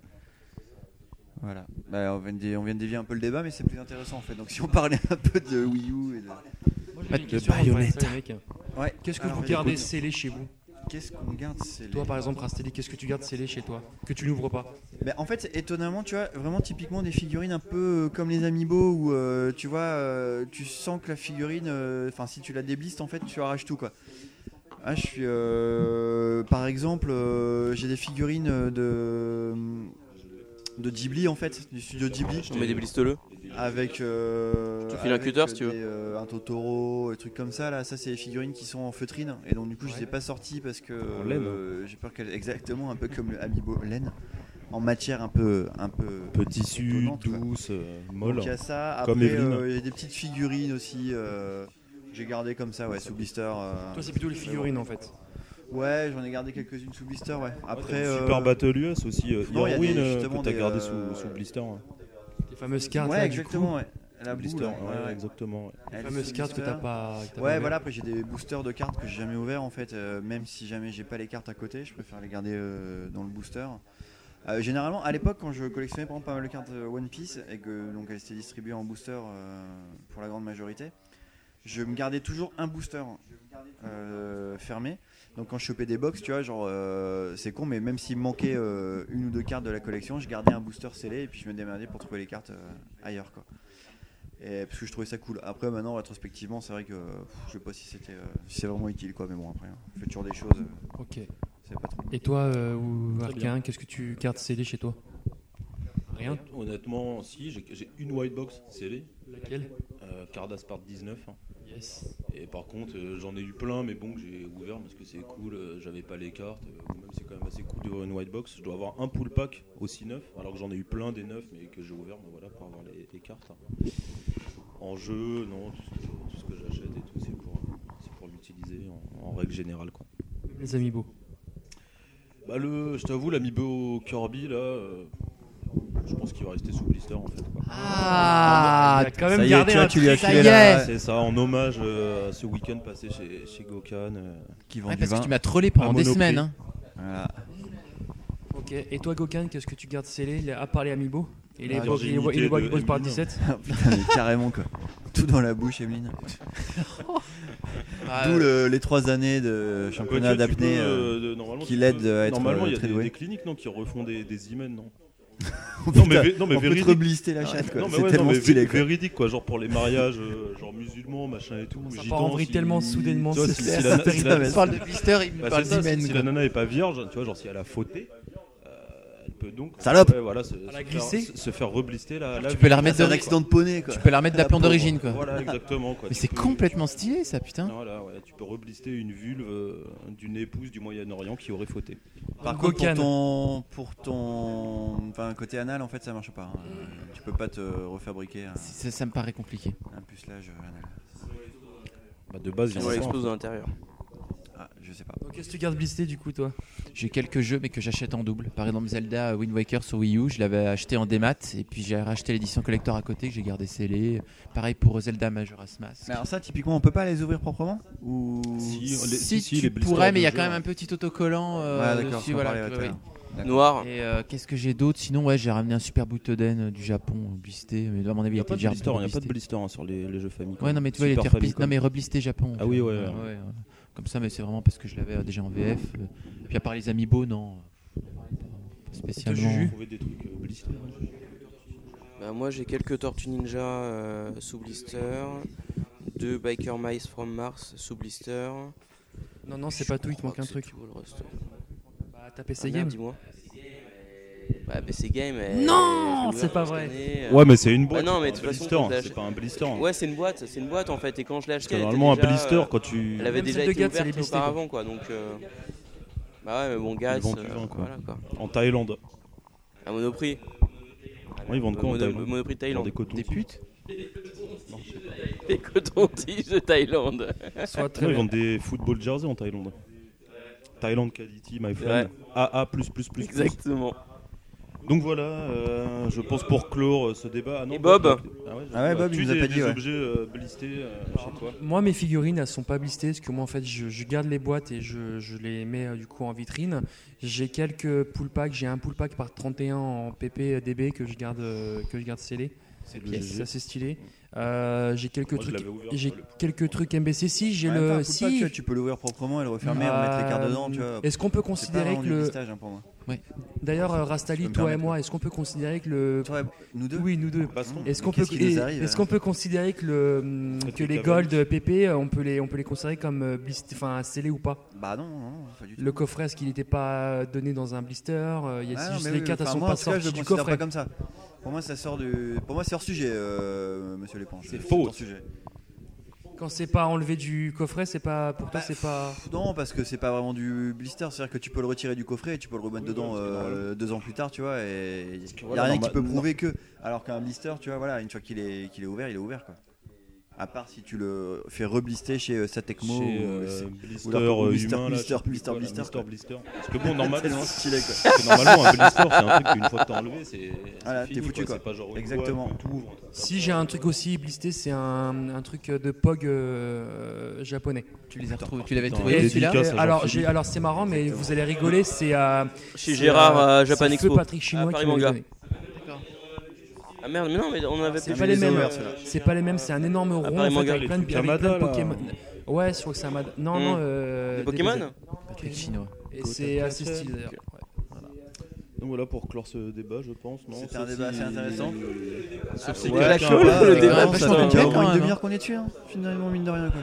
Speaker 3: Voilà. Bah, on, vient de, dé- on vient de dévier un peu le débat, mais c'est plus intéressant en fait. Donc si on parlait un peu de Wii U et de.
Speaker 6: Pas de
Speaker 2: Question, on parlait de ça, les mecs.
Speaker 3: Ouais.
Speaker 2: Qu'est-ce que
Speaker 3: Alors,
Speaker 2: vous
Speaker 3: vas-y,
Speaker 2: gardez
Speaker 3: écoute.
Speaker 2: scellé chez vous
Speaker 3: Qu'est-ce qu'on garde c'est les-
Speaker 2: Toi, par exemple, Rastelli, qu'est-ce que tu gardes scellé chez toi Que tu n'ouvres pas
Speaker 3: Bah, en fait, étonnamment, tu vois, vraiment typiquement des figurines un peu euh, comme les Amiibo où euh, tu vois, euh, tu sens que la figurine, euh, enfin, si tu la déblistes, en fait, tu arraches tout quoi. Ah, je suis, euh, par exemple, euh, j'ai des figurines euh, de de Ghibli en fait, du studio Ghibli.
Speaker 5: On met des blistoleux.
Speaker 3: avec. euh,
Speaker 5: te file un
Speaker 3: avec,
Speaker 5: cutter,
Speaker 3: euh,
Speaker 5: si tu veux.
Speaker 3: des, euh, un Totoro, des trucs comme ça. Là, ça c'est les figurines qui sont en feutrine et donc du coup je les ai pas sorties parce que
Speaker 4: En laine.
Speaker 3: euh, j'ai peur qu'elles exactement un peu comme le Amiibo laine en matière un peu un peu.
Speaker 4: Un Peu tissu,
Speaker 3: étonnante, quoi.
Speaker 4: douce, euh, molle.
Speaker 3: Donc il y a ça. Après,
Speaker 4: Comme Evelyne.
Speaker 3: euh, il y a des petites figurines aussi. euh, j'ai gardé comme ça, ouais, sous blister. euh,
Speaker 2: Toi, c'est plutôt les figurines en fait.
Speaker 3: Ouais, j'en ai gardé quelques-unes sous blister, ouais. Après. euh,
Speaker 4: Super Battle US aussi. Euh,
Speaker 3: non, il y a des-
Speaker 4: Irwin, euh,
Speaker 3: justement
Speaker 4: que t'as
Speaker 3: des,
Speaker 4: gardé
Speaker 3: euh,
Speaker 4: sous, sous blister. hein.
Speaker 2: Les fameuses cartes.
Speaker 3: Ouais,
Speaker 2: là, du coup.
Speaker 3: exactement, ouais. La boule,
Speaker 4: blister,
Speaker 3: ouais,
Speaker 4: ouais,
Speaker 3: ouais, ouais.
Speaker 4: exactement. ouais.
Speaker 3: Elle
Speaker 2: Les
Speaker 3: est
Speaker 2: fameuses
Speaker 3: sous
Speaker 2: cartes que
Speaker 3: blister.
Speaker 2: t'as pas. que t'as pas
Speaker 3: Ouais,
Speaker 2: ouvertes.
Speaker 3: voilà, après j'ai des boosters de cartes que j'ai jamais ouverts en fait, euh, même si jamais j'ai pas les cartes à côté, je préfère les garder euh, dans le booster. Euh, généralement, à l'époque, quand je collectionnais par exemple, pas mal de cartes euh, One Piece et que donc elles étaient distribuées en booster euh, pour la grande majorité, je me gardais toujours un booster euh, fermé. Donc quand je chopais des box, tu vois, genre euh, c'est con, mais même s'il me manquait euh, une ou deux cartes de la collection, je gardais un booster scellé et puis je me démerdais pour trouver les cartes euh, ailleurs quoi. Et parce que je trouvais ça cool. Après maintenant rétrospectivement, c'est vrai que pff, je sais pas si c'était euh, si c'est vraiment utile quoi, mais bon après, hein, on fait toujours des choses, euh,
Speaker 2: Ok.
Speaker 3: c'est pas trop.
Speaker 2: Et toi, euh, ou Arcain, qu'est-ce que tu gardes scellé chez toi Rien.
Speaker 4: Honnêtement, si, j'ai- j'ai une white box scellée,
Speaker 2: Laquelle
Speaker 4: euh, Cardas Part 19. hein.
Speaker 2: Yes.
Speaker 4: Et par contre, euh, j'en ai eu plein, mais bon, que j'ai ouvert parce que c'est cool, euh, j'avais pas les cartes. euh, ou même c'est quand même assez cool d'ouvrir une white box. Je dois avoir un pull pack aussi neuf, alors que j'en ai eu plein des neufs, mais que j'ai ouvert mais voilà, pour avoir les, les cartes. hein. En jeu, non, tout ce que, tout ce que j'achète et tout, c'est pour, c'est pour l'utiliser en, en règle générale. Quoi.
Speaker 2: Les amiibo.
Speaker 4: Bah, le, je t'avoue, l'amiibo Kirby, là, euh, je pense qu'il va rester sous blister en fait. quoi.
Speaker 6: Ah,
Speaker 2: quand
Speaker 3: Ça y est, tu vois, tu lui as
Speaker 6: ça
Speaker 3: filé
Speaker 6: y
Speaker 3: la-
Speaker 6: est.
Speaker 4: C'est ça, en hommage euh, à ce week-end passé chez, chez Gokan. euh,
Speaker 3: qui vend
Speaker 6: Ouais,
Speaker 3: du
Speaker 6: parce que
Speaker 3: vin.
Speaker 6: tu m'as trollé pendant
Speaker 4: À
Speaker 6: des
Speaker 4: Monoprix.
Speaker 6: semaines. hein.
Speaker 3: Voilà.
Speaker 2: Ok. Et toi, Gokan, qu'est-ce que tu gardes scellé les- À part les amiibo et les
Speaker 4: La
Speaker 2: box- et les- et
Speaker 4: virginité
Speaker 2: les box
Speaker 4: de
Speaker 2: box par
Speaker 4: Eminem.
Speaker 2: 17
Speaker 3: Ah, putain, mais carrément quoi. Tout dans la bouche, Emeline.
Speaker 6: Ah,
Speaker 3: D'où le- les trois années de championnat
Speaker 4: Bah, tu- tu
Speaker 3: d'apnée.
Speaker 4: peux,
Speaker 3: euh,
Speaker 4: euh, de- normalement,
Speaker 3: qui
Speaker 4: tu
Speaker 3: l'aide
Speaker 4: peux-
Speaker 3: à être,
Speaker 4: Normalement,
Speaker 3: euh,
Speaker 4: il y a
Speaker 3: très
Speaker 4: des,
Speaker 3: doué.
Speaker 4: des cliniques non, qui refont des, des hymens, non
Speaker 3: putain,
Speaker 4: mais vé- non, mais
Speaker 3: on peut
Speaker 4: véridique.
Speaker 3: te reblister la chatte quoi.
Speaker 4: Non, mais
Speaker 3: Ah, C'est
Speaker 4: ouais, non,
Speaker 3: tellement
Speaker 4: mais
Speaker 3: stylé
Speaker 4: vé-
Speaker 3: quoi.
Speaker 4: véridique, quoi, genre pour les mariages, euh, genre musulmans, machin et tout.
Speaker 2: Ça
Speaker 4: gitans,
Speaker 2: part en vrille
Speaker 4: si-
Speaker 2: tellement soudainement.
Speaker 4: tu vois,
Speaker 2: c'est
Speaker 4: si-
Speaker 2: clair.
Speaker 4: si la- si la-
Speaker 6: Il me parle de blister, il me
Speaker 4: Bah,
Speaker 6: parle
Speaker 4: c'est ça, si-
Speaker 6: d'hymen,
Speaker 4: si
Speaker 6: quoi.
Speaker 4: la nana est pas vierge, tu vois, genre si elle a fauté, euh, elle peut donc
Speaker 3: Salope
Speaker 4: ouais, voilà, se,
Speaker 2: la
Speaker 4: se
Speaker 2: glisser. Ah,
Speaker 4: faire, se- se faire reblister la, la
Speaker 6: Tu
Speaker 4: vie.
Speaker 6: peux la remettre
Speaker 3: C'est
Speaker 6: de
Speaker 3: un accident de poney quoi.
Speaker 6: Tu peux la remettre d'aplomb
Speaker 3: pauvre.
Speaker 6: d'origine quoi.
Speaker 4: Voilà, exactement. Quoi.
Speaker 6: Mais
Speaker 4: Tu
Speaker 6: c'est
Speaker 4: peux-
Speaker 6: complètement stylé ça
Speaker 2: hein.
Speaker 6: putain.
Speaker 4: Voilà, ouais, tu peux reblister une vulve euh, d'une épouse du Moyen-Orient qui aurait fauté.
Speaker 3: Par
Speaker 2: Donc,
Speaker 3: contre, pour
Speaker 2: Gokan.
Speaker 3: ton, pour ton enfin, côté anal, en fait, ça marche pas. hein. Tu peux pas te refabriquer un,
Speaker 6: C'est- Ça, ça me paraît compliqué.
Speaker 3: un pucelage euh, anal.
Speaker 4: Bah, de base, il y en
Speaker 5: On
Speaker 4: a pas.
Speaker 5: l'explose de l'intérieur.
Speaker 3: Ah, je sais pas.
Speaker 2: Donc, Qu'est-ce que tu gardes blisté du coup, toi
Speaker 6: J'ai quelques jeux mais que j'achète en double. Par exemple Zelda euh, Wind Waker sur Wii U, je l'avais acheté en démat et puis j'ai racheté l'édition collector à côté que j'ai gardé scellé. Pareil pour Zelda Majora's Mask.
Speaker 3: Mais alors ça, typiquement, on peut pas les ouvrir proprement Ou
Speaker 4: Si,
Speaker 6: Si,
Speaker 4: les- si, si,
Speaker 6: tu
Speaker 4: les blisters
Speaker 6: pourrais mais il y a
Speaker 4: de
Speaker 6: quand
Speaker 4: jeu, hein.
Speaker 6: même un petit autocollant euh,
Speaker 3: Ouais, d'accord,
Speaker 6: dessus,
Speaker 3: on en
Speaker 6: voilà,
Speaker 3: parlait,
Speaker 6: ouais,
Speaker 3: ouais,
Speaker 6: ouais.
Speaker 4: Ah.
Speaker 5: Noir.
Speaker 6: Et euh, qu'est-ce que j'ai d'autre Sinon ouais j'ai ramené un super Butoden euh, du Japon euh, blisté mais à mon avis
Speaker 4: Il
Speaker 6: il
Speaker 4: n'y a
Speaker 6: était
Speaker 4: pas de
Speaker 6: déjà
Speaker 4: blister, il y a pas de
Speaker 6: reblisté.
Speaker 4: blister hein, sur les, les jeux Famicom.
Speaker 6: Ouais, non, mais tu vois, il
Speaker 4: Super
Speaker 6: était repli-
Speaker 4: Famicom.
Speaker 6: Non, mais reblisté Japon.
Speaker 4: Ah oui, ouais, ouais.
Speaker 6: Euh, ouais, euh, Comme ça, mais c'est vraiment parce que je l'avais euh, déjà en VF. euh. Puis à part les Amiibo, non. euh, pas Spécialement.
Speaker 4: J'ai trouvé des trucs euh, blister.
Speaker 5: Bah, moi j'ai quelques Tortues Ninja euh, sous blister, deux Biker Mice from Mars sous blister.
Speaker 2: Non, non, Ah, c'est pas tout, il te
Speaker 5: crois
Speaker 2: manque un
Speaker 5: Oh, que c'est
Speaker 2: truc.
Speaker 5: tout, le reste.
Speaker 2: Bah, t'as PC
Speaker 5: Ah, merde,
Speaker 2: Game.
Speaker 5: dis-moi. Bah, PC Game. elle-
Speaker 8: Non,
Speaker 5: je l'ai
Speaker 2: c'est pas
Speaker 5: ouvert
Speaker 2: vrai.
Speaker 5: cette année, euh,
Speaker 4: Ouais, mais c'est une
Speaker 5: boîte,
Speaker 4: boîte.
Speaker 5: non, c'est mais pas
Speaker 4: un
Speaker 5: de toute un façon,
Speaker 4: blister,
Speaker 5: blister, quand t'as hein, c'est
Speaker 4: c'est
Speaker 5: acheté-
Speaker 4: pas
Speaker 5: pas
Speaker 4: un blister.
Speaker 5: Ouais, c'est une boîte, c'est une boîte en fait. Et quand je l'ai
Speaker 4: Parce
Speaker 5: acheté,
Speaker 4: que
Speaker 5: elle était
Speaker 4: normalement, un
Speaker 5: déjà,
Speaker 4: blister,
Speaker 5: euh,
Speaker 4: quand tu.
Speaker 5: Elle avait
Speaker 2: Même
Speaker 5: déjà
Speaker 2: celle de
Speaker 5: été
Speaker 2: Gats, elle est
Speaker 5: ouverte
Speaker 2: blistée, quoi.
Speaker 5: auparavant, quoi. Donc, euh, bah ouais, mais bon, Gats,
Speaker 4: Ils vendent du
Speaker 5: euh,
Speaker 4: vin, quoi.
Speaker 5: voilà quoi.
Speaker 4: En Thaïlande.
Speaker 5: À Monoprix. euh,
Speaker 4: Ouais, ils vendent quoi en
Speaker 5: Mono-
Speaker 4: Thaïlande
Speaker 5: Monoprix de
Speaker 4: Ils vendent
Speaker 5: Thaïlande.
Speaker 4: Des cotons.
Speaker 6: Des putes
Speaker 5: Des cotons-tiges de Thaïlande.
Speaker 2: Soit
Speaker 4: Non,
Speaker 2: très
Speaker 4: ils
Speaker 2: bien.
Speaker 4: vendent des football jerseys en Thaïlande. Thaïlande Quality, my friend. AA.
Speaker 5: Exactement.
Speaker 4: Donc voilà, euh, je pense pour clore euh, ce débat. Ah non,
Speaker 5: Et Bob
Speaker 4: Ah ouais,
Speaker 3: Ah ouais, Bob, il
Speaker 4: tu
Speaker 3: nous a
Speaker 4: des-
Speaker 3: pas dit,
Speaker 4: des
Speaker 3: ouais.
Speaker 4: objets euh, blistés euh, chez toi.
Speaker 2: Moi, mes figurines, elles sont pas blistées parce que moi, en fait, je, je garde les boîtes et je, je les mets euh, du coup en vitrine. J'ai quelques pull packs. J'ai un pull pack par 31 en PPDB que je garde, euh, que je garde scellé.
Speaker 4: C'est
Speaker 2: Ça, C'est assez stylé. Euh, j'ai quelques
Speaker 4: Moi, je
Speaker 2: trucs.
Speaker 4: l'avais ouvert,
Speaker 2: J'ai
Speaker 4: je l'ai-
Speaker 2: quelques trucs MBC. Si, j'ai
Speaker 3: Ouais, t'as un
Speaker 2: le.
Speaker 3: pull pack, tu,
Speaker 2: Si.
Speaker 3: vois, tu peux l'ouvrir proprement et le refermer, remettre les cartes dedans, tu vois.
Speaker 2: Euh, Est-ce qu'on peut
Speaker 3: C'est pas
Speaker 2: considérer
Speaker 3: vraiment
Speaker 2: que
Speaker 3: du
Speaker 2: le.
Speaker 3: listage, hein, pour moi.
Speaker 2: D'ailleurs, euh, Rastali,
Speaker 3: Je peux me
Speaker 2: toi et
Speaker 3: permettre,
Speaker 2: moi, est-ce qu'on peut considérer que le.
Speaker 3: Toi, nous deux
Speaker 2: Oui, nous deux.
Speaker 4: Baston.
Speaker 2: Est-ce qu'on peut,
Speaker 3: Qu'est-ce qui nous
Speaker 2: est-
Speaker 3: arrive,
Speaker 2: est-ce
Speaker 3: hein
Speaker 2: qu'on peut considérer que, le,
Speaker 4: Ça,
Speaker 2: que
Speaker 4: tu
Speaker 2: les
Speaker 4: t'avais
Speaker 2: gold
Speaker 4: dit.
Speaker 2: euh, PP, euh, on peut les, on peut les considérer comme euh, blist- enfin scellés ou pas
Speaker 3: Bah non, non, non, pas du tout.
Speaker 2: Le coffret, est-ce qu'il n'était pas donné dans un blister euh, Il y a
Speaker 3: Ah,
Speaker 2: c'est
Speaker 3: non,
Speaker 2: juste
Speaker 3: mais
Speaker 2: les
Speaker 3: oui,
Speaker 2: cartes, elles
Speaker 3: enfin,
Speaker 2: sont
Speaker 3: moi,
Speaker 2: pas
Speaker 3: en tout cas, je
Speaker 2: sorties
Speaker 3: le
Speaker 2: du
Speaker 3: considère
Speaker 2: coffret.
Speaker 3: pas comme ça. Pour moi, ça sort du. Pour moi, c'est hors sujet, euh, Monsieur Lépanche.
Speaker 4: C'est faux.
Speaker 3: hors sujet.
Speaker 2: Quand c'est pas enlevé du coffret, c'est pas pour toi,
Speaker 3: Bah,
Speaker 2: c'est pas.
Speaker 3: Non, parce que c'est pas vraiment du blister. C'est-à-dire que tu peux le retirer du coffret et tu peux le remettre dedans euh, deux ans plus tard, tu vois. Et il n'y a
Speaker 4: voilà,
Speaker 3: rien
Speaker 4: norma-
Speaker 3: qui peut prouver que. Alors qu'un blister, tu vois, voilà, une fois qu'il est, qu'il est ouvert, il est ouvert, quoi. À part si tu le fais reblister chez euh, Satecmo.
Speaker 4: Chez
Speaker 3: ou,
Speaker 4: euh,
Speaker 3: c'est-
Speaker 4: Blister
Speaker 3: ou leur-
Speaker 4: euh,
Speaker 3: Blister,
Speaker 4: humain, là,
Speaker 3: Blister,
Speaker 4: je sais plus
Speaker 3: Blister,
Speaker 4: quoi, là,
Speaker 3: Blister,
Speaker 4: Blister,
Speaker 3: quoi.
Speaker 4: Blister. Parce que bon, normalement,
Speaker 3: Tellement stylé, quoi.
Speaker 4: parce que normalement, un blister, c'est un truc qu'une fois que t'as enlevé, c'est. c'est
Speaker 3: Voilà,
Speaker 4: fini,
Speaker 3: t'es foutu, quoi.
Speaker 4: C'est pas genre une
Speaker 3: Exactement.
Speaker 4: boîte que t'ouvres.
Speaker 2: Si j'ai un truc aussi blisté, c'est un, un truc de POG euh, japonais.
Speaker 6: Tu les as retrouvés- tu l'avais
Speaker 4: Putain,
Speaker 6: trouvé
Speaker 4: dédicace
Speaker 6: celui-là
Speaker 2: Euh,
Speaker 4: à Jean-Philippe.
Speaker 2: alors, j'ai- alors c'est marrant, mais vous allez rigoler, c'est euh,
Speaker 5: Chez
Speaker 2: c'est,
Speaker 5: Gérard
Speaker 2: euh,
Speaker 5: à Japan
Speaker 2: c'est Feu
Speaker 5: Expo.
Speaker 2: Patrick Chinois
Speaker 5: à Paris
Speaker 2: qui m'avait
Speaker 5: Manga.
Speaker 2: donné.
Speaker 5: Ah merde, mais non, mais on avait
Speaker 2: C'est
Speaker 5: plus.
Speaker 2: pas les mêmes. C'est pas les mêmes. C'est un énorme rond.
Speaker 5: Paris
Speaker 2: en fait,
Speaker 5: Manga,
Speaker 4: les
Speaker 2: avec plein de,
Speaker 4: trucs
Speaker 2: avec plein de
Speaker 4: Amada, là.
Speaker 2: Pokémon. Ouais, je crois que c'est un Amada. Non,
Speaker 5: Hmm.
Speaker 2: non. Euh,
Speaker 5: Des Pokémon
Speaker 6: Patrick Chinois.
Speaker 2: Et c'est assez stylé. d'ailleurs.
Speaker 4: Donc voilà pour clore ce débat, je pense. non
Speaker 3: C'était
Speaker 4: Sauf
Speaker 3: un débat
Speaker 4: si-
Speaker 3: assez intéressant.
Speaker 4: Sauf si
Speaker 5: Ouais,
Speaker 4: quelqu'un-
Speaker 5: la chaude,
Speaker 4: Ouais,
Speaker 5: le
Speaker 4: ouais,
Speaker 5: débat.
Speaker 4: ouais.
Speaker 3: ça
Speaker 6: vachement
Speaker 3: fait déjà
Speaker 6: bien,
Speaker 3: au moins
Speaker 6: quand
Speaker 3: une
Speaker 6: même,
Speaker 3: demi-heure qu'on est dessus, hein, finalement, mine de rien, quoi.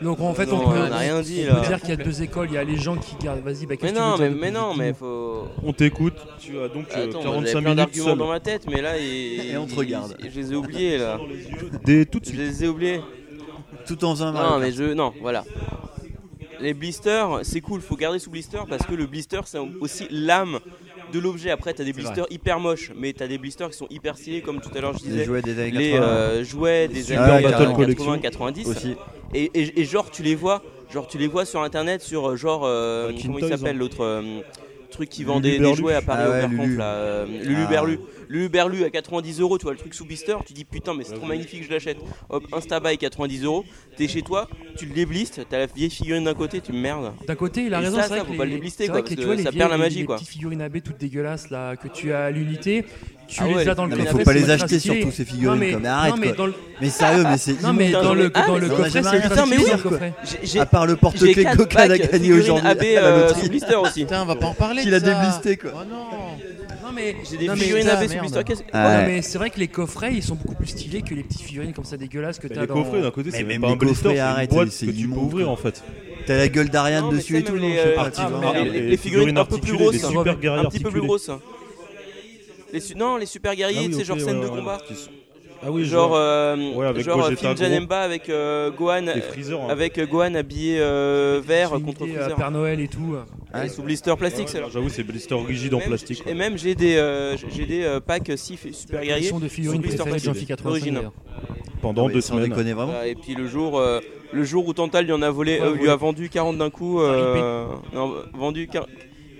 Speaker 2: Donc en fait,
Speaker 5: Non,
Speaker 2: on peut,
Speaker 5: on a rien dit,
Speaker 2: on peut
Speaker 5: là.
Speaker 2: dire qu'il y a deux écoles. Il y a les gens qui gardent. Vas-y, bah,
Speaker 5: Mais
Speaker 2: qu'est-ce que tu
Speaker 5: non,
Speaker 2: veux
Speaker 5: mais,
Speaker 2: dire
Speaker 5: mais
Speaker 2: de
Speaker 5: non,
Speaker 2: plus
Speaker 5: mais faut.
Speaker 4: On t'écoute, tu as donc euh,
Speaker 5: Attends, moi,
Speaker 4: 45
Speaker 5: j'avais plein
Speaker 4: minutes
Speaker 5: d'arguments
Speaker 4: seul.
Speaker 5: dans ma tête, mais là, ils-
Speaker 3: Et on te regarde.
Speaker 5: ils- Je les ai oubliés, là.
Speaker 4: Dans les yeux, dès tout de
Speaker 5: Je
Speaker 4: suite.
Speaker 5: les ai oubliés.
Speaker 3: Tout en faisant un
Speaker 5: Non,
Speaker 3: Mario
Speaker 5: mais je. Non, voilà. Les blisters, c'est cool, faut garder sous blister parce que le blister, c'est aussi l'âme de l'objet. Après, t'as des blisters hyper moches, mais t'as des blisters qui sont hyper stylés, comme tout à l'heure je
Speaker 3: Les
Speaker 5: disais.
Speaker 3: jouets des années
Speaker 5: Les
Speaker 3: 80,
Speaker 5: euh, jouets des
Speaker 3: Super
Speaker 5: années
Speaker 3: Battle
Speaker 5: 80,
Speaker 4: Collection.
Speaker 5: 90
Speaker 3: hein, aussi.
Speaker 5: et, et- et genre tu les vois genre tu les vois sur internet sur euh, genre euh,
Speaker 4: Teen
Speaker 5: comment
Speaker 4: Toys,
Speaker 5: il s'appelle
Speaker 4: hein.
Speaker 5: l'autre euh, truc qui
Speaker 4: Lulu
Speaker 5: vend des, des
Speaker 4: Berlu.
Speaker 5: jouets à Paris
Speaker 3: Ah
Speaker 5: au
Speaker 3: ouais,
Speaker 5: Berkamp,
Speaker 3: Lulu.
Speaker 5: là, euh, Lulu
Speaker 3: Ah.
Speaker 5: Berlu Lulu Berlu à 90 euros tu vois le truc sous blister tu dis putain mais c'est trop magnifique je l'achète hop Instabuy 90 euros t'es chez toi tu le déblistes t'as la vieille figurine d'un côté tu me merdes
Speaker 2: D'un côté, il a
Speaker 5: Et
Speaker 2: raison.
Speaker 5: ça,
Speaker 2: c'est vrai
Speaker 5: ça,
Speaker 2: que
Speaker 5: faut pas
Speaker 2: les-
Speaker 5: le déblister,
Speaker 2: c'est vrai
Speaker 5: quoi,
Speaker 2: que
Speaker 5: parce
Speaker 2: tu vois
Speaker 5: que
Speaker 2: les
Speaker 5: ça
Speaker 2: vieilles-
Speaker 5: perd la
Speaker 2: les-
Speaker 5: magie,
Speaker 2: les
Speaker 5: quoi.
Speaker 2: petites figurines AB toutes dégueulasses là que tu as à l'unité. Tu
Speaker 5: Ah ouais,
Speaker 2: les as dans le
Speaker 5: non, mais
Speaker 3: Il
Speaker 5: faut
Speaker 2: coffret,
Speaker 3: pas
Speaker 2: c'est
Speaker 3: les
Speaker 2: ultra
Speaker 3: acheter
Speaker 2: stylé.
Speaker 3: surtout ces figurines.
Speaker 2: Non, mais-
Speaker 3: quoi. Mais arrête
Speaker 2: non, mais
Speaker 3: quoi.
Speaker 2: dans le-
Speaker 3: Mais sérieux, mais c'est
Speaker 2: Non mais
Speaker 5: Putain,
Speaker 2: dans
Speaker 5: j'en ai-
Speaker 2: le
Speaker 5: Ah,
Speaker 2: dans
Speaker 5: mais
Speaker 2: le
Speaker 3: j'en ai
Speaker 2: coffret,
Speaker 3: jamais
Speaker 2: c'est
Speaker 3: rien
Speaker 2: ultra stylé
Speaker 5: fait. Putain,
Speaker 2: dans
Speaker 5: mais
Speaker 2: le coffret.
Speaker 5: J'ai- j'ai-
Speaker 3: À part le
Speaker 5: j'ai
Speaker 3: porte-clés
Speaker 5: quatre
Speaker 3: Ah, Coca a
Speaker 5: packs
Speaker 3: gagné
Speaker 5: figurines
Speaker 3: aujourd'hui.
Speaker 5: AB,
Speaker 3: à la
Speaker 5: euh,
Speaker 3: loterie.
Speaker 5: sous blister aussi
Speaker 6: Putain, on va pas en parler.
Speaker 3: Qu'il
Speaker 6: de
Speaker 3: a
Speaker 6: ça.
Speaker 3: déblisté, quoi.
Speaker 6: Oh non.
Speaker 2: Non mais
Speaker 5: j'ai des
Speaker 2: non, mais-
Speaker 5: figurines
Speaker 6: ça,
Speaker 5: AB sous
Speaker 6: merde.
Speaker 5: blister qu'est-ce- Oh,
Speaker 3: Ah,
Speaker 2: Ouais,
Speaker 3: ouais.
Speaker 2: mais c'est vrai que les coffrets ils sont beaucoup plus stylés que les petites figurines comme ça dégueulasses que
Speaker 4: Mais
Speaker 2: t'as
Speaker 4: Bah, les
Speaker 2: dans.
Speaker 4: coffrets d'un côté, c'est
Speaker 3: même
Speaker 4: même pas
Speaker 3: les
Speaker 4: un blister,
Speaker 3: coffrets,
Speaker 4: c'est une
Speaker 3: arrête,
Speaker 4: boîte
Speaker 3: c'est
Speaker 4: que tu peux
Speaker 3: immonde,
Speaker 4: ouvrir
Speaker 3: quoi.
Speaker 4: en fait.
Speaker 3: T'as la gueule d'Ariane
Speaker 5: Non, mais
Speaker 3: dessus
Speaker 5: c'est
Speaker 3: et tout.
Speaker 5: même
Speaker 3: non,
Speaker 5: les,
Speaker 3: je hein. sais
Speaker 5: euh,
Speaker 3: pas,
Speaker 5: les-
Speaker 3: tu vois.
Speaker 2: mais
Speaker 5: les,
Speaker 4: les
Speaker 5: les figurines
Speaker 4: figurines
Speaker 5: un peu plus
Speaker 4: articulées,
Speaker 5: grosses,
Speaker 4: les
Speaker 5: hein.
Speaker 4: super guerriers
Speaker 5: un petit peu plus
Speaker 4: articulés.
Speaker 5: grosses. Les su- non, les super guerriers,
Speaker 4: Ah oui,
Speaker 5: tu sais,
Speaker 4: ok,
Speaker 5: genre scène
Speaker 4: ouais,
Speaker 5: de
Speaker 4: ouais,
Speaker 5: combat.
Speaker 4: qui sont- Ah oui,
Speaker 5: Genre,
Speaker 4: genre.
Speaker 5: euh,
Speaker 4: Ouais, avec
Speaker 5: genre
Speaker 4: Gogeta
Speaker 5: film
Speaker 4: gros.
Speaker 5: Janemba avec euh, Gohan,
Speaker 4: Des
Speaker 5: euh,
Speaker 4: freezers. hein.
Speaker 5: avec euh, Gohan habillé euh, vert
Speaker 2: J'ai
Speaker 5: contre
Speaker 2: imité, euh,
Speaker 5: Freezer.
Speaker 2: Père Noël et tout.
Speaker 5: Et sous blister plastique, c'est
Speaker 4: Ouais, J'avoue, c'est blister rigide en
Speaker 5: Même-
Speaker 4: plastique.
Speaker 5: Et
Speaker 4: quoi.
Speaker 5: même j'ai des euh, j'ai des euh, packs 6 super
Speaker 2: Ils
Speaker 5: guerriers.
Speaker 2: sont de figurines
Speaker 5: Sous blister
Speaker 2: préférées de Jean-Philippe
Speaker 5: plastique.
Speaker 2: 85
Speaker 5: Origine.
Speaker 2: d'ailleurs.
Speaker 4: Pendant
Speaker 3: Mais
Speaker 4: deux
Speaker 3: sans
Speaker 4: semaines.
Speaker 3: déconner, vraiment.
Speaker 5: Voilà, et puis le jour euh, le jour où Tantal lui en a volé
Speaker 2: Ouais,
Speaker 5: euh, lui
Speaker 2: voilà.
Speaker 5: a vendu 40 d'un coup euh, non, vendu quar-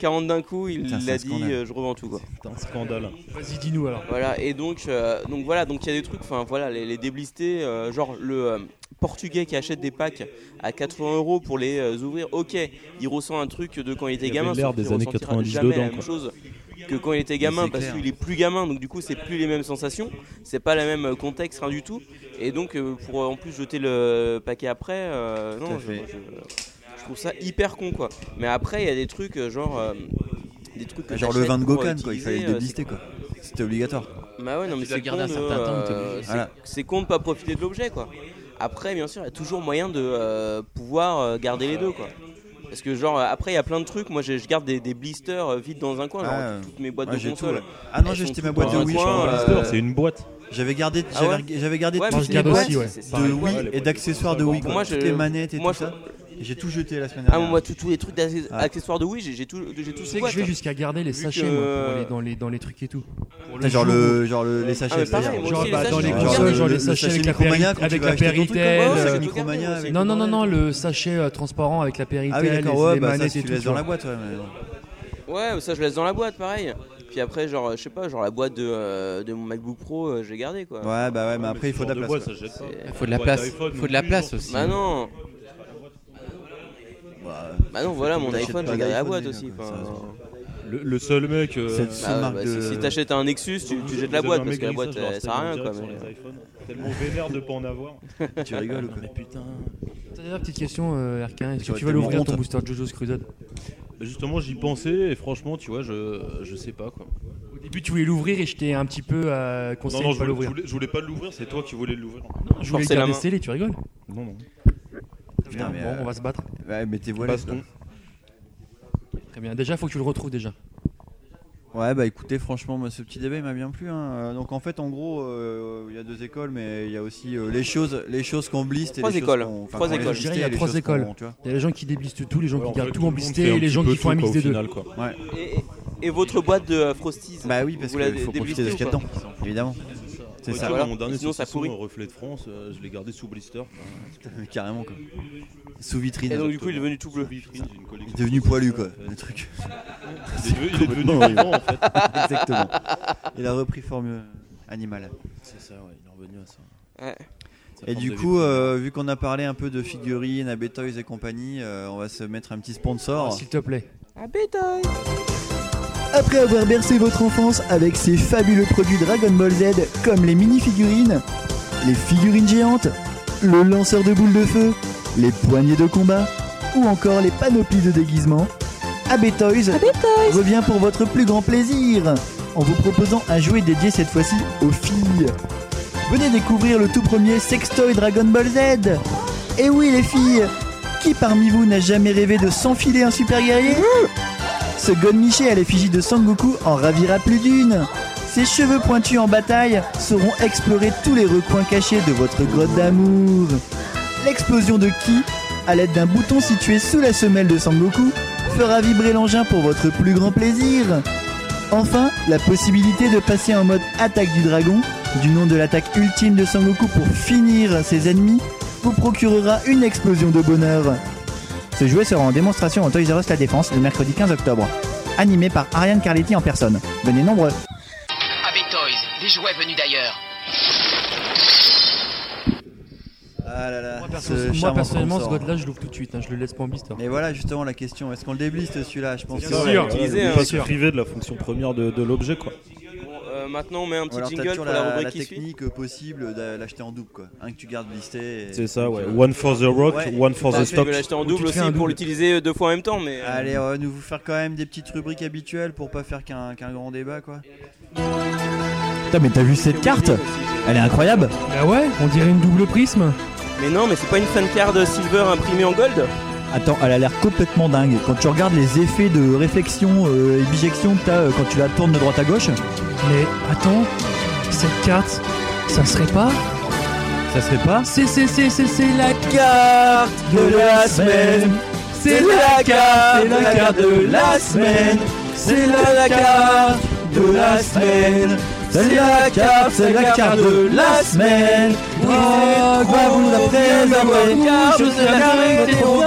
Speaker 5: 40 d'un coup, il
Speaker 3: Putain, c'est
Speaker 5: a
Speaker 3: un
Speaker 5: dit
Speaker 3: scandale.
Speaker 5: euh, je revends tout quoi.
Speaker 4: Putain, scandale.
Speaker 2: Vas-y dis-nous alors.
Speaker 5: Voilà, et donc, euh, donc voilà, donc il y a des trucs, enfin voilà, les, les déblistés, euh, genre le euh, portugais qui achète des packs à 80 euros pour les euh, ouvrir, ok, il ressent un truc de quand il était
Speaker 4: Il y
Speaker 5: gamin,
Speaker 4: avait l'air
Speaker 5: sauf
Speaker 4: des
Speaker 5: qu'il
Speaker 4: années
Speaker 5: ressentira
Speaker 4: 90
Speaker 5: jamais
Speaker 4: dedans,
Speaker 5: la même
Speaker 4: quoi.
Speaker 5: chose que quand il était
Speaker 3: Mais
Speaker 5: gamin,
Speaker 3: c'est
Speaker 5: parce
Speaker 3: clair.
Speaker 5: qu'il est plus gamin, donc du coup c'est plus les mêmes sensations, c'est pas le même euh, contexte, rien du tout, et donc euh, pour euh, en plus jeter le paquet après, euh, non,
Speaker 3: à
Speaker 5: je,
Speaker 3: fait.
Speaker 5: je- je trouve ça hyper con quoi. Mais après il y a des trucs euh, genre... euh, des trucs que
Speaker 3: Genre le
Speaker 5: j'achète
Speaker 3: vin de
Speaker 5: pour
Speaker 3: Gokan, quoi. Il
Speaker 5: utiliser,
Speaker 3: fallait
Speaker 5: euh,
Speaker 3: le
Speaker 5: c'est
Speaker 3: déblister, quoi. C'était obligatoire.
Speaker 5: bah ouais, non, mais
Speaker 6: dois
Speaker 5: c'est con,
Speaker 6: garder un
Speaker 5: de,
Speaker 6: certain temps, t'es
Speaker 5: euh,
Speaker 6: obligé.
Speaker 5: c'est-
Speaker 3: Voilà.
Speaker 5: c'est con de pas profiter de l'objet, quoi. Après, bien sûr, il y a toujours moyen de euh, pouvoir euh, garder les deux, quoi. Parce que, genre, euh, après, il y a plein de trucs. Moi, je, je garde des, des blisters euh, vides dans un coin, genre
Speaker 3: Ah, euh,
Speaker 5: toutes mes boîtes
Speaker 3: Ouais,
Speaker 5: de
Speaker 3: j'ai tout. ouais.
Speaker 5: consoles.
Speaker 3: Ah non,
Speaker 5: Elles
Speaker 3: j'ai
Speaker 5: sont
Speaker 3: acheté ma
Speaker 5: toutes
Speaker 3: boîte de
Speaker 5: dans un
Speaker 3: Wii.
Speaker 5: coin,
Speaker 3: je
Speaker 5: euh,
Speaker 3: crois.
Speaker 4: Blister, c'est une boîte.
Speaker 3: J'avais gardé,
Speaker 5: Ah
Speaker 3: j'avais
Speaker 5: ouais
Speaker 3: reg- j'avais gardé
Speaker 5: Ouais,
Speaker 2: Moi,
Speaker 5: mais
Speaker 2: je
Speaker 5: c'est
Speaker 2: garde
Speaker 5: des
Speaker 2: aussi,
Speaker 5: boîtes,
Speaker 2: ouais.
Speaker 5: c'est- c'est
Speaker 3: de
Speaker 5: des boîtes.
Speaker 3: Wii et d'accessoires de
Speaker 4: Moi,
Speaker 3: Wii. quoi.
Speaker 5: moi,
Speaker 3: toutes
Speaker 5: je-
Speaker 3: les manettes et
Speaker 5: moi,
Speaker 3: tout ça. J'ai tout jeté la semaine
Speaker 5: Ah, moi,
Speaker 3: dernière.
Speaker 5: tous tous les trucs d'acc- accessoires de Wii, j'ai- j'ai tout, j'ai tout
Speaker 2: Tu
Speaker 5: sous
Speaker 2: sais que
Speaker 5: boîte. hein.
Speaker 2: je vais jusqu'à garder les
Speaker 5: Vu
Speaker 2: sachets
Speaker 5: que-
Speaker 2: moi, pour aller dans les dans les trucs et tout. Pour
Speaker 3: T'as genre
Speaker 2: jour
Speaker 3: le, genre le, les
Speaker 5: Ah, mais
Speaker 3: sachets.
Speaker 5: pareil,
Speaker 3: c'est-à-dire.
Speaker 5: moi
Speaker 2: où-
Speaker 5: aussi,
Speaker 2: Genre bah,
Speaker 5: les
Speaker 2: dans les
Speaker 5: sachets,
Speaker 2: consoles,
Speaker 5: regarde,
Speaker 2: genre
Speaker 3: le-
Speaker 2: les
Speaker 3: le
Speaker 2: sachets
Speaker 3: sachet
Speaker 2: avec la
Speaker 3: Micromania,
Speaker 2: Péritel-
Speaker 3: quand tu
Speaker 2: avec
Speaker 3: vas
Speaker 2: la
Speaker 3: acheter ton truc,
Speaker 2: Péritel.
Speaker 5: comment ça,
Speaker 2: euh,
Speaker 5: c'est
Speaker 3: Micromania, c'est-
Speaker 2: Non non non non le sachet euh, transparent avec la Péritel
Speaker 3: Ah oui,
Speaker 2: et
Speaker 3: d'accord,
Speaker 2: les
Speaker 3: ouais,
Speaker 2: les
Speaker 3: bah ça,
Speaker 2: manettes
Speaker 3: tu
Speaker 2: et tout.
Speaker 3: laisses
Speaker 2: tu
Speaker 3: dans la
Speaker 2: vois.
Speaker 3: boîte. ouais, mais non.
Speaker 5: Ouais, ça, je laisse dans la boîte, pareil. Puis après, genre, je sais pas, genre la boîte de, euh, de mon MacBook Pro, euh, je l'ai gardée quoi.
Speaker 3: Ouais, bah ouais, mais après il faut de la place. quoi.
Speaker 6: Il faut de la place. faut de la place aussi.
Speaker 5: Bah non,
Speaker 3: Bah,
Speaker 5: bah non, voilà, mon
Speaker 3: t'achètes
Speaker 5: iPhone,
Speaker 3: pas
Speaker 5: j'ai gardé la
Speaker 3: d'iPhone,
Speaker 5: boîte
Speaker 3: déjà,
Speaker 5: aussi.
Speaker 3: quoi,
Speaker 5: enfin,
Speaker 3: ça,
Speaker 5: bah,
Speaker 4: Le, le seul mec. euh,
Speaker 3: Cette
Speaker 4: vous
Speaker 3: sous-marque
Speaker 5: bah,
Speaker 3: de-
Speaker 5: si si t'achètes un Nexus, tu, tu
Speaker 4: avez
Speaker 5: jettes la
Speaker 4: un
Speaker 5: boîte parce
Speaker 4: mec
Speaker 5: que la
Speaker 4: gris, ça,
Speaker 5: boîte,
Speaker 4: genre,
Speaker 5: euh, ça
Speaker 4: c'est
Speaker 5: sert à rien
Speaker 4: direct
Speaker 5: quoi.
Speaker 4: sur
Speaker 5: mais-
Speaker 4: les iPhones. Tellement vénère de pas en avoir.
Speaker 3: tu rigoles ou quoi
Speaker 4: Putain.
Speaker 2: D'ailleurs, petite question, euh, Erkin. Est-ce que
Speaker 3: J'aurais
Speaker 2: tu vas
Speaker 3: tellement
Speaker 2: l'ouvrir
Speaker 3: honte.
Speaker 2: ton booster Jojo's Crusade
Speaker 4: Justement, j'y pensais et franchement, tu vois, je, je sais pas quoi.
Speaker 2: Au début, tu voulais l'ouvrir et je t'ai un petit peu euh,
Speaker 4: Non,
Speaker 2: conseillé
Speaker 4: non,
Speaker 2: de
Speaker 4: je
Speaker 2: pas
Speaker 4: voulais, je
Speaker 2: l'ouvrir.
Speaker 4: voulais- je voulais pas l'ouvrir, c'est toi qui voulais l'ouvrir.
Speaker 2: Je voulais le
Speaker 5: forcer la
Speaker 2: garder
Speaker 5: main.
Speaker 2: scellé, tu rigoles
Speaker 4: Non, non.
Speaker 3: Putain, mais,
Speaker 2: bon,
Speaker 3: euh,
Speaker 2: on va se battre.
Speaker 3: Ouais, mais t'es voilé.
Speaker 4: Baston.
Speaker 2: Très bien. Déjà, faut que tu le retrouves déjà.
Speaker 3: Ouais, bah écoutez, franchement, moi, ce petit débat il m'a bien plu. hein. Euh, Donc en fait, en gros, euh, il y a deux écoles, mais il y a aussi euh, les choses, les choses qu'on bliste et
Speaker 5: Trois
Speaker 3: les choses
Speaker 5: écoles.
Speaker 3: qu'on- enfin,
Speaker 5: Trois
Speaker 3: qu'on
Speaker 5: écoles.
Speaker 3: laisse
Speaker 2: Je dirais,
Speaker 3: blister
Speaker 2: il y a
Speaker 3: et les
Speaker 2: trois
Speaker 3: choses
Speaker 2: écoles.
Speaker 3: qu'on- tu vois.
Speaker 2: Il y a les gens qui déblistent tout, les gens
Speaker 4: Ouais, en
Speaker 2: qui gardent
Speaker 4: fait,
Speaker 2: tout
Speaker 4: le
Speaker 2: en
Speaker 4: monde
Speaker 2: blisté
Speaker 4: fait un
Speaker 2: et les
Speaker 4: petit
Speaker 2: gens
Speaker 4: peu
Speaker 2: qui font un
Speaker 4: tout,
Speaker 2: mix
Speaker 4: quoi,
Speaker 2: des
Speaker 4: au
Speaker 2: deux.
Speaker 4: final, quoi.
Speaker 3: Ouais.
Speaker 5: Et, et votre boîte de euh, Frosties
Speaker 3: Bah oui, parce
Speaker 5: vous l'avez
Speaker 3: qu'il faut profiter
Speaker 5: déblistée
Speaker 3: de ce qu'il y a
Speaker 5: ou pas
Speaker 3: dedans, évidemment. C'est
Speaker 4: Ouais,
Speaker 3: ça,
Speaker 4: tu vois,
Speaker 5: Voilà.
Speaker 4: Mon dernier,
Speaker 5: Sinon, ça
Speaker 4: saucisson,
Speaker 5: pourrit.
Speaker 4: euh, reflet de France, euh, je l'ai gardé sous blister.
Speaker 3: carrément quoi. Sous vitrine.
Speaker 5: Et donc du coup, il est devenu tout bleu.
Speaker 3: Il est devenu poilu quoi, le truc.
Speaker 4: Il est devenu- il est devenu
Speaker 3: Complètement
Speaker 4: vivant en fait.
Speaker 3: Exactement. Il a repris forme euh, animale.
Speaker 4: C'est ça, ouais, il est revenu à ça.
Speaker 5: Ouais.
Speaker 4: Sa
Speaker 3: Et
Speaker 4: forme
Speaker 3: du
Speaker 4: de
Speaker 3: coup,
Speaker 4: vie.
Speaker 3: euh, vu qu'on a parlé un peu de figurines, Abbey Toys et compagnie, euh, on va se mettre un petit sponsor.
Speaker 2: S'il te plaît.
Speaker 5: Ah bétail
Speaker 1: Après avoir bercé votre enfance avec ces fabuleux produits Dragon Ball Z comme les mini-figurines, les figurines géantes, le lanceur de boules de feu, les poignées de combat ou encore les panoplies de déguisement, AB Toys revient pour votre plus grand plaisir en vous proposant un jouet dédié cette fois-ci aux filles. Venez découvrir le tout premier sextoy Dragon Ball Z Et oui les filles Qui parmi vous n'a jamais rêvé de s'enfiler un super guerrier ce Gonmiché à l'effigie de Sangoku en ravira plus d'une. Ses cheveux pointus en bataille sauront explorer tous les recoins cachés de votre grotte d'amour. L'explosion de Ki, à l'aide d'un bouton situé sous la semelle de Sangoku, fera vibrer l'engin pour votre plus grand plaisir. Enfin, la possibilité de passer en mode attaque du dragon, du nom de l'attaque ultime de Sangoku pour finir ses ennemis, vous procurera une explosion de bonheur. Ce jouet sera en démonstration au Toys R Us La Défense le mercredi 15 octobre. Animé par Ariane Carletti en personne. Venez nombreux.
Speaker 9: AB Toys, des jouets venus d'ailleurs.
Speaker 3: Ah là là,
Speaker 2: Moi,
Speaker 3: ce
Speaker 2: perso- moi,
Speaker 3: charmant
Speaker 2: personnellement, ce
Speaker 3: sponsor.
Speaker 2: god là je l'ouvre tout de suite. hein, Je le laisse pas en blister.
Speaker 3: Mais voilà justement la question, est-ce qu'on le débliste celui-là Je pense
Speaker 2: C'est
Speaker 3: que
Speaker 2: sûr.
Speaker 4: Ouais,
Speaker 5: Utilisé,
Speaker 4: ouais,
Speaker 5: hein,
Speaker 4: on peut
Speaker 2: sûr.
Speaker 4: se priver de la fonction première de, de l'objet quoi.
Speaker 5: Bon, euh, maintenant, on met un
Speaker 3: Ou
Speaker 5: petit
Speaker 3: alors t'as
Speaker 5: jingle
Speaker 3: toujours
Speaker 5: pour
Speaker 3: la,
Speaker 5: la
Speaker 3: la
Speaker 5: rubrique qui suit.
Speaker 3: technique euh, possible de l'acheter en double quoi. Un que tu gardes blisté. et-
Speaker 4: C'est ça, ouais.
Speaker 3: Donc, euh,
Speaker 4: One for the rock,
Speaker 3: Ouais.
Speaker 4: one for
Speaker 5: Bah,
Speaker 4: the
Speaker 5: je
Speaker 4: stock.
Speaker 5: vais l'acheter en
Speaker 2: Ou tu
Speaker 5: double
Speaker 2: te
Speaker 5: aussi
Speaker 2: fais un
Speaker 5: pour
Speaker 2: double.
Speaker 5: l'utiliser deux fois en même temps, mais. euh,
Speaker 3: Allez, on va nous vous faire quand même des petites rubriques habituelles pour pas faire qu'un qu'un grand débat quoi.
Speaker 1: Putain, mais t'as vu cette carte Elle est incroyable
Speaker 2: Ah ouais On dirait une double prisme.
Speaker 5: Mais non, mais c'est pas une fan card silver imprimée en gold
Speaker 1: Attends, elle a l'air complètement dingue. Quand tu regardes les effets de réflexion euh, et bijection que t'as euh, quand tu la tournes de droite à gauche,
Speaker 2: Mais attends, cette carte, ça serait pas
Speaker 1: ça serait pas
Speaker 2: C'est c'est c'est c'est c'est la
Speaker 1: Carte
Speaker 2: de la semaine. Bah, c'est la carte,
Speaker 1: C'est la carte de la semaine.
Speaker 2: C'est
Speaker 1: la carte de la semaine. C'est la carte, c'est la carte de la semaine. Oui, c'est quoi vous la préserver Je sais la carte pour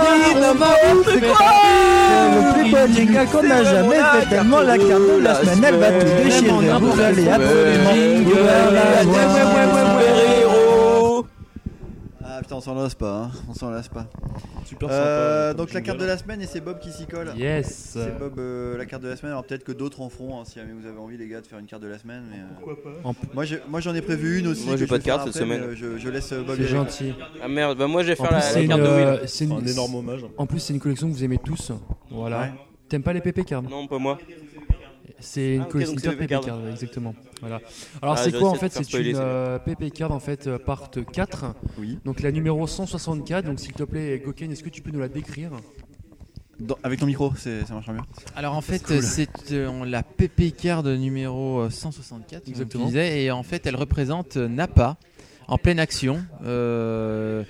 Speaker 1: le plus beau jingle qu'on a jamais fait tellement la carte de la semaine elle va tout déchirer vous allez absolument vous allez la voir.
Speaker 3: Ah putain, on s'en lasse pas, hein. on s'en lasse pas.
Speaker 4: Super
Speaker 3: Euh,
Speaker 4: sympa.
Speaker 3: donc la carte de la semaine et c'est Bob qui s'y colle.
Speaker 2: Yes.
Speaker 3: C'est Bob euh, la carte de la semaine. Alors peut-être que d'autres en feront hein, si jamais vous avez envie les gars de faire une carte de la semaine. Mais, euh,
Speaker 2: En-
Speaker 3: Moi j'ai- moi, j'en ai prévu une aussi.
Speaker 5: Moi,
Speaker 3: que
Speaker 5: j'ai
Speaker 3: je
Speaker 5: pas
Speaker 3: vais
Speaker 5: de carte
Speaker 3: faire
Speaker 5: cette
Speaker 3: après,
Speaker 5: semaine.
Speaker 3: mais, euh, Je, je laisse euh, Bob.
Speaker 2: C'est
Speaker 3: les-
Speaker 2: gentil.
Speaker 5: Ah merde, bah moi je vais
Speaker 2: En
Speaker 5: faire
Speaker 2: plus,
Speaker 5: la, la
Speaker 2: c'est une,
Speaker 5: carte de Will.
Speaker 2: euh, c'est une-
Speaker 4: Un énorme hommage. hein.
Speaker 2: En plus, c'est une collection que vous aimez tous. Voilà.
Speaker 3: Ouais.
Speaker 2: T'aimes pas les PP cards
Speaker 5: Non, pas moi.
Speaker 2: C'est une
Speaker 5: Ah, ok,
Speaker 2: collection
Speaker 5: donc c'est
Speaker 2: PP
Speaker 5: PP card.
Speaker 2: cards, exactement. Voilà. Alors
Speaker 5: Ah,
Speaker 2: c'est
Speaker 5: j'ai
Speaker 2: quoi en
Speaker 5: réussi à
Speaker 2: fait
Speaker 5: te faire
Speaker 2: C'est
Speaker 5: spoiler,
Speaker 2: une
Speaker 5: c'est bien.
Speaker 2: euh, PP card en fait euh, part 4.
Speaker 3: Oui.
Speaker 2: Donc la numéro 164. Donc s'il te plaît, Goken, est-ce que tu peux nous la décrire
Speaker 3: Dans- avec ton micro, c'est- ça marchera mieux.
Speaker 6: Alors en fait, euh, c'est euh, on la PP card numéro euh, 164, comme
Speaker 2: Exactement.
Speaker 6: tu disais, et en fait, elle représente euh, Napa en pleine action. euh,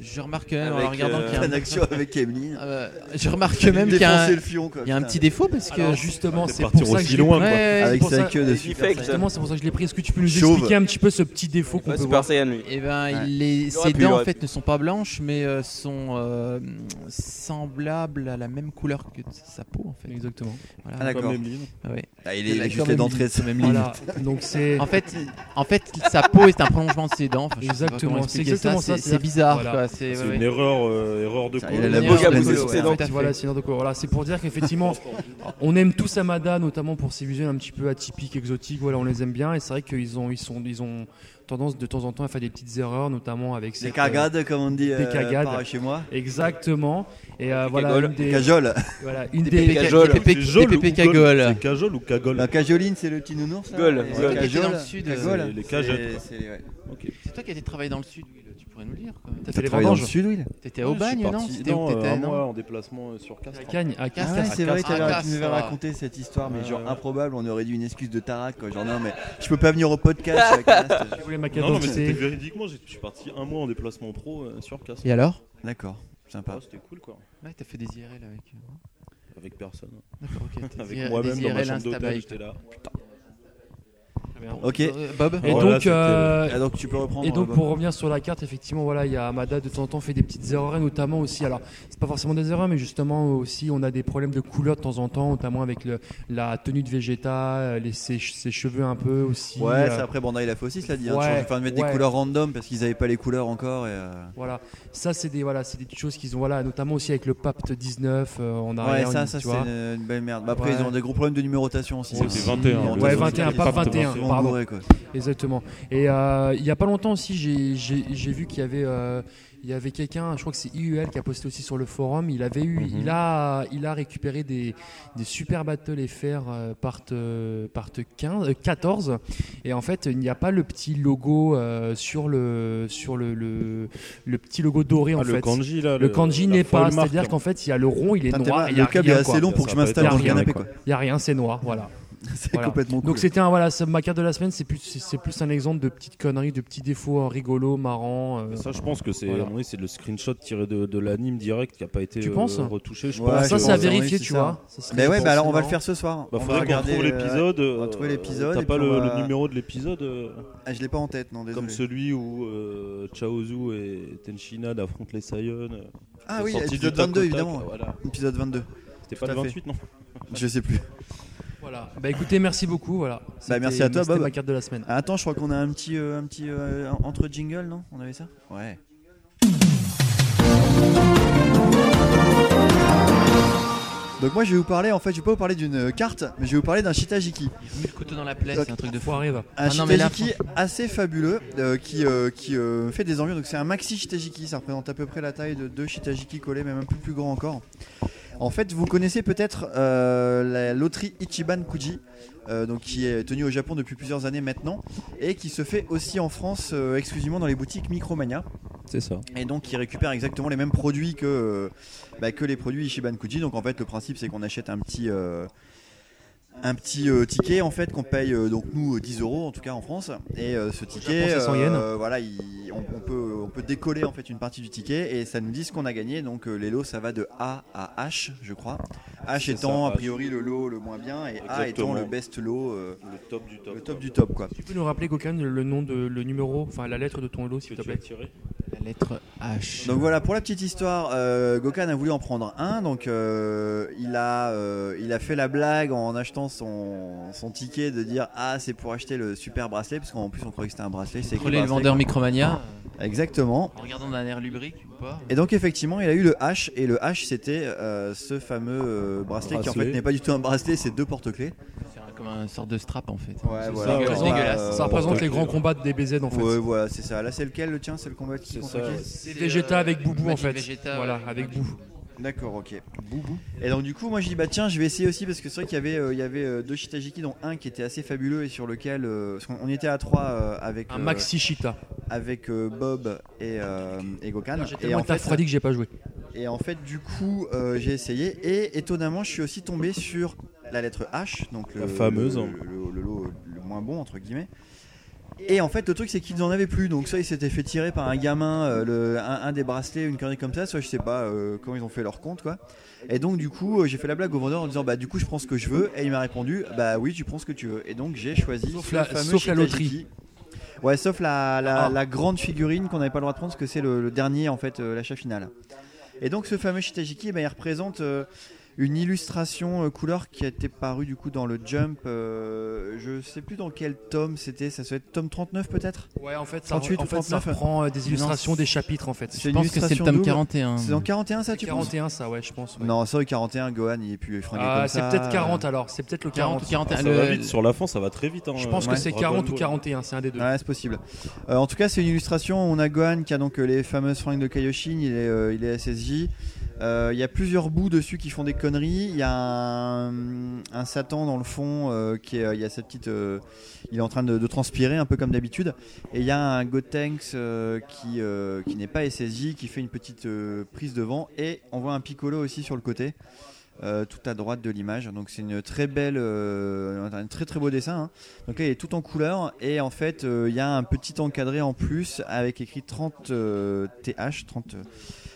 Speaker 6: Je remarque même en
Speaker 5: Avec,
Speaker 6: regardant
Speaker 5: euh,
Speaker 6: qu'il y a
Speaker 3: Une
Speaker 6: un-
Speaker 3: action avec Emeline.
Speaker 6: Ah bah, je remarque même qu'il y a un,
Speaker 3: Défoncer le fion, quoi.
Speaker 6: il y a un
Speaker 3: putain.
Speaker 6: petit défaut parce que
Speaker 2: Alors justement,
Speaker 4: de
Speaker 2: c'est pour
Speaker 4: partir
Speaker 2: ça que
Speaker 4: aussi
Speaker 2: Ah, je l'ai
Speaker 4: loin,
Speaker 2: pris.
Speaker 4: quoi.
Speaker 6: Ah,
Speaker 2: Ouais,
Speaker 3: Avec
Speaker 2: c'est pour
Speaker 3: sa
Speaker 2: ça-
Speaker 3: queue de
Speaker 5: Les
Speaker 3: Super
Speaker 5: effects.
Speaker 3: Saiyan.
Speaker 2: Justement, c'est pour ça que je l'ai pris. Est-ce que tu peux nous
Speaker 3: Chauve.
Speaker 2: expliquer un petit peu ce petit défaut qu'on
Speaker 5: Ouais,
Speaker 2: peut
Speaker 5: Super
Speaker 2: voir
Speaker 5: Saiyan, lui.
Speaker 6: eh ben,
Speaker 3: Ouais.
Speaker 6: il est-
Speaker 5: aurait
Speaker 6: ses
Speaker 5: pu, il
Speaker 6: dents en
Speaker 5: aurait
Speaker 6: fait
Speaker 5: pu.
Speaker 6: ne sont pas blanches mais euh, sont euh, semblables à la même couleur que sa peau en fait.
Speaker 2: Exactement.
Speaker 3: Ah, d'accord.
Speaker 6: Ah ouais.
Speaker 3: Ah, il est il a juste les dents très.
Speaker 6: C'est même
Speaker 2: Voilà. Donc c'est
Speaker 6: En fait, en fait, sa peau est un prolongement de ses dents. Enfin, je sais pas comment
Speaker 2: Exactement,
Speaker 6: expliquer
Speaker 2: c'est exactement
Speaker 6: ça.
Speaker 2: ça,
Speaker 6: C'est- C'est
Speaker 2: c'est-à-dire-
Speaker 6: bizarre.
Speaker 2: voilà.
Speaker 6: quoi, c'est-
Speaker 4: C'est
Speaker 6: ouais,
Speaker 4: une
Speaker 6: ouais.
Speaker 4: erreur, euh, erreur de
Speaker 3: Ça,
Speaker 4: coup.
Speaker 3: il a la
Speaker 6: Ouais,
Speaker 3: bouche
Speaker 6: ouais,
Speaker 3: pleine de
Speaker 6: ouais,
Speaker 3: sous
Speaker 6: ouais,
Speaker 3: ses
Speaker 6: tout
Speaker 3: dents.
Speaker 6: à fait.
Speaker 2: voilà, c'est n'importe quoi. Voilà, c'est pour dire qu'effectivement, on aime tous Amada, notamment pour ses visuels un petit peu atypiques, exotiques. Voilà, on les aime bien. Et c'est vrai qu'ils ont, ils sont, ils ont tendance de temps en temps à faire des petites erreurs, notamment avec
Speaker 3: Des
Speaker 2: cette, euh,
Speaker 3: cagades, comme on dit
Speaker 2: Des
Speaker 3: euh,
Speaker 2: cagades.
Speaker 3: par chez moi.
Speaker 2: Exactement. Et euh, voilà,
Speaker 5: cagoles.
Speaker 2: une des,
Speaker 3: Cajole.
Speaker 2: voilà, une
Speaker 6: Des
Speaker 2: des-
Speaker 6: pépés
Speaker 5: cagoles.
Speaker 6: des pépés-
Speaker 4: C'est Jol
Speaker 6: des pépés
Speaker 4: ou Gol
Speaker 6: cagoles.
Speaker 4: C'est Cajol ou Cagole
Speaker 3: La cajoline, c'est le petit nounours. là
Speaker 5: Gaulle,
Speaker 3: Et
Speaker 5: Gaulle.
Speaker 3: la
Speaker 6: Qui était dans
Speaker 3: Cajole.
Speaker 6: le sud,
Speaker 3: la
Speaker 6: euh,
Speaker 3: Gaule,
Speaker 4: c'est les
Speaker 3: c'est-
Speaker 4: cagettes.
Speaker 3: c'est- ouais.
Speaker 4: Ok.
Speaker 6: C'est toi qui as été travailler dans le sud. Will, Tu pourrais nous le dire. quoi.
Speaker 2: T'as fait les
Speaker 3: Travaille dans le
Speaker 2: vendanges
Speaker 3: sud, Will
Speaker 6: T'étais au bagne, non C'était où
Speaker 4: euh,
Speaker 6: t'étais
Speaker 4: un
Speaker 6: non
Speaker 4: mois en déplacement euh, sur Castres.
Speaker 2: à Cagnes, à
Speaker 3: Ah
Speaker 2: Castres.
Speaker 3: ouais,
Speaker 6: Castres,
Speaker 3: c'est vrai,
Speaker 6: Castres,
Speaker 3: t'avais- tu
Speaker 6: Castres,
Speaker 3: nous avais
Speaker 6: ça.
Speaker 3: raconté cette histoire, mais
Speaker 4: Ouais,
Speaker 3: genre
Speaker 4: ouais.
Speaker 3: improbable, on aurait dû une excuse de Tarak, quoi. Genre non, mais je peux pas venir au podcast. je suis à Castres.
Speaker 2: Je voulais ma
Speaker 4: Non, non, mais
Speaker 2: cadence,
Speaker 4: c'était
Speaker 2: c'est-
Speaker 4: véridiquement, j'ai- je suis parti un mois en déplacement pro euh, sur Castres.
Speaker 6: Et alors
Speaker 3: D'accord, sympa.
Speaker 4: Ah, C'était cool quoi.
Speaker 6: Ouais, t'as fait des IRL avec.
Speaker 4: Avec personne.
Speaker 6: D'accord, ok. t'as
Speaker 4: Avec
Speaker 6: des-
Speaker 4: moi-même
Speaker 6: des
Speaker 4: dans ma
Speaker 6: IRL
Speaker 4: chambre d'hôtel,
Speaker 6: Instabike.
Speaker 4: j'étais là. Ah,
Speaker 3: Ok,
Speaker 6: Euh, Bob
Speaker 2: Et
Speaker 4: Voilà,
Speaker 2: donc,
Speaker 4: c'était-
Speaker 2: euh,
Speaker 3: Ah, donc tu peux reprendre.
Speaker 2: Et donc
Speaker 3: Bob.
Speaker 2: pour revenir sur la carte, effectivement, voilà, il y a Amada de temps en temps fait des petites erreurs, et notamment aussi. Alors c'est pas forcément des erreurs, mais justement aussi on a des problèmes de couleur de temps en temps, notamment avec le, la tenue de Vegeta, euh, les, ses, ses cheveux un peu aussi.
Speaker 3: Ouais,
Speaker 2: euh,
Speaker 3: ça après Bandai l'a fait aussi, cela dit. Hein,
Speaker 2: Ouais,
Speaker 3: de changer- enfin, de mettre des
Speaker 2: ouais.
Speaker 3: couleurs random parce qu'ils avaient pas les couleurs encore. Et, euh,
Speaker 2: Voilà, ça c'est des voilà, c'est des choses qu'ils ont voilà, notamment aussi avec le Pacte 19 euh, en
Speaker 3: ouais,
Speaker 2: arrière.
Speaker 3: ça,
Speaker 2: tu
Speaker 3: ça c'est
Speaker 2: vois.
Speaker 3: une, une belle merde. Bah, après,
Speaker 2: Ouais.
Speaker 3: ils ont des gros problèmes de numérotation aussi.
Speaker 4: C'était
Speaker 3: hein.
Speaker 4: 21.
Speaker 2: Ouais,
Speaker 3: Ils ont-
Speaker 2: 21, pas
Speaker 3: ils sont
Speaker 2: 21,
Speaker 3: vraiment
Speaker 2: pardon.
Speaker 3: bourrés, quoi.
Speaker 2: Exactement. Et euh, il y a pas longtemps aussi, j'ai- j'ai j'ai vu qu'il y avait, euh, il y avait quelqu'un, je crois que c'est IUL qui a posté aussi sur le forum. Il avait
Speaker 4: Mhm.
Speaker 2: eu, il a, il a récupéré des, des super battle FR euh, part, euh, part 15, euh, 14. Et en fait, il n'y a pas le petit logo euh, sur le, sur le, le, le petit logo doré en
Speaker 4: Ah,
Speaker 2: fait.
Speaker 4: le kanji là.
Speaker 2: Le kanji
Speaker 4: la
Speaker 2: n'est pas,
Speaker 4: hallmark,
Speaker 2: c'est-à-dire
Speaker 4: hein.
Speaker 2: qu'en fait, il y a le rond, il est
Speaker 3: Putain, t'es
Speaker 2: noir,
Speaker 3: mal,
Speaker 2: et il y a
Speaker 3: le câble est
Speaker 2: rien,
Speaker 3: assez
Speaker 2: quoi.
Speaker 3: long pour
Speaker 4: Ça
Speaker 3: que je
Speaker 4: va
Speaker 3: m'installe
Speaker 2: être
Speaker 3: dans le
Speaker 2: bien,
Speaker 3: canapé.
Speaker 4: quoi.
Speaker 3: quoi.
Speaker 2: Il y a rien, c'est noir, voilà.
Speaker 3: C'est
Speaker 2: Voilà.
Speaker 3: complètement cool.
Speaker 2: Donc c'était un voilà, ça- ma carte de la semaine, c'est plus c'est c'est plus un exemple de petite connerie, de petits défauts euh, rigolos, marrants. euh.
Speaker 4: hein. Ça, je pense que c'est
Speaker 2: Voilà.
Speaker 4: à mon avis, c'est le screenshot tiré de, de l'anime direct qui a pas été
Speaker 2: Tu
Speaker 4: euh,
Speaker 2: penses hein.
Speaker 4: retouché. Je
Speaker 3: Ouais,
Speaker 4: pense.
Speaker 2: ça
Speaker 3: je
Speaker 2: c'est à
Speaker 3: pense,
Speaker 2: vérifier,
Speaker 3: oui,
Speaker 2: tu
Speaker 3: c'est ça.
Speaker 2: vois. Ça serait-
Speaker 3: Mais ouais,
Speaker 2: je
Speaker 3: bah
Speaker 2: pense,
Speaker 3: alors on va
Speaker 2: non.
Speaker 3: le faire ce soir.
Speaker 4: Bah,
Speaker 3: On
Speaker 4: faudrait
Speaker 3: va
Speaker 4: qu'on retrouve
Speaker 3: regarder, euh,
Speaker 4: l'épisode.
Speaker 3: va
Speaker 4: euh,
Speaker 3: trouver l'épisode et
Speaker 4: T'as pas
Speaker 3: puis on
Speaker 4: le,
Speaker 3: va-
Speaker 4: le numéro de l'épisode euh,
Speaker 3: Ah, je l'ai pas en tête, non, désolé.
Speaker 4: comme celui où euh, Chaozu et Tenshinhan affrontent les Saiyans. euh,
Speaker 3: Ah
Speaker 4: sont
Speaker 3: oui,
Speaker 4: sortis du
Speaker 3: épisode
Speaker 4: tac au
Speaker 3: 22,
Speaker 4: tac,
Speaker 3: évidemment.
Speaker 4: euh, voilà.
Speaker 3: Épisode 22.
Speaker 4: C'était
Speaker 3: Tout
Speaker 4: pas le
Speaker 3: à fait.
Speaker 4: 28 non
Speaker 3: Je sais plus.
Speaker 2: Voilà. Bah écoutez, merci beaucoup, voilà. C'était-
Speaker 3: Bah, merci à toi,
Speaker 2: c'était
Speaker 3: Bob.
Speaker 2: ma carte de la semaine.
Speaker 3: Ah, attends, je crois qu'on a un petit, euh, un petit euh, entre jingle, non On avait ça Ouais. Donc moi je vais vous parler, en fait je vais pas vous parler d'une carte, mais je vais vous parler d'un shitajiki.
Speaker 6: Mets le couteau dans la plaie, c'est un truc de fou.
Speaker 2: Foiré, va.
Speaker 3: Un
Speaker 6: Ah non, mais là,
Speaker 3: shitajiki assez fabuleux euh, qui, euh, qui euh, fait des envieux. Donc c'est un maxi shitajiki, ça représente à peu près la taille de deux shitajiki collés, même un peu plus grand encore. En fait, vous connaissez peut-être euh, la loterie Ichiban Kuji, euh, donc qui est tenue au Japon depuis plusieurs années maintenant, et qui se fait aussi en France euh, exclusivement dans les boutiques Micromania,
Speaker 4: C'est ça.
Speaker 3: et donc qui récupère exactement les mêmes produits que, euh, bah, que les produits Ichiban Kuji. Donc en fait, le principe c'est qu'on achète un petit euh, un petit euh, ticket en fait qu'on paye euh, donc nous euh, 10 euros en tout cas en France et euh, ce ticket
Speaker 2: Japon, c'est 100 yens.
Speaker 3: euh, voilà il- on, on peut on peut décoller en fait une partie du ticket et ça nous dit ce qu'on a gagné donc euh, les lots ça va de A à H je crois H
Speaker 4: C'est
Speaker 3: étant
Speaker 4: ça,
Speaker 3: a priori le lot le moins bien et A étant
Speaker 4: Exactement.
Speaker 3: le best lot euh,
Speaker 4: Le top du top. euh,
Speaker 3: le top du top quoi
Speaker 2: Tu peux nous rappeler Gokan le nom de le numéro, enfin la lettre de ton lot s'il te
Speaker 4: que tu as
Speaker 2: plaît.
Speaker 4: tiré.
Speaker 6: La lettre H.
Speaker 3: Donc voilà, pour la petite histoire, euh, Gokan a voulu en prendre un, donc euh, il, a, euh, il a fait la blague en achetant son, son ticket de dire Ah, c'est pour acheter le super bracelet, parce qu'en plus on croyait que c'était un bracelet. C'est écrit
Speaker 6: Brûler le
Speaker 3: bracelet,
Speaker 6: vendeur Micromania.
Speaker 3: quoi. Exactement.
Speaker 6: En regardant d'un air lubrique ou pas
Speaker 3: Et donc effectivement, il a eu le H, et le H c'était euh, ce fameux euh, bracelet, qui en
Speaker 4: Bracelet.
Speaker 3: fait n'est pas du tout un bracelet, c'est deux porte-clés.
Speaker 6: C'est un- comme une sorte de strap en fait.
Speaker 3: Ouais,
Speaker 4: voilà.
Speaker 6: C'est
Speaker 4: Ouais,
Speaker 6: dégueulasse.
Speaker 3: ouais,
Speaker 2: Ça représente
Speaker 4: ouais.
Speaker 2: les grands combats de DBZ en fait.
Speaker 3: Ouais, voilà, c'est ça. Là, c'est lequel le tien C'est le combat qui
Speaker 4: C'est
Speaker 3: contre
Speaker 4: ça.
Speaker 3: qui
Speaker 4: ouais.
Speaker 6: C'est
Speaker 2: Vegeta
Speaker 6: euh,
Speaker 2: avec Boubou en
Speaker 6: Magic
Speaker 2: fait.
Speaker 6: Vegeta,
Speaker 2: voilà,
Speaker 6: ouais.
Speaker 2: avec Boubou.
Speaker 3: D'accord, ok. Et donc du coup, moi je dis bah tiens, je vais essayer aussi parce que c'est vrai qu'il y avait, euh, il y avait euh, deux shitajiki dont un qui était assez fabuleux et sur lequel euh, parce qu'on on était à trois euh, avec
Speaker 2: Un
Speaker 3: euh,
Speaker 2: Maxi Shita.
Speaker 3: avec euh, Bob et, euh, et Gokan.
Speaker 2: J'étais
Speaker 3: Et en,
Speaker 2: tellement
Speaker 3: fait,
Speaker 2: refroidi que j'ai pas joué.
Speaker 3: et en fait, du coup, euh, j'ai essayé et étonnamment, je suis aussi tombé sur la lettre H, donc le,
Speaker 4: La fameuse.
Speaker 3: le, le- le- le lot le moins bon entre guillemets. Et en fait, le truc, c'est qu'ils en avaient plus. Donc, soit ils s'étaient fait tirer par un gamin, euh, le, un, un des bracelets, une connerie comme ça, soit je sais pas euh, comment ils ont fait leur compte, quoi. Et donc, du coup, euh, j'ai fait la blague au vendeur en disant, bah, du coup, je prends ce que je veux. Et il m'a répondu, bah oui, tu prends ce que tu veux. Et donc, j'ai choisi.
Speaker 2: Sauf
Speaker 3: ce
Speaker 2: la-
Speaker 3: fameux
Speaker 2: sauf la loterie.
Speaker 3: Shiitake. Ouais, sauf la, la-
Speaker 2: Ah.
Speaker 3: la grande figurine qu'on n'avait pas le droit de prendre, parce que c'est le, le dernier, en fait, euh, l'achat final. Et donc, ce fameux Shitajiki, bah, il représente. euh, une illustration euh, couleur qui a été parue du coup dans le Jump. euh, je sais plus dans quel tome c'était, ça se être tome 39 peut-être
Speaker 2: Ouais, en fait, ça,
Speaker 3: ça- 38 ou en fait, ça 39.
Speaker 2: prend des illustrations
Speaker 3: illustrations
Speaker 2: des chapitres en fait.
Speaker 3: C'est
Speaker 6: Je
Speaker 3: une
Speaker 6: pense que c'est
Speaker 3: illustration
Speaker 6: le tome
Speaker 3: double.
Speaker 6: 41.
Speaker 3: C'est dans 41 ça tu penses
Speaker 2: 41, ça, ouais, je pense. ouais.
Speaker 3: Non, ça 41, Gohan il est plus fringué
Speaker 2: Ah,
Speaker 3: comme
Speaker 2: c'est
Speaker 3: ça. euh,
Speaker 2: peut-être 40 alors, c'est peut-être le 40.
Speaker 6: 40 ou 41.
Speaker 4: Ah, ça
Speaker 6: le-
Speaker 4: va vite, sur la fin, ça va très vite. hein,
Speaker 2: Je pense
Speaker 4: euh,
Speaker 2: que c'est
Speaker 4: Dragon
Speaker 2: 40 ou
Speaker 4: Ball.
Speaker 2: 41, c'est un des deux.
Speaker 3: Ouais, c'est possible. Euh, en tout cas, c'est une illustration. On a Gohan qui a donc euh, les fameuses fringues de Kaioshin, il est, euh, il est SSJ. Euh, Il y a plusieurs bouts dessus qui font des conneries. Il y a un, un Satan dans le fond euh, qui est, euh, il y a sa petite, euh, il est en train de, de transpirer un peu comme d'habitude. Et il y a un Gotenks euh, qui euh, qui n'est pas SSJ, qui fait une petite euh, prise devant et on voit un Piccolo aussi sur le côté. euh, tout à droite de l'image, donc c'est une très belle, euh, un très très beau dessin. hein. Donc là, il est tout en couleur et en fait, euh, il y a un petit encadré en plus avec écrit 30 euh, TH, 30. euh,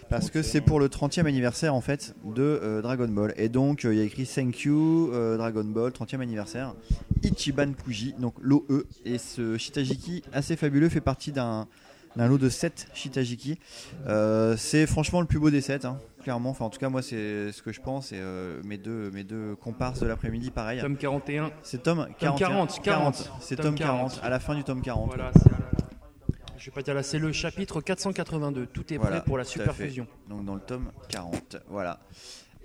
Speaker 3: parce que c'est pour le 30e anniversaire en fait de euh, Dragon Ball. Et donc euh, il y a écrit Thank you euh, Dragon Ball 30e anniversaire Ichiban Kuji, donc l'OE. Et ce Shitajiki assez fabuleux fait partie d'un d'un lot de 7 Shitajiki. Euh, c'est franchement le plus beau des 7, clairement. Enfin en tout cas moi c'est ce que je pense et euh, mes, deux, mes deux comparses de l'après-midi pareil.
Speaker 2: Tome 41.
Speaker 3: C'est tome 41.
Speaker 2: 40, 40.
Speaker 3: C'est
Speaker 2: Tome
Speaker 3: tome 40,
Speaker 2: 40,
Speaker 3: à la fin du tome 40.
Speaker 2: Voilà, c'est- je vais pas dire là, c'est le chapitre 482. Tout est
Speaker 3: Voilà,
Speaker 2: prêt pour la
Speaker 3: tout à fait.
Speaker 2: superfusion.
Speaker 3: Donc dans le tome 40, voilà.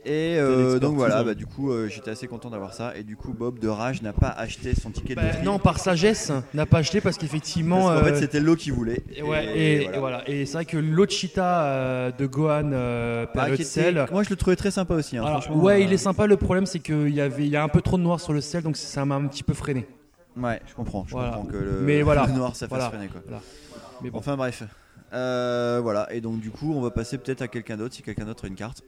Speaker 3: Et euh,
Speaker 4: l'expertise,
Speaker 3: donc voilà,
Speaker 4: hein.
Speaker 3: bah, du coup euh, j'étais assez content d'avoir ça et du coup Bob de rage n'a pas acheté son ticket de
Speaker 2: Bah,
Speaker 3: loterie.
Speaker 2: non, par sagesse, n'a pas acheté parce
Speaker 3: parce
Speaker 2: qu'effectivement.
Speaker 3: qu'en fait
Speaker 2: euh,
Speaker 3: c'était l'eau qui voulait.
Speaker 2: et, ouais, et, et voilà. Et c'est vrai que l'Ochita euh, de Gohan, euh,
Speaker 3: Bah,
Speaker 2: période
Speaker 3: qui était-
Speaker 2: sel,
Speaker 3: Moi je le trouvais très sympa aussi. hein,
Speaker 2: alors,
Speaker 3: franchement,
Speaker 2: ouais,
Speaker 3: euh,
Speaker 2: il est sympa. Le problème, c'est qu'il y avait, il y a un peu trop de noir sur le sel, donc ça m'a un petit peu freiné.
Speaker 3: Ouais, je comprends. Je
Speaker 2: Voilà.
Speaker 3: comprends que le,
Speaker 2: Mais voilà.
Speaker 3: le noir ça fasse
Speaker 2: Voilà.
Speaker 3: freiner quoi.
Speaker 2: Voilà. Mais bon.
Speaker 3: Enfin bref. Euh, voilà, et donc du coup on va passer peut-être à quelqu'un d'autre si quelqu'un d'autre a une carte.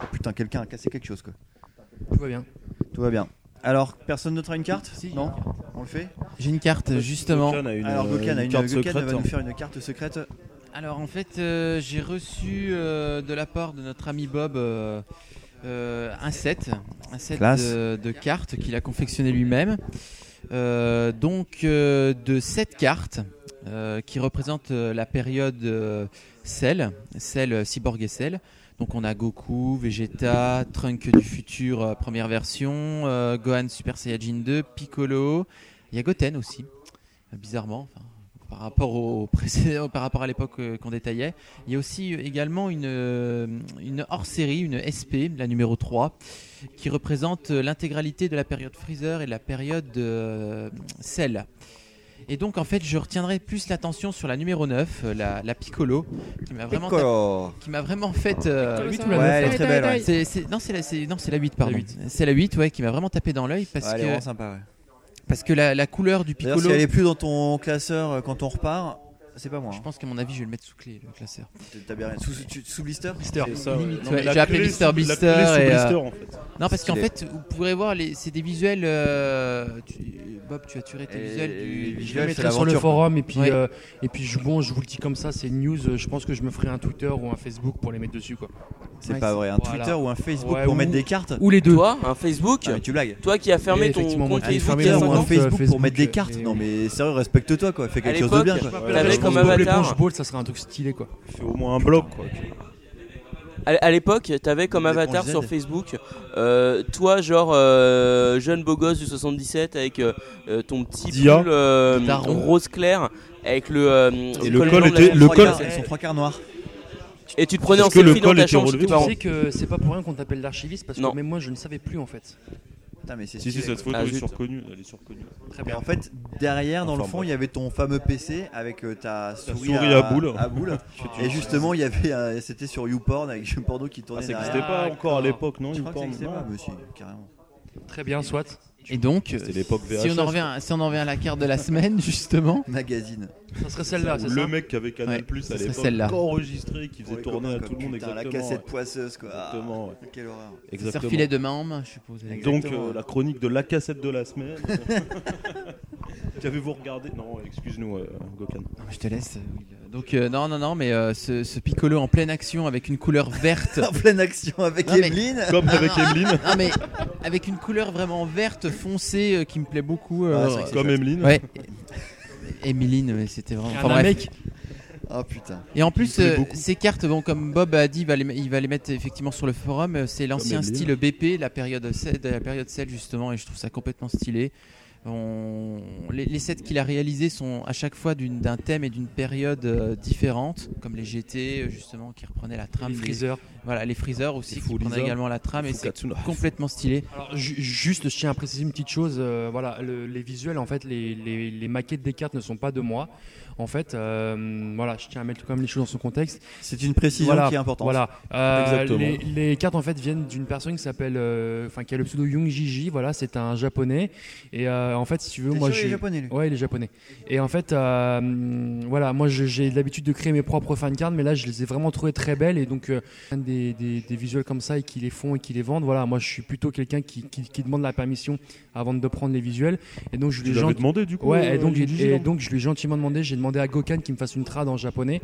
Speaker 3: Oh putain, quelqu'un a cassé quelque chose quoi.
Speaker 2: Tout va bien.
Speaker 3: Tout va bien. Alors, personne d'autre a une carte
Speaker 6: Si,
Speaker 3: Non On le fait
Speaker 6: J'ai une carte, justement.
Speaker 4: Dokkan a une,
Speaker 3: Alors
Speaker 4: euh,
Speaker 3: Gokan a une,
Speaker 4: carte
Speaker 3: Gokan
Speaker 4: secrète.
Speaker 3: va nous faire une carte secrète.
Speaker 6: Alors en fait, euh, j'ai reçu euh, de la part de notre ami Bob euh, euh, un set, un set
Speaker 3: Classe.
Speaker 6: de, de cartes qu'il a confectionné lui-même. Euh, donc euh, de sept cartes euh, qui représentent euh, la période euh, Cell, Cell euh, Cyborg et Cell. Donc on a Goku, Vegeta, Trunk du futur euh, première version, euh, Gohan Super Saiyajin 2, Piccolo, il y a Goten aussi, euh, bizarremment. enfin, par rapport au précédent, par rapport à l'époque euh, qu'on détaillait. Il y a aussi euh, également une, euh, une hors-série, une SP, la numéro 3, qui représente euh, l'intégralité de la période Freezer et de la période euh, Cell. Et donc en fait, je retiendrai plus l'attention sur la numéro 9, euh, la, la Piccolo, qui m'a vraiment,
Speaker 3: Piccolo.
Speaker 6: qui m'a vraiment fait... euh,
Speaker 2: La huit ou la
Speaker 3: Ouais,
Speaker 2: neuf,
Speaker 3: elle
Speaker 2: hein
Speaker 3: est très belle. Ouais.
Speaker 6: c'est- c'est- non, c'est la, c'est- non, c'est la 8, pardon.
Speaker 2: 8.
Speaker 6: C'est la 8, ouais, qui m'a vraiment tapé dans l'œil parce
Speaker 3: Ouais, elle est
Speaker 6: que,
Speaker 3: vraiment sympa. Ouais.
Speaker 6: parce que la, la couleur du
Speaker 3: D'ailleurs,
Speaker 6: Piccolo.
Speaker 3: si elle est plus dans ton classeur euh, quand on repart, c'est pas moi.
Speaker 6: Je
Speaker 3: hein.
Speaker 6: pense qu'à mon avis, je vais le mettre sous clé, le classeur.
Speaker 3: T'as bien raison. Sous, sous- sous blister
Speaker 2: Mister.
Speaker 4: C'est ça, ouais.
Speaker 6: Limite,
Speaker 4: Non, mais
Speaker 6: ouais,
Speaker 4: la
Speaker 6: j'ai appelé
Speaker 4: clé
Speaker 6: Mister
Speaker 4: sous- la
Speaker 6: Blister
Speaker 4: clé sous
Speaker 6: et, euh,
Speaker 4: Blister, en fait.
Speaker 6: Non, parce qu'en
Speaker 3: Stylé.
Speaker 6: fait, vous pourrez voir, les- c'est des visuels. euh, tu- Bob, tu as turé tes
Speaker 3: Et-
Speaker 6: visuels
Speaker 3: et-
Speaker 6: du.
Speaker 3: et-
Speaker 6: du-
Speaker 2: Je le
Speaker 3: Ouais, c'est
Speaker 2: mettrai sur le
Speaker 3: l'aventure,
Speaker 2: forum et puis
Speaker 6: Ouais.
Speaker 2: euh, et puis je, bon je vous le dis comme ça c'est une news euh, je pense que je me ferai un Twitter ou un Facebook pour les mettre dessus quoi
Speaker 3: C'est
Speaker 6: Ouais,
Speaker 3: pas
Speaker 6: c'est-
Speaker 3: vrai. Un
Speaker 2: voilà.
Speaker 3: Twitter ou un Facebook
Speaker 2: Ouais,
Speaker 3: pour
Speaker 2: ou-
Speaker 3: mettre des cartes
Speaker 2: ou les deux
Speaker 5: Toi, un Facebook
Speaker 3: Ah, mais tu blagues. Ah,
Speaker 5: Toi qui as fermé
Speaker 2: Et
Speaker 5: ton
Speaker 2: effectivement, moi
Speaker 5: compte
Speaker 2: qui ai
Speaker 5: Facebook
Speaker 2: fermé
Speaker 5: il y a
Speaker 2: mon
Speaker 5: cinq
Speaker 3: Fermez-moi
Speaker 5: ans
Speaker 3: un
Speaker 2: compte,
Speaker 3: Facebook,
Speaker 2: Facebook,
Speaker 3: pour mettre des
Speaker 2: euh,
Speaker 3: cartes.
Speaker 2: et-
Speaker 3: Non mais sérieux, respecte-toi quoi. Fais
Speaker 5: À
Speaker 3: quelque chose de bien
Speaker 5: l'époque,
Speaker 3: quoi.
Speaker 5: je T'avais
Speaker 2: Je pense
Speaker 5: comme
Speaker 2: Bob
Speaker 5: avatar.
Speaker 2: l'éponge ball ça serait un truc stylé quoi
Speaker 4: Fais au moins un bloc, quoi.
Speaker 5: À à l'époque, t'avais comme
Speaker 3: Des
Speaker 5: avatar
Speaker 3: ponts Z.
Speaker 5: sur Facebook, euh, toi, genre euh, jeune beau gosse du 77 avec euh, euh, ton petit
Speaker 4: Dia.
Speaker 5: pull euh,
Speaker 6: Daron.
Speaker 5: rose clair, avec le, euh,
Speaker 4: le
Speaker 5: col
Speaker 4: col
Speaker 5: blanc de la
Speaker 4: était- le
Speaker 5: Californie.
Speaker 4: col-
Speaker 3: Ils sont trois quarts noirs.
Speaker 5: Et tu te prenais en
Speaker 4: Est-ce que le
Speaker 5: selfie dans
Speaker 4: col
Speaker 5: ta
Speaker 4: était
Speaker 5: chambre,
Speaker 4: relevé
Speaker 5: c'était
Speaker 4: ou
Speaker 2: tu
Speaker 5: marrant.
Speaker 2: sais que c'est pas pour rien qu'on t'appelle l'archiviste parce
Speaker 5: Non.
Speaker 2: que même moi je ne savais plus en fait
Speaker 3: Putain, mais c'est
Speaker 4: Si, si,
Speaker 3: stylé,
Speaker 4: cette
Speaker 3: quoi.
Speaker 4: photo
Speaker 5: Ah,
Speaker 4: est
Speaker 5: zut.
Speaker 4: surconnue. Elle est surconnue.
Speaker 2: très
Speaker 3: Et
Speaker 2: bien
Speaker 3: en fait, derrière, dans le
Speaker 4: Enfin,
Speaker 3: fond,
Speaker 4: bref.
Speaker 3: il y avait ton fameux PC avec euh, ta souris,
Speaker 4: souris à boule.
Speaker 3: boule. Et justement, il y avait, euh, c'était sur YouPorn avec un porno qui
Speaker 4: Ah,
Speaker 3: tournait
Speaker 4: ça
Speaker 3: derrière.
Speaker 4: n'existait pas encore
Speaker 2: D'accord.
Speaker 4: à l'époque, non
Speaker 3: Je
Speaker 4: il
Speaker 3: crois que ça
Speaker 4: me
Speaker 3: existait
Speaker 4: semble,
Speaker 3: pas,
Speaker 4: non
Speaker 3: monsieur, carrément.
Speaker 2: très bien soit
Speaker 6: Et donc,
Speaker 4: C'était l'époque VHS.
Speaker 6: si on, en revient, si on en revient à la carte de la semaine, justement,
Speaker 3: Magazine.
Speaker 2: Ça serait celle-là,
Speaker 4: Ou
Speaker 2: c'est
Speaker 4: le
Speaker 2: ça
Speaker 4: mec qui avait Canal
Speaker 6: Ouais,
Speaker 4: Plus
Speaker 6: ce
Speaker 4: à
Speaker 6: serait
Speaker 4: l'époque,
Speaker 6: celle-là.
Speaker 4: enregistré, qui
Speaker 3: Pour
Speaker 4: faisait
Speaker 3: les
Speaker 4: tourner à
Speaker 3: copains,
Speaker 4: tout le
Speaker 3: quoi.
Speaker 4: monde
Speaker 3: Putain,
Speaker 4: exactement.
Speaker 3: la cassette poisseuse, quoi. Ah,
Speaker 4: Exactement, ouais.
Speaker 3: Quelle horreur.
Speaker 6: c'est
Speaker 4: Exactement.
Speaker 6: filet de membre, je suppose.
Speaker 4: Donc
Speaker 3: Exactement.
Speaker 4: euh, la chronique de la cassette de la semaine. Qu'avez-vous regardé Non, excuse-nous, euh, Gokhan.
Speaker 6: Non, mais Je te laisse. euh, Will. Donc, euh, non, non, non, mais euh, ce, ce piccolo en pleine action avec une couleur verte.
Speaker 3: En pleine action avec
Speaker 6: Non, mais-
Speaker 3: Emeline.
Speaker 4: Comme
Speaker 6: Ah,
Speaker 4: avec
Speaker 6: non.
Speaker 4: Emeline.
Speaker 6: non, mais avec une couleur vraiment verte foncée euh, qui me plaît beaucoup. euh,
Speaker 3: Ah, c'est vrai que c'est
Speaker 4: Comme Emeline.
Speaker 6: ouais. Émiline, mais c'était vraiment.
Speaker 2: Un
Speaker 6: enfin, bref.
Speaker 2: mec.
Speaker 3: Ah putain.
Speaker 6: Et en plus,
Speaker 4: Il me plaît
Speaker 6: euh,
Speaker 4: beaucoup.
Speaker 6: ces cartes, bon, comme Bob a dit, il va les, il va les mettre effectivement sur le forum. euh, C'est l'ancien
Speaker 4: Comme les
Speaker 6: style BP, la période sel- de la période sel justement, et je trouve ça complètement stylé. On- Les, les sets qu'il a réalisés sont à chaque fois d'une- d'un thème et d'une période euh, différente, comme les GT euh, justement qui reprenaient la trame,
Speaker 2: Les
Speaker 6: des-
Speaker 2: freezers.
Speaker 6: voilà, les freezers aussi
Speaker 4: Les
Speaker 6: qui prenaient
Speaker 4: Freezers.
Speaker 6: également la trame, et Ah, c'est
Speaker 4: Fukatsuna.
Speaker 6: complètement stylé.
Speaker 2: Alors, ju- juste, je tiens à préciser une petite chose. euh, voilà, le- les visuels, en fait, les, les- les maquettes des cartes ne sont pas de moi. En fait, euh, voilà, je tiens à mettre quand même les choses dans son contexte.
Speaker 3: C'est une précision
Speaker 2: voilà,
Speaker 3: qui est importante.
Speaker 2: Voilà. Euh,
Speaker 4: Exactement.
Speaker 2: Les, les cartes, en fait, viennent d'une personne qui s'appelle, euh, enfin, qui a le pseudo Young Jiji. Voilà, c'est un japonais. Et euh, en fait, si tu veux,
Speaker 3: T'es
Speaker 2: moi,
Speaker 3: sûr, il est
Speaker 2: j'ai.
Speaker 3: japonais lui.
Speaker 2: Ouais, il est japonais. Et en fait, euh, voilà, moi je- j'ai l'habitude de créer mes propres fan cards, mais là je les ai vraiment trouvées très belles. Et donc, euh, des, des, des visuels comme ça et qui les font et qui les vendent, voilà, moi je suis plutôt quelqu'un qui, qui, qui demande la permission avant de prendre les visuels. Et donc, je
Speaker 4: Tu
Speaker 2: lui ai
Speaker 4: l'avais
Speaker 2: gent-
Speaker 4: demandé du coup.
Speaker 2: Ouais, et
Speaker 4: euh,
Speaker 2: donc, j'ai-
Speaker 4: Gigi,
Speaker 2: et
Speaker 4: non
Speaker 2: donc je lui ai gentiment demandé, j'ai demandé à Gokan qui me fasse une trad en japonais,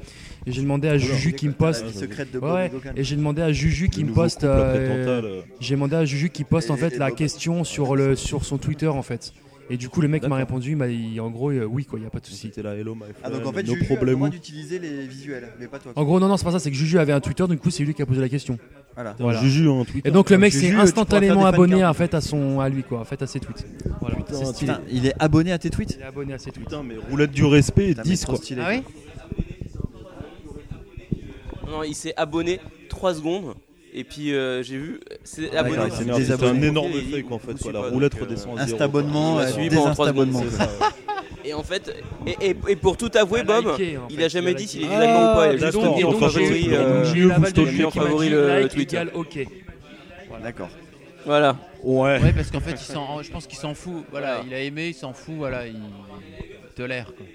Speaker 2: et j'ai demandé à Juju qui me poste.
Speaker 3: La vie secrète de
Speaker 2: Ouais,
Speaker 3: Bob
Speaker 2: ouais,
Speaker 3: Gokan.
Speaker 2: et j'ai demandé à Juju qui
Speaker 4: Le
Speaker 2: me
Speaker 4: nouveau
Speaker 2: poste.
Speaker 4: couple après
Speaker 2: euh,
Speaker 4: Tantale, euh,
Speaker 2: j'ai demandé à Juju qui poste en
Speaker 3: Et-
Speaker 2: fait
Speaker 3: et
Speaker 2: la
Speaker 3: Bob.
Speaker 2: question sur, le, sur son Twitter en fait. Et du coup, le mec m'a
Speaker 4: D'accord.
Speaker 2: répondu, il m'a dit, en gros, euh, oui, quoi, il n'y a pas de souci.
Speaker 4: C'était la Hello My Friend.
Speaker 3: Ah donc en fait,
Speaker 4: no
Speaker 3: Juju a le
Speaker 4: problemo.
Speaker 3: droit d'utiliser les visuels, mais pas toi.
Speaker 2: En gros, non, non, c'est pas ça, c'est que Juju avait un Twitter, du coup, c'est lui qui a posé la question.
Speaker 3: Voilà.
Speaker 2: Voilà.
Speaker 4: Juju en tweet.
Speaker 2: Et donc, le mec s'est
Speaker 3: Juju, euh, tu pourras
Speaker 2: instantanément
Speaker 3: faire des
Speaker 2: abonné
Speaker 3: fancards.
Speaker 2: en fait à, son, à lui, quoi, en fait à ses tweets. Voilà, c'est stylé.
Speaker 3: Putain, il est abonné à tes tweets
Speaker 2: Il est abonné à ses tweets.
Speaker 4: Putain, mais roulette du respect et
Speaker 3: Putain, mais
Speaker 4: 10
Speaker 3: trop
Speaker 4: quoi.
Speaker 3: stylé.
Speaker 5: Non, il s'est abonné 3 secondes. Et puis euh, j'ai vu, c'est
Speaker 3: D'accord,
Speaker 5: abonné.
Speaker 3: il s'est
Speaker 4: Ah, C'est
Speaker 3: mis
Speaker 4: merde, c'est un
Speaker 3: désabonné.
Speaker 4: énorme
Speaker 5: Et il-
Speaker 4: fake en fait.
Speaker 5: il
Speaker 4: quoi,
Speaker 5: suit
Speaker 4: La
Speaker 5: pas,
Speaker 4: roulette
Speaker 5: donc, euh,
Speaker 4: redescend à zéro.
Speaker 3: Instabonnement,
Speaker 5: Il m'a
Speaker 3: euh,
Speaker 5: suivi pendant trois
Speaker 3: désabonnement.
Speaker 5: secondes,
Speaker 3: quoi.
Speaker 5: Et en fait, et, et- et pour tout avouer,
Speaker 2: Il a
Speaker 5: Bob,
Speaker 2: liké, Ah, bah, en
Speaker 5: il
Speaker 2: fait,
Speaker 5: a
Speaker 2: il
Speaker 5: jamais
Speaker 2: a
Speaker 5: dit
Speaker 2: liké.
Speaker 5: s'il est like ou pas. Il a
Speaker 4: Ah,
Speaker 5: juste
Speaker 4: d'accord.
Speaker 5: mis en
Speaker 4: Donc,
Speaker 5: favori.
Speaker 4: j'ai-
Speaker 5: euh,
Speaker 4: j'ai-
Speaker 2: J'ai eu l'aval de
Speaker 5: j'ai mis en
Speaker 2: Juju qui m'a
Speaker 5: favori
Speaker 2: dit,
Speaker 5: le
Speaker 2: like
Speaker 5: Twitter.
Speaker 2: égale OK.
Speaker 3: D'accord.
Speaker 5: Voilà.
Speaker 4: Ouais.
Speaker 3: bah,
Speaker 6: Ouais, parce qu'en fait, il s'en- je pense qu'il s'en fout. Voilà,
Speaker 5: Voilà.
Speaker 6: il a aimé, il s'en fout, voilà, il il tolère. Quoi.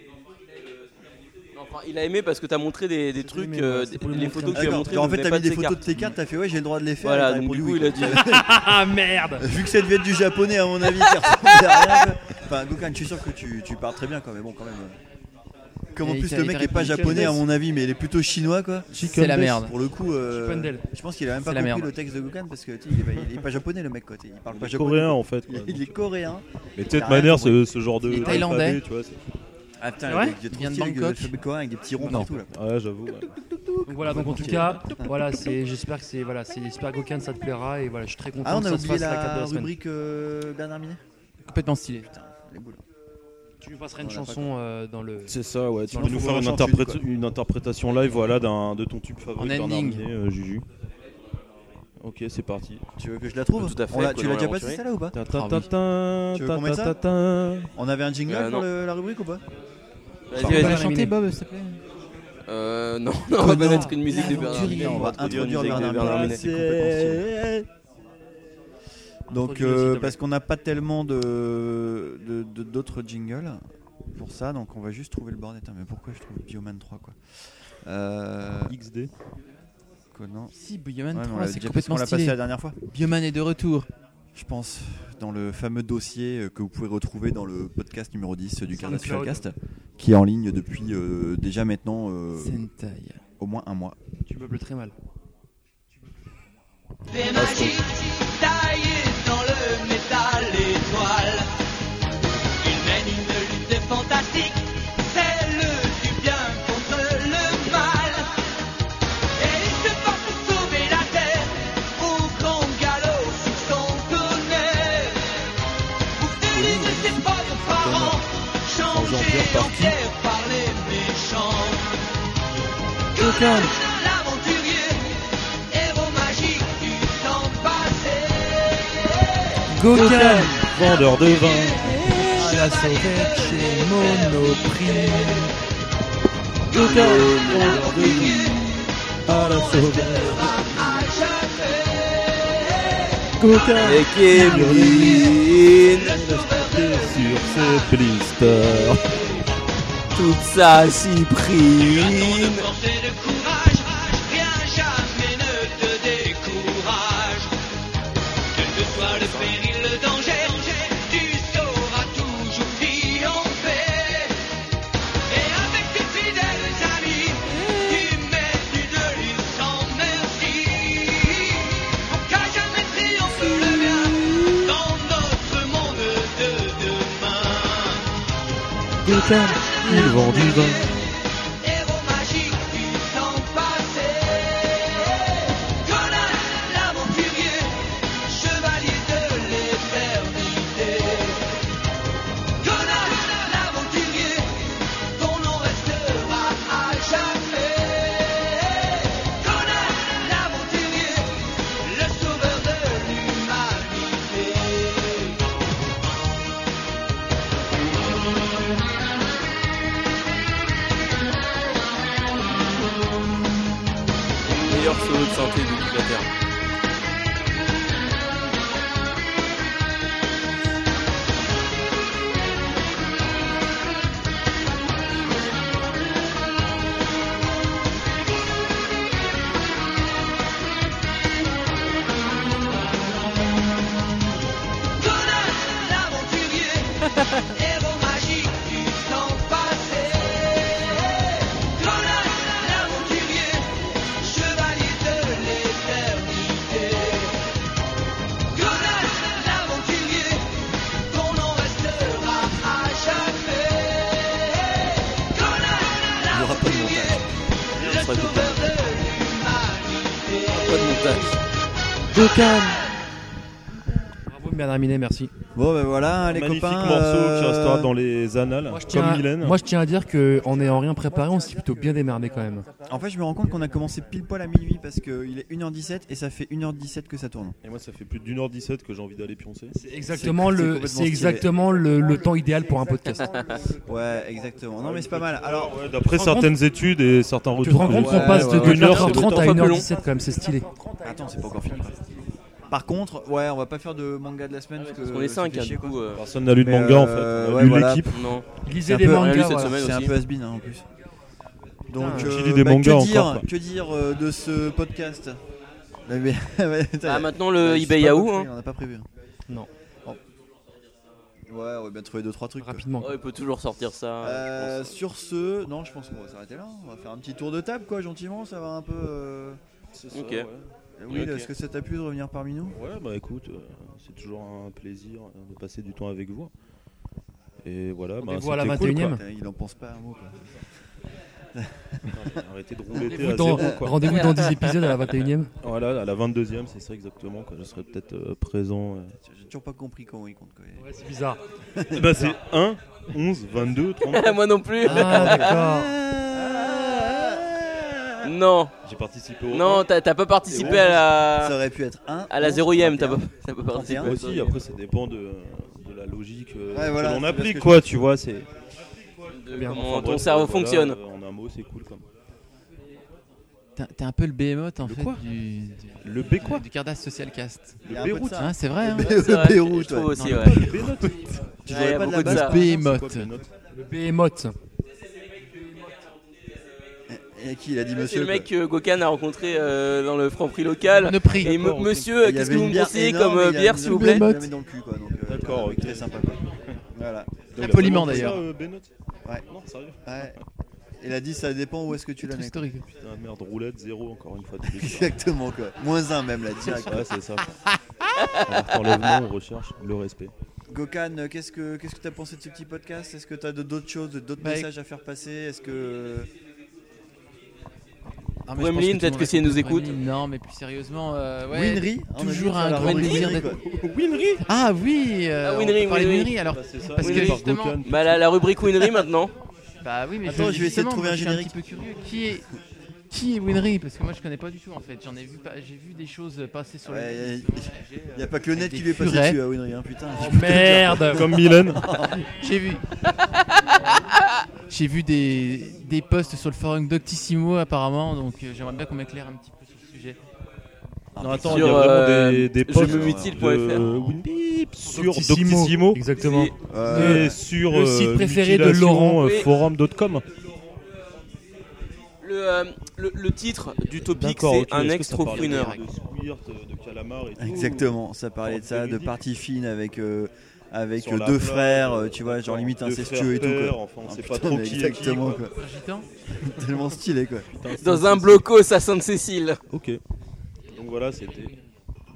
Speaker 5: Enfin, il a aimé parce que t'as montré des, des trucs,
Speaker 2: aimé,
Speaker 5: euh,
Speaker 2: ouais, c'est
Speaker 5: des-
Speaker 2: pour lui
Speaker 5: les
Speaker 2: montrer
Speaker 5: photos
Speaker 2: un
Speaker 5: que tu as
Speaker 3: D'accord.
Speaker 5: montrées.
Speaker 3: En
Speaker 5: ne
Speaker 3: fait,
Speaker 5: venaient
Speaker 3: t'as
Speaker 5: pas
Speaker 3: mis
Speaker 5: de
Speaker 3: des
Speaker 5: ses
Speaker 3: photos de
Speaker 5: cartes.
Speaker 3: tes cartes, t'as fait ouais, j'ai le droit de les faire.
Speaker 5: Voilà,
Speaker 3: t'as
Speaker 5: donc
Speaker 3: répondu
Speaker 5: du coup,
Speaker 3: oui,
Speaker 5: il a
Speaker 3: quoi.
Speaker 5: dit.
Speaker 2: Ah merde
Speaker 3: Vu que ça devait être du japonais à mon avis, qui ressemble à rien. Enfin, Gokan, je suis sûr que tu, tu parles très bien quoi, mais bon, quand même. euh. Comme en
Speaker 6: Et
Speaker 3: plus
Speaker 6: il
Speaker 3: le
Speaker 6: t'a-
Speaker 3: mec
Speaker 6: il
Speaker 3: est pas
Speaker 6: t'a-
Speaker 3: japonais à mon avis, mais il est plutôt chinois quoi.
Speaker 6: C'est la merde.
Speaker 3: Pour le coup, euh,
Speaker 2: Chipendel.
Speaker 3: je pense qu'il a même pas
Speaker 6: C'est la
Speaker 3: compris
Speaker 6: merde.
Speaker 3: le texte de Gokan parce que tu sais, il, est pas, il est pas japonais le mec quoi. tu sais, Il parle
Speaker 4: Il
Speaker 3: pas
Speaker 4: est
Speaker 3: japonais.
Speaker 4: coréen en fait. quoi,
Speaker 3: Il,
Speaker 4: donc.
Speaker 3: il est coréen. Il a
Speaker 4: Mais de cette
Speaker 3: rien
Speaker 4: manière,
Speaker 3: compris.
Speaker 4: ce, ce genre de.
Speaker 6: Il est thaïlandais.
Speaker 4: alphabet, Tu vois, c'est-
Speaker 3: Ah putain,
Speaker 2: C'est vrai
Speaker 3: il est
Speaker 6: Il vient
Speaker 3: trop
Speaker 6: de
Speaker 3: stylé,
Speaker 6: Bangkok.
Speaker 3: le coréen avec des petits ronds
Speaker 6: Non.
Speaker 3: partout là.
Speaker 4: Ouais, j'avoue. ouais.
Speaker 2: Donc voilà, donc en tout
Speaker 3: Ah,
Speaker 2: cas, voilà, c'est, j'espère que c'est, voilà, c'est, j'espère que Gokan ça te plaira et voilà, je suis très content
Speaker 3: Ah, on
Speaker 2: que
Speaker 3: a
Speaker 2: ça se
Speaker 3: oublié
Speaker 2: fasse la, carte de
Speaker 3: la
Speaker 2: la semaine.
Speaker 3: rubrique euh, Bernard Minet
Speaker 6: Complètement stylé.
Speaker 3: Putain, les boules.
Speaker 2: Tu nous passerais
Speaker 3: On
Speaker 2: une
Speaker 3: l'a pas
Speaker 2: chanson euh, dans le.
Speaker 4: C'est ça, ouais. Tu
Speaker 3: Sinon,
Speaker 4: peux
Speaker 3: faut
Speaker 4: nous
Speaker 3: voir
Speaker 4: faire une,
Speaker 3: un chantier,
Speaker 4: interprét- une interprétation live voilà, d'un- de ton tube favori.
Speaker 6: En
Speaker 4: Bernard
Speaker 6: ending.
Speaker 4: Minet, euh, Juju. Ok, c'est parti.
Speaker 3: Tu veux que je la trouve
Speaker 5: Tout à fait,
Speaker 3: On l'a- Tu
Speaker 5: Conan
Speaker 3: l'as déjà
Speaker 5: l'aventurier.
Speaker 3: passé celle-là ou pas
Speaker 4: Ta-
Speaker 6: Ah
Speaker 4: ta-
Speaker 6: oui.
Speaker 4: ta- ta-
Speaker 3: Tu veux
Speaker 4: ta-
Speaker 3: qu'on mette
Speaker 4: ta-
Speaker 3: ça
Speaker 4: ta-
Speaker 3: On avait un jingle
Speaker 5: Euh,
Speaker 3: pour
Speaker 5: non.
Speaker 3: le- la rubrique ou pas
Speaker 6: Tu
Speaker 5: Vas-y,
Speaker 6: vas
Speaker 5: vas-y.
Speaker 6: la chanter, Bob, s'il te plaît
Speaker 5: Euh, non, non, on va
Speaker 6: Connard.
Speaker 5: mettre qu'une musique de Bernard
Speaker 6: L'aventurier.
Speaker 5: Minet.
Speaker 3: On va
Speaker 5: introduire
Speaker 3: introduire
Speaker 5: une musique
Speaker 3: Bernard
Speaker 5: de Bernard
Speaker 3: Minet.
Speaker 5: Minet.
Speaker 3: C'est complètement stylé. Donc,
Speaker 2: Introduis-le,
Speaker 3: euh,
Speaker 2: s'il te plaît.
Speaker 3: parce qu'on n'a pas tellement de de- de- d'autres jingles pour ça, donc on va juste trouver le bordel. Attends, mais pourquoi je trouve Bioman 3 quoi euh,
Speaker 4: XD.
Speaker 3: Conan.
Speaker 6: Si, Bioman
Speaker 3: Ouais, mais on
Speaker 6: 3,
Speaker 3: l'a
Speaker 6: c'est
Speaker 3: déjà- parce qu'on
Speaker 6: complètement
Speaker 3: l'a passé la
Speaker 6: stylé.
Speaker 3: dernière fois,
Speaker 6: Bioman est de retour.
Speaker 3: je pense, dans le fameux dossier euh, que vous pouvez retrouver dans le podcast numéro 10 du
Speaker 2: Soundcloud.
Speaker 3: Cast qui est en ligne depuis euh, déjà maintenant euh,
Speaker 6: Sentai.
Speaker 3: au moins un mois.
Speaker 2: Tu meubles très mal.
Speaker 10: Des magiques taillées dans le métal étoile. Ils mènent une lutte fantastique, celle du bien contre le mal. Et ils se battent pour sauver la terre, au grand galop sur son tonnerre. Pour délivrer ses pauvres parents, changés en pierre par les méchants. Conan l'aventurier, héros magique du temps passé.
Speaker 6: Gokan
Speaker 4: Vendeur de vin.
Speaker 6: à la sauvette chez Monoprix.
Speaker 4: Ah,
Speaker 10: À jamais.
Speaker 1: coca
Speaker 5: Et Kevin,
Speaker 4: Sur ces blisters.
Speaker 5: toute sa cyprine.
Speaker 10: Force et de courage, rien jamais ne te décourage. Quel que soit le péril, le danger, tu sauras toujours triompher. Et avec tes fidèles amis, tu mets du de l'huile sans merci. Car jamais triomphe le bien dans notre monde de demain.
Speaker 4: Ils vendent du vin.
Speaker 10: Héros magique du temps passé Conan, l'amant furieux Chevalier de l'éternité Conan, l'amant furieux Ton nom restera à jamais Conan, l'amant furieux Le sauveur de l'humanité
Speaker 5: Meilleur solo de santé de toute la Terre.
Speaker 10: Conan l'aventurier, héros magique du temps passé. Conan l'aventurier, chevalier de l'éternité. Conan l'aventurier, ton nom restera à jamais. Conan
Speaker 3: Il n'y aura pas de montage.
Speaker 10: l'aventurier, le
Speaker 5: sera coupé.
Speaker 10: sauveur de l'humanité.
Speaker 5: Pas de montage.
Speaker 2: Bravo Bernard Minet, merci.
Speaker 3: Bon, ben voilà, les
Speaker 4: Magnifique
Speaker 3: copains.
Speaker 4: morceau qui
Speaker 3: euh,
Speaker 4: restera dans les annales,
Speaker 2: Moi je, tiens
Speaker 4: comme
Speaker 2: à,
Speaker 4: Mylène.
Speaker 2: moi, je tiens à dire qu'en n'ayant rien préparé, on s'est plutôt bien démerdé quand même.
Speaker 3: En fait, je me rends compte qu'on a commencé pile poil à minuit parce qu'il est 1h17 et ça fait 1h17 que ça tourne.
Speaker 4: Et moi, ça fait plus d'une heure 17 que j'ai envie d'aller pioncer.
Speaker 2: C'est exactement,
Speaker 3: c'est
Speaker 2: le,
Speaker 3: complètement
Speaker 2: c'est
Speaker 3: stylé.
Speaker 2: exactement le, le temps idéal pour un podcast.
Speaker 3: Ouais, exactement. Non, mais c'est pas mal. Alors,
Speaker 4: Ouais, D'après
Speaker 2: Tu te rends
Speaker 4: certaines études et certains
Speaker 2: Tu
Speaker 4: retours.
Speaker 2: te rends
Speaker 4: que
Speaker 2: compte
Speaker 4: j'ai-
Speaker 2: qu'on passe de
Speaker 3: ouais, ouais,
Speaker 4: une heure, c'est
Speaker 2: 2h30 à
Speaker 5: autant un peu long.
Speaker 2: 1h17 quand même, c'est stylé.
Speaker 3: attends, c'est pas encore fini. Par contre, ouais, on va pas faire de manga de la semaine parce que
Speaker 5: On est
Speaker 3: ça
Speaker 5: 5
Speaker 3: fait chier,
Speaker 5: du
Speaker 3: quoi.
Speaker 5: coup. euh,
Speaker 4: Personne n'a lu de
Speaker 3: Mais,
Speaker 4: manga en fait.
Speaker 3: euh,
Speaker 4: On a
Speaker 3: ouais,
Speaker 4: lu
Speaker 3: voilà.
Speaker 4: l'équipe.
Speaker 5: Non.
Speaker 2: Lisez
Speaker 3: un
Speaker 2: des
Speaker 3: peu-
Speaker 5: rien lu
Speaker 2: mangas.
Speaker 5: cette
Speaker 2: voilà.
Speaker 5: semaine
Speaker 3: C'est un
Speaker 5: aussi.
Speaker 3: peu has en plus. Donc,
Speaker 2: Putain.
Speaker 3: euh,
Speaker 4: Qui lit des
Speaker 3: bah,
Speaker 4: mangas
Speaker 3: que dire,
Speaker 4: encore, quoi.
Speaker 3: que dire euh, de ce podcast Ah, mais-
Speaker 5: Ah, maintenant
Speaker 3: Euh,
Speaker 5: le
Speaker 3: c'est
Speaker 5: eBay
Speaker 3: pas
Speaker 5: Yahoo.
Speaker 3: compris,
Speaker 5: Hein.
Speaker 3: On n'a pas prévu. hein.
Speaker 2: Non.
Speaker 3: Oh. Ouais, on va bien trouver 2-3 trucs. quoi.
Speaker 2: Rapidement.
Speaker 5: Ouais, Oh, il peut toujours sortir
Speaker 4: Ah,
Speaker 5: ça.
Speaker 3: hein. Euh,
Speaker 5: je pense.
Speaker 3: sur ce, non, je pense qu'on va s'arrêter là. On va faire un petit tour de table, quoi, gentiment. Ça va un peu. euh,
Speaker 5: Ok.
Speaker 3: euh, Will,
Speaker 5: Ok.
Speaker 3: est-ce que ça t'a plu de revenir parmi nous
Speaker 4: Ouais, bah écoute, euh, c'est toujours un plaisir euh, de passer du temps avec vous. Et voilà, bah,
Speaker 2: Rendez-vous à la
Speaker 4: c'était cool, quoi.
Speaker 2: 21e.
Speaker 3: Putain, Il en pense pas un mot. quoi.
Speaker 4: Arrêtez de rouletter
Speaker 2: Rendez-vous
Speaker 4: à
Speaker 2: dans,
Speaker 4: zéro, quoi.
Speaker 2: rendez-vous dans 10 épisodes à la e 21ème.
Speaker 4: Voilà, à la 22e, c'est ça exactement, quoi. Je serai peut-être euh, présent. euh.
Speaker 3: Tiens, J'ai toujours pas compris comment il compte. Quoi.
Speaker 2: Ouais, c'est bizarre.
Speaker 4: Eh ben, c'est 1, 11, 22, 33.
Speaker 5: Moi non plus.
Speaker 2: Ah, d'accord.
Speaker 3: Ah.
Speaker 5: Non.
Speaker 4: J'ai participé au.
Speaker 5: Non, t'as t'as pas
Speaker 3: C'est
Speaker 5: participé
Speaker 3: bon,
Speaker 5: à
Speaker 3: Ça
Speaker 5: la.
Speaker 3: aurait pu être 1.
Speaker 5: Ah. À la 0
Speaker 3: e
Speaker 5: ème t'as pas, t'as pas participé.
Speaker 4: Moi aussi, après, ça dépend de, de la logique euh,
Speaker 3: Ouais, voilà,
Speaker 4: que
Speaker 3: c'est
Speaker 4: l'on
Speaker 3: parce
Speaker 4: applique,
Speaker 3: que-
Speaker 4: quoi, tu vois. C'est.
Speaker 5: De
Speaker 2: Bien.
Speaker 5: Comment
Speaker 4: Enfin,
Speaker 5: ton
Speaker 4: bref,
Speaker 5: cerveau
Speaker 4: voilà,
Speaker 5: fonctionne.
Speaker 4: euh, En un mot, c'est cool, quoi.
Speaker 6: T'es t'es un peu le behemoth en
Speaker 4: Le
Speaker 6: fait
Speaker 4: quoi
Speaker 6: du, du,
Speaker 4: Le B, quoi
Speaker 6: du Cardass Social Cast.
Speaker 3: Il y a un peu de ça.
Speaker 6: Hein, c'est vrai, hein
Speaker 3: Le
Speaker 5: C'est vrai,
Speaker 3: Beyrouth,
Speaker 5: je trouve
Speaker 3: ouais.
Speaker 5: aussi, ouais.
Speaker 4: Le B note
Speaker 3: Tu
Speaker 5: Ouais,
Speaker 3: jouerais
Speaker 5: y a
Speaker 3: pas de la
Speaker 5: beaucoup de
Speaker 3: basse
Speaker 5: ça.
Speaker 6: Behemoth.
Speaker 2: Le Behemoth.
Speaker 3: Et à qui il a dit
Speaker 5: C'est
Speaker 3: monsieur
Speaker 5: le
Speaker 3: quoi.
Speaker 5: mec euh, que Gokan a rencontré euh, dans le Franprix local.
Speaker 6: Ne prie.
Speaker 5: Et me-
Speaker 4: D'accord, ok.
Speaker 5: monsieur,
Speaker 3: Il y
Speaker 5: qu'est-ce
Speaker 3: avait
Speaker 5: que vous
Speaker 3: une
Speaker 5: me
Speaker 3: bière
Speaker 5: conseillez
Speaker 3: énorme
Speaker 5: comme
Speaker 3: et
Speaker 5: euh,
Speaker 3: il y a
Speaker 5: bière,
Speaker 3: mis
Speaker 5: s'il vous
Speaker 3: dans- il
Speaker 5: plaît
Speaker 3: y a mis dans le cul, quoi. donc, euh,
Speaker 4: D'accord,
Speaker 3: avec
Speaker 4: ok.
Speaker 3: Très sympa, quoi. Voilà.
Speaker 4: Très
Speaker 6: poliment, d'ailleurs.
Speaker 4: B note
Speaker 3: Ouais.
Speaker 4: euh, Non, sérieux
Speaker 3: Ouais. Il a dit, ça dépend où est-ce que tu la
Speaker 6: Truc
Speaker 3: mets. quoi.
Speaker 6: historique.
Speaker 4: Putain, merde, roulette, zéro, encore une fois. de plus.
Speaker 3: Exactement, quoi. Moins 1 même, là, direct.
Speaker 4: Ouais, c'est ça. Alors, Enlèvement, recherche, le respect.
Speaker 3: Gokan, euh, qu'est-ce que qu'est-ce que t'as pensé de ce petit podcast Est-ce que t'as de- d'autres choses, d'autres
Speaker 6: Bah,
Speaker 3: messages à faire passer Est-ce que
Speaker 6: Ah, mais je pense
Speaker 5: Pour Emeline,
Speaker 6: tout le monde
Speaker 5: peut-être que si elle
Speaker 6: écoute,
Speaker 5: nous écoute.
Speaker 6: Emeline, Non, mais plus sérieusement, euh, ouais.
Speaker 3: Winry hein, on a
Speaker 6: toujours
Speaker 3: dit ça,
Speaker 6: un
Speaker 3: la
Speaker 6: grand
Speaker 3: rubrique
Speaker 6: plaisir
Speaker 3: Winry,
Speaker 6: d'être-
Speaker 3: quoi.
Speaker 4: Winry
Speaker 6: Ah oui, euh,
Speaker 5: Ah,
Speaker 6: on
Speaker 5: Winry,
Speaker 6: peut parler de
Speaker 5: Winry.
Speaker 6: Winry, alors.
Speaker 4: Bah, c'est ça,
Speaker 6: Parce
Speaker 5: que
Speaker 4: Winry.
Speaker 6: justement-
Speaker 4: Par Gokan.
Speaker 5: Bah la, la rubrique Winry maintenant.
Speaker 6: Bah oui, mais
Speaker 3: Attends, je vais essayer de
Speaker 6: justement,
Speaker 3: trouver
Speaker 6: moi,
Speaker 3: un
Speaker 6: je suis
Speaker 3: générique.
Speaker 6: petit peu curieux. Qui est qui est Winry Parce que moi je connais pas du tout en fait. J'en ai vu pas- j'ai vu des choses passer sur
Speaker 3: Ouais,
Speaker 6: le.
Speaker 3: y a- Y a pas que le net
Speaker 6: Avec
Speaker 3: qui
Speaker 6: des
Speaker 3: lui est passé
Speaker 6: furets.
Speaker 3: dessus à Winry, hein, putain.
Speaker 2: Oh merde
Speaker 4: Comme Mylène.
Speaker 6: J'ai vu. J'ai vu des, des posts sur le forum Doctissimo apparemment, donc euh, j'aimerais bien qu'on m'éclaire un petit peu sur le sujet.
Speaker 3: Ah,
Speaker 4: Non, attends, il y
Speaker 5: Sur,
Speaker 4: a vraiment
Speaker 5: euh,
Speaker 4: des, des
Speaker 5: je
Speaker 4: posts
Speaker 5: me mutile point
Speaker 4: de
Speaker 5: fr.
Speaker 4: Winbeep, sur
Speaker 2: Doctissimo.
Speaker 4: Doctissimo
Speaker 2: Exactement.
Speaker 4: et sur
Speaker 2: le site
Speaker 4: euh,
Speaker 2: préféré de
Speaker 4: mutilation,
Speaker 2: Laurent.
Speaker 4: euh,
Speaker 5: Oui.
Speaker 4: forum.com.
Speaker 5: Le, euh, le- le titre du topic,
Speaker 4: D'accord,
Speaker 5: c'est
Speaker 4: ok,
Speaker 5: un
Speaker 4: est-ce que
Speaker 5: ex
Speaker 4: ça parlait
Speaker 5: winner
Speaker 4: De Squirt, de Calamar et tout. euh,
Speaker 3: Exactement, ça parlait de ça, de
Speaker 4: Véridique.
Speaker 3: partie fine avec, euh, avec
Speaker 4: Sur
Speaker 3: euh,
Speaker 4: la
Speaker 3: deux
Speaker 4: plage,
Speaker 3: frères,
Speaker 4: euh,
Speaker 3: euh, tu vois, genre
Speaker 4: d'accord,
Speaker 3: limite
Speaker 4: deux
Speaker 3: incestueux et tout.
Speaker 4: frères pères,
Speaker 3: Quoi.
Speaker 4: enfin, on
Speaker 3: Ah,
Speaker 4: sait
Speaker 3: putain,
Speaker 4: pas trop
Speaker 3: mais
Speaker 4: qui est qui,
Speaker 3: Exactement,
Speaker 4: quoi.
Speaker 3: quoi.
Speaker 6: Un gitan
Speaker 3: Tellement stylé, quoi.
Speaker 5: dans un blocos à Sainte-Cécile.
Speaker 4: Ok. Donc voilà, c'était.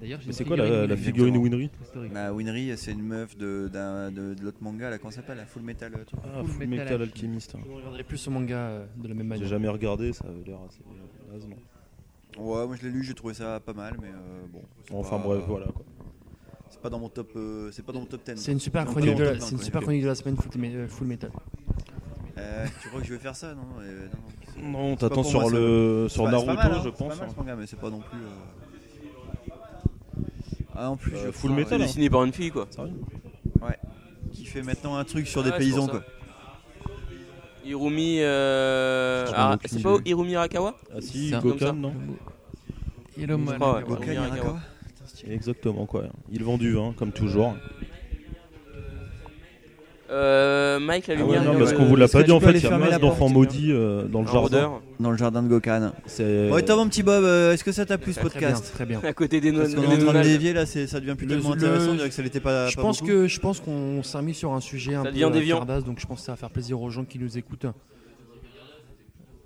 Speaker 6: D'ailleurs, j'ai
Speaker 4: Mais
Speaker 6: une
Speaker 4: c'est quoi la,
Speaker 6: figurine
Speaker 4: la
Speaker 6: de-
Speaker 4: figurine Winry
Speaker 6: historique.
Speaker 3: Bah, Winry, c'est une meuf de, d'un- de, de l'autre manga, là, comment ça s'appelle La Full Metal. euh, truc.
Speaker 4: Ah,
Speaker 6: Full
Speaker 4: Full
Speaker 6: Metal
Speaker 4: Metal
Speaker 6: Alchemist.
Speaker 4: Alchemist. hein.
Speaker 2: Je ne regarderai plus ce manga euh, de la même
Speaker 4: J'ai
Speaker 2: manière.
Speaker 4: jamais regardé, ça avait l'air assez naze, non
Speaker 3: Ouais, moi je l'ai lu, j'ai trouvé ça pas mal, mais euh, bon. c'est
Speaker 4: Enfin
Speaker 3: pas-
Speaker 4: bref, voilà quoi.
Speaker 3: C'est pas dans mon top, euh, c'est pas dans mon top 10.
Speaker 2: C'est une super
Speaker 3: Donc,
Speaker 2: chronique
Speaker 3: dans
Speaker 2: de
Speaker 3: mon
Speaker 2: la,
Speaker 3: top 20,
Speaker 2: c'est une
Speaker 3: quoi.
Speaker 2: super chronique de la semaine full, mais, euh, full metal.
Speaker 3: Euh, tu crois que je vais faire ça Non, euh, non, non. C'est
Speaker 4: Non,
Speaker 3: pas
Speaker 4: t'attends
Speaker 3: pour
Speaker 4: sur,
Speaker 3: moi, ça.
Speaker 4: le,
Speaker 3: pas-
Speaker 4: sur
Speaker 3: c'est pas
Speaker 4: Naruto,
Speaker 3: mal, hein,
Speaker 4: je
Speaker 3: c'est pas
Speaker 4: pense.
Speaker 3: mal, ce manga, mais c'est pas non plus. euh, Ah, en plus,
Speaker 4: Euh,
Speaker 3: je-
Speaker 4: Full hein.
Speaker 3: putain,
Speaker 4: Metal,
Speaker 3: ouais,
Speaker 4: hein.
Speaker 5: Dessiné par une fille, quoi.
Speaker 3: Qui fait maintenant un truc sur
Speaker 5: Ouais,
Speaker 3: des
Speaker 5: Ah, c'est
Speaker 3: paysans,
Speaker 5: pour ça.
Speaker 3: quoi.
Speaker 5: Hirumi. euh,
Speaker 4: Je m'en
Speaker 5: Ara-
Speaker 4: occupe,
Speaker 5: c'est
Speaker 4: j'ai
Speaker 5: pas
Speaker 4: vu.
Speaker 5: Hirumi Arakawa
Speaker 4: Ah si,
Speaker 6: C'est un-
Speaker 5: comme ça.
Speaker 4: Gokan, non
Speaker 6: Yellow Ah, Man.
Speaker 5: crois, ouais.
Speaker 6: Yellow Man.
Speaker 3: Gokan
Speaker 5: Hirakawa.
Speaker 3: Hirakawa
Speaker 4: Exactement quoi. Il vend du vin, hein, comme toujours.
Speaker 3: Ah
Speaker 5: Euh, Mike, la
Speaker 3: Ah ouais,
Speaker 5: lumière.
Speaker 4: non,
Speaker 5: euh,
Speaker 4: parce qu'on vous l'a
Speaker 3: Est-ce
Speaker 4: pas
Speaker 3: que
Speaker 4: dit
Speaker 3: tu
Speaker 4: en
Speaker 3: peux
Speaker 4: fait,
Speaker 3: aller
Speaker 4: il y a
Speaker 3: fermer
Speaker 4: masse
Speaker 3: la
Speaker 4: d'enfants
Speaker 3: porte
Speaker 4: maudits euh, dans le
Speaker 5: en
Speaker 4: jardin.
Speaker 5: rôdeur,
Speaker 3: Dans le jardin de Gokan.
Speaker 4: C'est
Speaker 3: Bon, et toi, mon petit Bob, euh, est-ce que ça t'a plu ce
Speaker 5: Très,
Speaker 2: Très bien,
Speaker 3: podcast
Speaker 2: très bien.
Speaker 5: à côté des
Speaker 3: Parce
Speaker 5: nonnes.
Speaker 3: qu'on est en train de
Speaker 5: nonnes.
Speaker 3: dévier là, c'est- ça devient plus
Speaker 2: Le- le-
Speaker 3: tellement intéressant, on dirait que ça l'était pas.
Speaker 2: Je
Speaker 3: pas
Speaker 2: pense,
Speaker 3: beaucoup.
Speaker 2: que, je pense qu'on s'est remis sur un sujet un
Speaker 5: Ça
Speaker 2: peu
Speaker 5: devient
Speaker 2: euh,
Speaker 5: déviant.
Speaker 2: cardasse, donc je pense que ça va faire plaisir aux gens qui nous écoutent.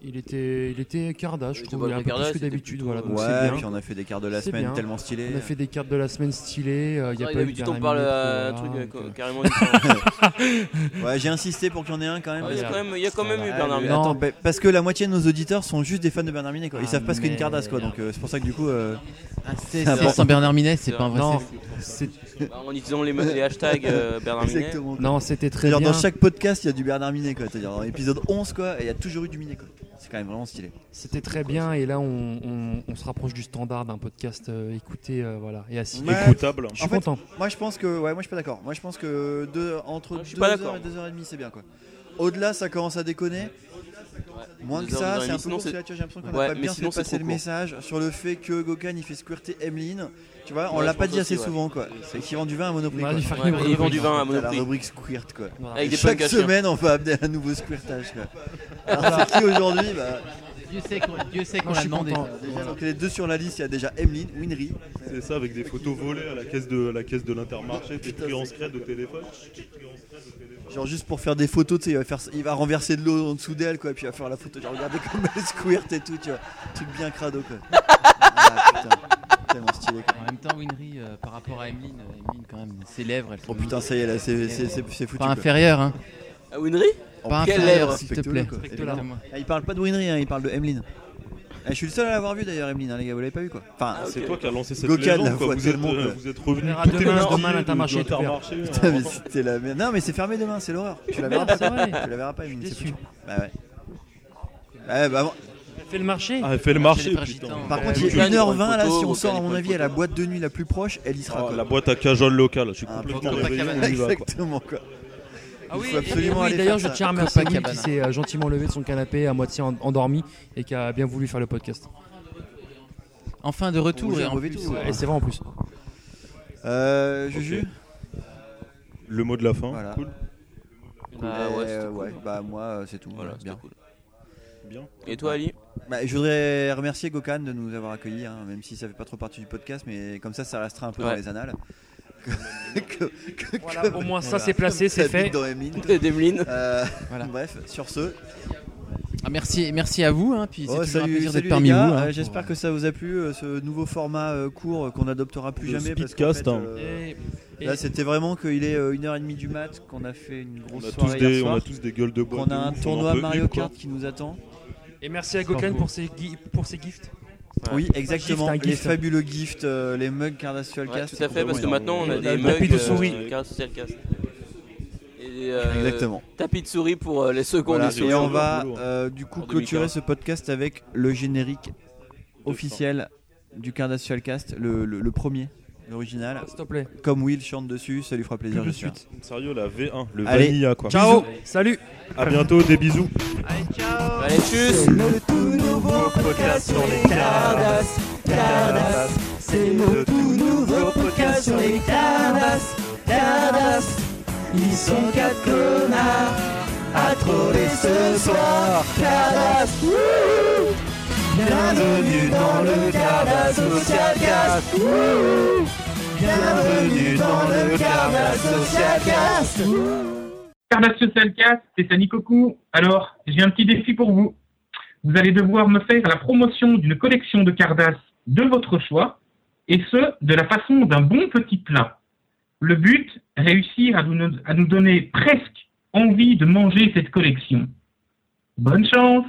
Speaker 2: Il était, il était cardasse, je
Speaker 5: était
Speaker 2: trouve,
Speaker 5: pas
Speaker 2: il est un
Speaker 5: très
Speaker 2: peu
Speaker 5: cardasse,
Speaker 2: plus que
Speaker 5: c'était
Speaker 2: d'habitude,
Speaker 5: plutôt,
Speaker 2: voilà,
Speaker 5: euh,
Speaker 2: donc
Speaker 3: Ouais,
Speaker 2: c'est
Speaker 3: puis
Speaker 2: bien.
Speaker 3: on a fait des quarts de la
Speaker 2: C'est
Speaker 3: semaine
Speaker 2: bien.
Speaker 3: tellement stylés.
Speaker 2: On a fait des cartes de la semaine stylées, euh, il y a pas eu
Speaker 5: Ah,
Speaker 2: de
Speaker 5: D'habitude, on
Speaker 2: dernière
Speaker 5: parle
Speaker 2: minute,
Speaker 5: à un
Speaker 2: voilà,
Speaker 5: truc euh,
Speaker 2: donc, euh,
Speaker 5: co- carrément différent.
Speaker 3: Ouais, j'ai insisté pour qu'il y en ait un quand même.
Speaker 5: Ah,
Speaker 3: parce
Speaker 5: Il y a
Speaker 3: que-
Speaker 5: quand même- il y a quand même eu
Speaker 3: Ouais,
Speaker 5: Bernard
Speaker 3: Ah, mais
Speaker 5: Minet.
Speaker 3: attends, pa- parce que la moitié de nos auditeurs sont juste des fans de Bernard Minet. Quoi. Ils
Speaker 2: Ah,
Speaker 3: savent pas ce qu'est une
Speaker 2: mais-
Speaker 3: cardasse, quoi. Donc euh, c'est pour ça que du coup, euh,
Speaker 6: Ah, c'est
Speaker 3: Ah,
Speaker 6: c'est
Speaker 3: bon.
Speaker 6: sans Bernard Minet, c'est
Speaker 5: C'est
Speaker 6: pas un vrai.
Speaker 2: Non,
Speaker 6: c'est-
Speaker 2: c'est-
Speaker 5: Bah, En utilisant les, les hashtags euh, Bernard Minet.
Speaker 3: exactement. quoi.
Speaker 2: non, c'était très
Speaker 3: C'est-à-dire,
Speaker 2: bien.
Speaker 3: dans chaque podcast, il y a du Bernard Minet, quoi. C'est-à-dire dans l'épisode 11, quoi, il y a toujours eu du Minet, quoi. C'est quand même vraiment stylé.
Speaker 2: C'était très bien et là on, on- on se rapproche du standard d'un podcast euh, écouté euh, voilà et assis.
Speaker 3: Ouais.
Speaker 4: écoutable.
Speaker 2: Je suis
Speaker 3: En fait,
Speaker 2: content.
Speaker 3: Moi, je pense que, ouais, moi, je suis pas d'accord. Moi, je pense que deux, entre
Speaker 5: Ah, je suis pas
Speaker 3: 2h
Speaker 5: d'accord.
Speaker 3: et 2h30, c'est bien, quoi. Au-delà, ça commence à déconner. Moins que
Speaker 5: Deux heures, deux
Speaker 3: ça,
Speaker 5: heures et
Speaker 3: c'est un
Speaker 5: demie,
Speaker 3: peu
Speaker 5: sinon,
Speaker 3: court, parce
Speaker 5: c'est-
Speaker 3: que là, tu vois, j'ai l'impression qu'on
Speaker 5: Ouais,
Speaker 3: a pas
Speaker 5: mais
Speaker 3: bien
Speaker 5: sinon,
Speaker 3: fait
Speaker 5: c'est
Speaker 3: passer
Speaker 5: trop
Speaker 3: le
Speaker 5: court.
Speaker 3: message sur le fait que Gokan il fait squirter Emeline. Tu vois, on
Speaker 5: Ouais,
Speaker 3: l'a
Speaker 5: je
Speaker 3: pas
Speaker 5: pense
Speaker 3: dit assez
Speaker 5: aussi, ouais.
Speaker 3: souvent quoi. C'est qui vend du vin à Monoprix.
Speaker 2: On aurait
Speaker 3: quoi.
Speaker 2: dû faire
Speaker 5: Ouais,
Speaker 2: une
Speaker 5: ils vendent du
Speaker 2: rubrique.
Speaker 5: vin à
Speaker 3: T'as la
Speaker 5: Monoprix.
Speaker 3: rubrique squirt quoi.
Speaker 2: Voilà.
Speaker 5: Avec des hein.
Speaker 3: Chaque
Speaker 5: punks à chiens.
Speaker 3: semaine on va amener un nouveau squirtage quoi. Alors c'est qui aujourd'hui bah,
Speaker 6: Dieu sait qu'on- Dieu sait qu'on
Speaker 2: Moi, je
Speaker 6: l'a
Speaker 2: suis
Speaker 6: demandé.
Speaker 2: content.
Speaker 3: déjà, donc, les deux sur la liste il y a déjà Emeline, Winry.
Speaker 4: C'est ça avec des photos volées à la caisse de la caisse de l'intermarché, t'es pris en scred au téléphone.
Speaker 3: Genre juste pour faire des photos tu sais il va, faire- il va renverser de l'eau en dessous d'elle quoi. Et puis il va faire la photo genre regardez comme elle squirt et tout tu vois. Truc bien crado quoi. Ah putain. Tellement stylé quoi.
Speaker 6: En même temps, Winry, euh, par rapport à Emeline, euh, Emeline, quand même, ses lèvres, elles sont.
Speaker 3: Oh putain ça y est là c'est c'est- c'est- c'est foutu
Speaker 6: Pas
Speaker 3: quoi.
Speaker 6: inférieures, hein.
Speaker 5: À Ah, Winry
Speaker 3: Oh,
Speaker 6: Pas
Speaker 3: putain,
Speaker 6: inférieures,
Speaker 5: lèvres,
Speaker 6: s'il te plaît.
Speaker 3: respecte-le, quoi.
Speaker 6: Respecte-la.
Speaker 3: Ah, il parle pas de Winry hein, il parle de Emeline. Ah, je suis le seul à l'avoir vu d'ailleurs Emeline hein, les gars vous l'avez pas vu quoi. Enfin
Speaker 5: Ah,
Speaker 4: C'est toi qui as lancé cette
Speaker 3: Gokan, la
Speaker 4: légende
Speaker 3: voix
Speaker 4: quoi. Vous êtes,
Speaker 3: tellement,
Speaker 4: euh,
Speaker 3: quoi.
Speaker 4: vous êtes revenu
Speaker 2: verra
Speaker 4: tout est
Speaker 2: demain,
Speaker 4: mardi
Speaker 2: demain,
Speaker 4: de-
Speaker 2: l'intermarché
Speaker 4: de
Speaker 2: est ouvert.
Speaker 4: l'intermarché, hein.
Speaker 3: Putain, mais c'était la merde. Non, mais c'est fermé demain, c'est l'horreur. Tu la verras pas.
Speaker 2: C'est vrai.
Speaker 3: Tu la verras pas, Emine, c'est
Speaker 2: déçu.
Speaker 3: foutu. Bah ouais. Ouais, bah, avant-
Speaker 2: Fait le marché.
Speaker 4: Ah, elle fait le
Speaker 6: Marché
Speaker 4: marché.
Speaker 6: des frères
Speaker 4: putain.
Speaker 6: gitans.
Speaker 3: Par
Speaker 2: Ouais,
Speaker 3: contre,
Speaker 2: mais
Speaker 3: il
Speaker 5: Gokan,
Speaker 3: est
Speaker 5: il prend
Speaker 3: 1h20
Speaker 5: une
Speaker 3: là. Si
Speaker 5: photo,
Speaker 3: on sort, à
Speaker 5: Gokan, il
Speaker 3: mon
Speaker 5: prend
Speaker 3: avis,
Speaker 5: une
Speaker 3: à la
Speaker 5: photo.
Speaker 3: boîte de nuit la plus proche, elle y sera.
Speaker 4: Ah,
Speaker 3: quoi.
Speaker 4: la boîte à cajole locale, je suis
Speaker 3: Ah,
Speaker 4: complètement
Speaker 3: putain.
Speaker 4: réveillé, on y va, quoi.
Speaker 3: Exactement quoi.
Speaker 6: Ah
Speaker 3: oui, faut absolument
Speaker 2: Oui,
Speaker 3: aller
Speaker 2: d'ailleurs, je
Speaker 3: faire ça.
Speaker 2: tiens à remercier Will qui
Speaker 6: Copacabana.
Speaker 2: s'est euh, gentiment levé de son canapé à moitié en- endormi et qui a bien voulu faire le podcast.
Speaker 6: Enfin de
Speaker 3: On joue
Speaker 6: retour et
Speaker 3: à
Speaker 6: en
Speaker 3: mauvais
Speaker 6: plus,
Speaker 3: tour.
Speaker 6: euh,
Speaker 2: Et c'est vrai en plus.
Speaker 3: Euh, Juju
Speaker 4: Ok. Le mot de la fin.
Speaker 3: Voilà.
Speaker 4: Cool.
Speaker 5: Bah ouais, c'était
Speaker 3: Euh,
Speaker 5: cool.
Speaker 3: ouais, bah moi, euh, c'est tout.
Speaker 5: Voilà,
Speaker 3: Voilà,
Speaker 5: c'était
Speaker 3: bien.
Speaker 5: cool.
Speaker 4: Bien.
Speaker 5: Et toi, Ali
Speaker 3: Bah, je voudrais remercier Gokan de nous avoir accueillis, hein, même si ça fait pas trop partie du podcast, mais comme ça, ça restera un peu dans
Speaker 5: Ouais.
Speaker 3: les annales. Que- que-
Speaker 2: Voilà,
Speaker 3: que-
Speaker 2: au moins ça
Speaker 3: voilà.
Speaker 2: c'est placé, c'est
Speaker 3: Ça bite
Speaker 2: fait.
Speaker 3: dans Emeline.
Speaker 5: Demeline
Speaker 3: Euh,
Speaker 6: Voilà.
Speaker 3: Bref, sur ce,
Speaker 6: ah, merci, merci à vous. Hein, puis c'est
Speaker 3: Oh,
Speaker 6: toujours un
Speaker 3: salut,
Speaker 6: plaisir
Speaker 3: salut
Speaker 6: d'être
Speaker 3: les
Speaker 6: parmi vous.
Speaker 3: gars.
Speaker 6: hein,
Speaker 3: Euh,
Speaker 6: pour-
Speaker 3: J'espère que ça vous a plu, euh, ce nouveau format euh, court euh, qu'on adoptera plus
Speaker 4: Le
Speaker 3: jamais. parce qu'en
Speaker 4: speedcast,
Speaker 3: fait,
Speaker 4: hein.
Speaker 3: euh,
Speaker 2: Et- et-
Speaker 3: là, c'était vraiment qu'il est euh, 1h30 du mat, qu'on a fait une
Speaker 4: On
Speaker 3: grosse
Speaker 4: a, tous
Speaker 3: soirée hier
Speaker 4: des, on
Speaker 3: soir,
Speaker 4: a tous des gueules de bois.
Speaker 3: qu'on a un tournoi Mario Kart qui nous attend.
Speaker 2: Et merci à Gokan pour ses, gui- pour ses gifts.
Speaker 3: Oui, exactement.
Speaker 2: un gift.
Speaker 3: Les fabuleux gifts, euh, les mugs Cardassiol
Speaker 5: Ouais,
Speaker 3: Cast.
Speaker 5: tout à fait, parce que maintenant
Speaker 4: complètement
Speaker 5: on a
Speaker 4: énorme.
Speaker 5: des
Speaker 2: Le tapis
Speaker 5: mugs
Speaker 2: de
Speaker 5: euh,
Speaker 2: souris.
Speaker 5: carré social cast. Et, euh,
Speaker 3: Exactement.
Speaker 5: Tapis de souris pour euh, les secondes
Speaker 3: Voilà,
Speaker 5: des souris.
Speaker 3: et on
Speaker 4: le
Speaker 3: va
Speaker 4: boulot, hein.
Speaker 3: euh, du coup
Speaker 5: En
Speaker 3: clôturer
Speaker 5: 2015.
Speaker 3: ce podcast avec le générique officiel du Cardassiol Cast, le, le- le premier, l'original.
Speaker 2: S'il te plaît.
Speaker 3: Comme Will chante dessus, ça lui fera plaisir.
Speaker 2: Plus de
Speaker 3: j'espère.
Speaker 2: suite.
Speaker 4: Sérieux, la V1, le
Speaker 3: Allez.
Speaker 4: Vanilla quoi.
Speaker 2: Ciao. Salut.
Speaker 4: A bientôt, des bisous.
Speaker 5: Allez, tchuss
Speaker 1: Le tout nouveau podcast sur les Cardass, Cardass, C'est nos tout nouveau podcast sur les Cardas, Cardas. Ils sont quatre connards à troller ce soir. Cardas, wouhou. Bienvenue dans le Cardas Social Cast. wouhou. Bienvenue dans le Cardas Social Cast.
Speaker 2: Cardas Social Cast, c'est Sani Coco. Alors, j'ai un petit défi pour vous. Vous allez devoir me faire la promotion d'une collection de Cardas de votre choix, et ce, de la façon d'un bon petit plat. Le but, réussir à nous, à nous donner presque envie de manger cette collection. Bonne chance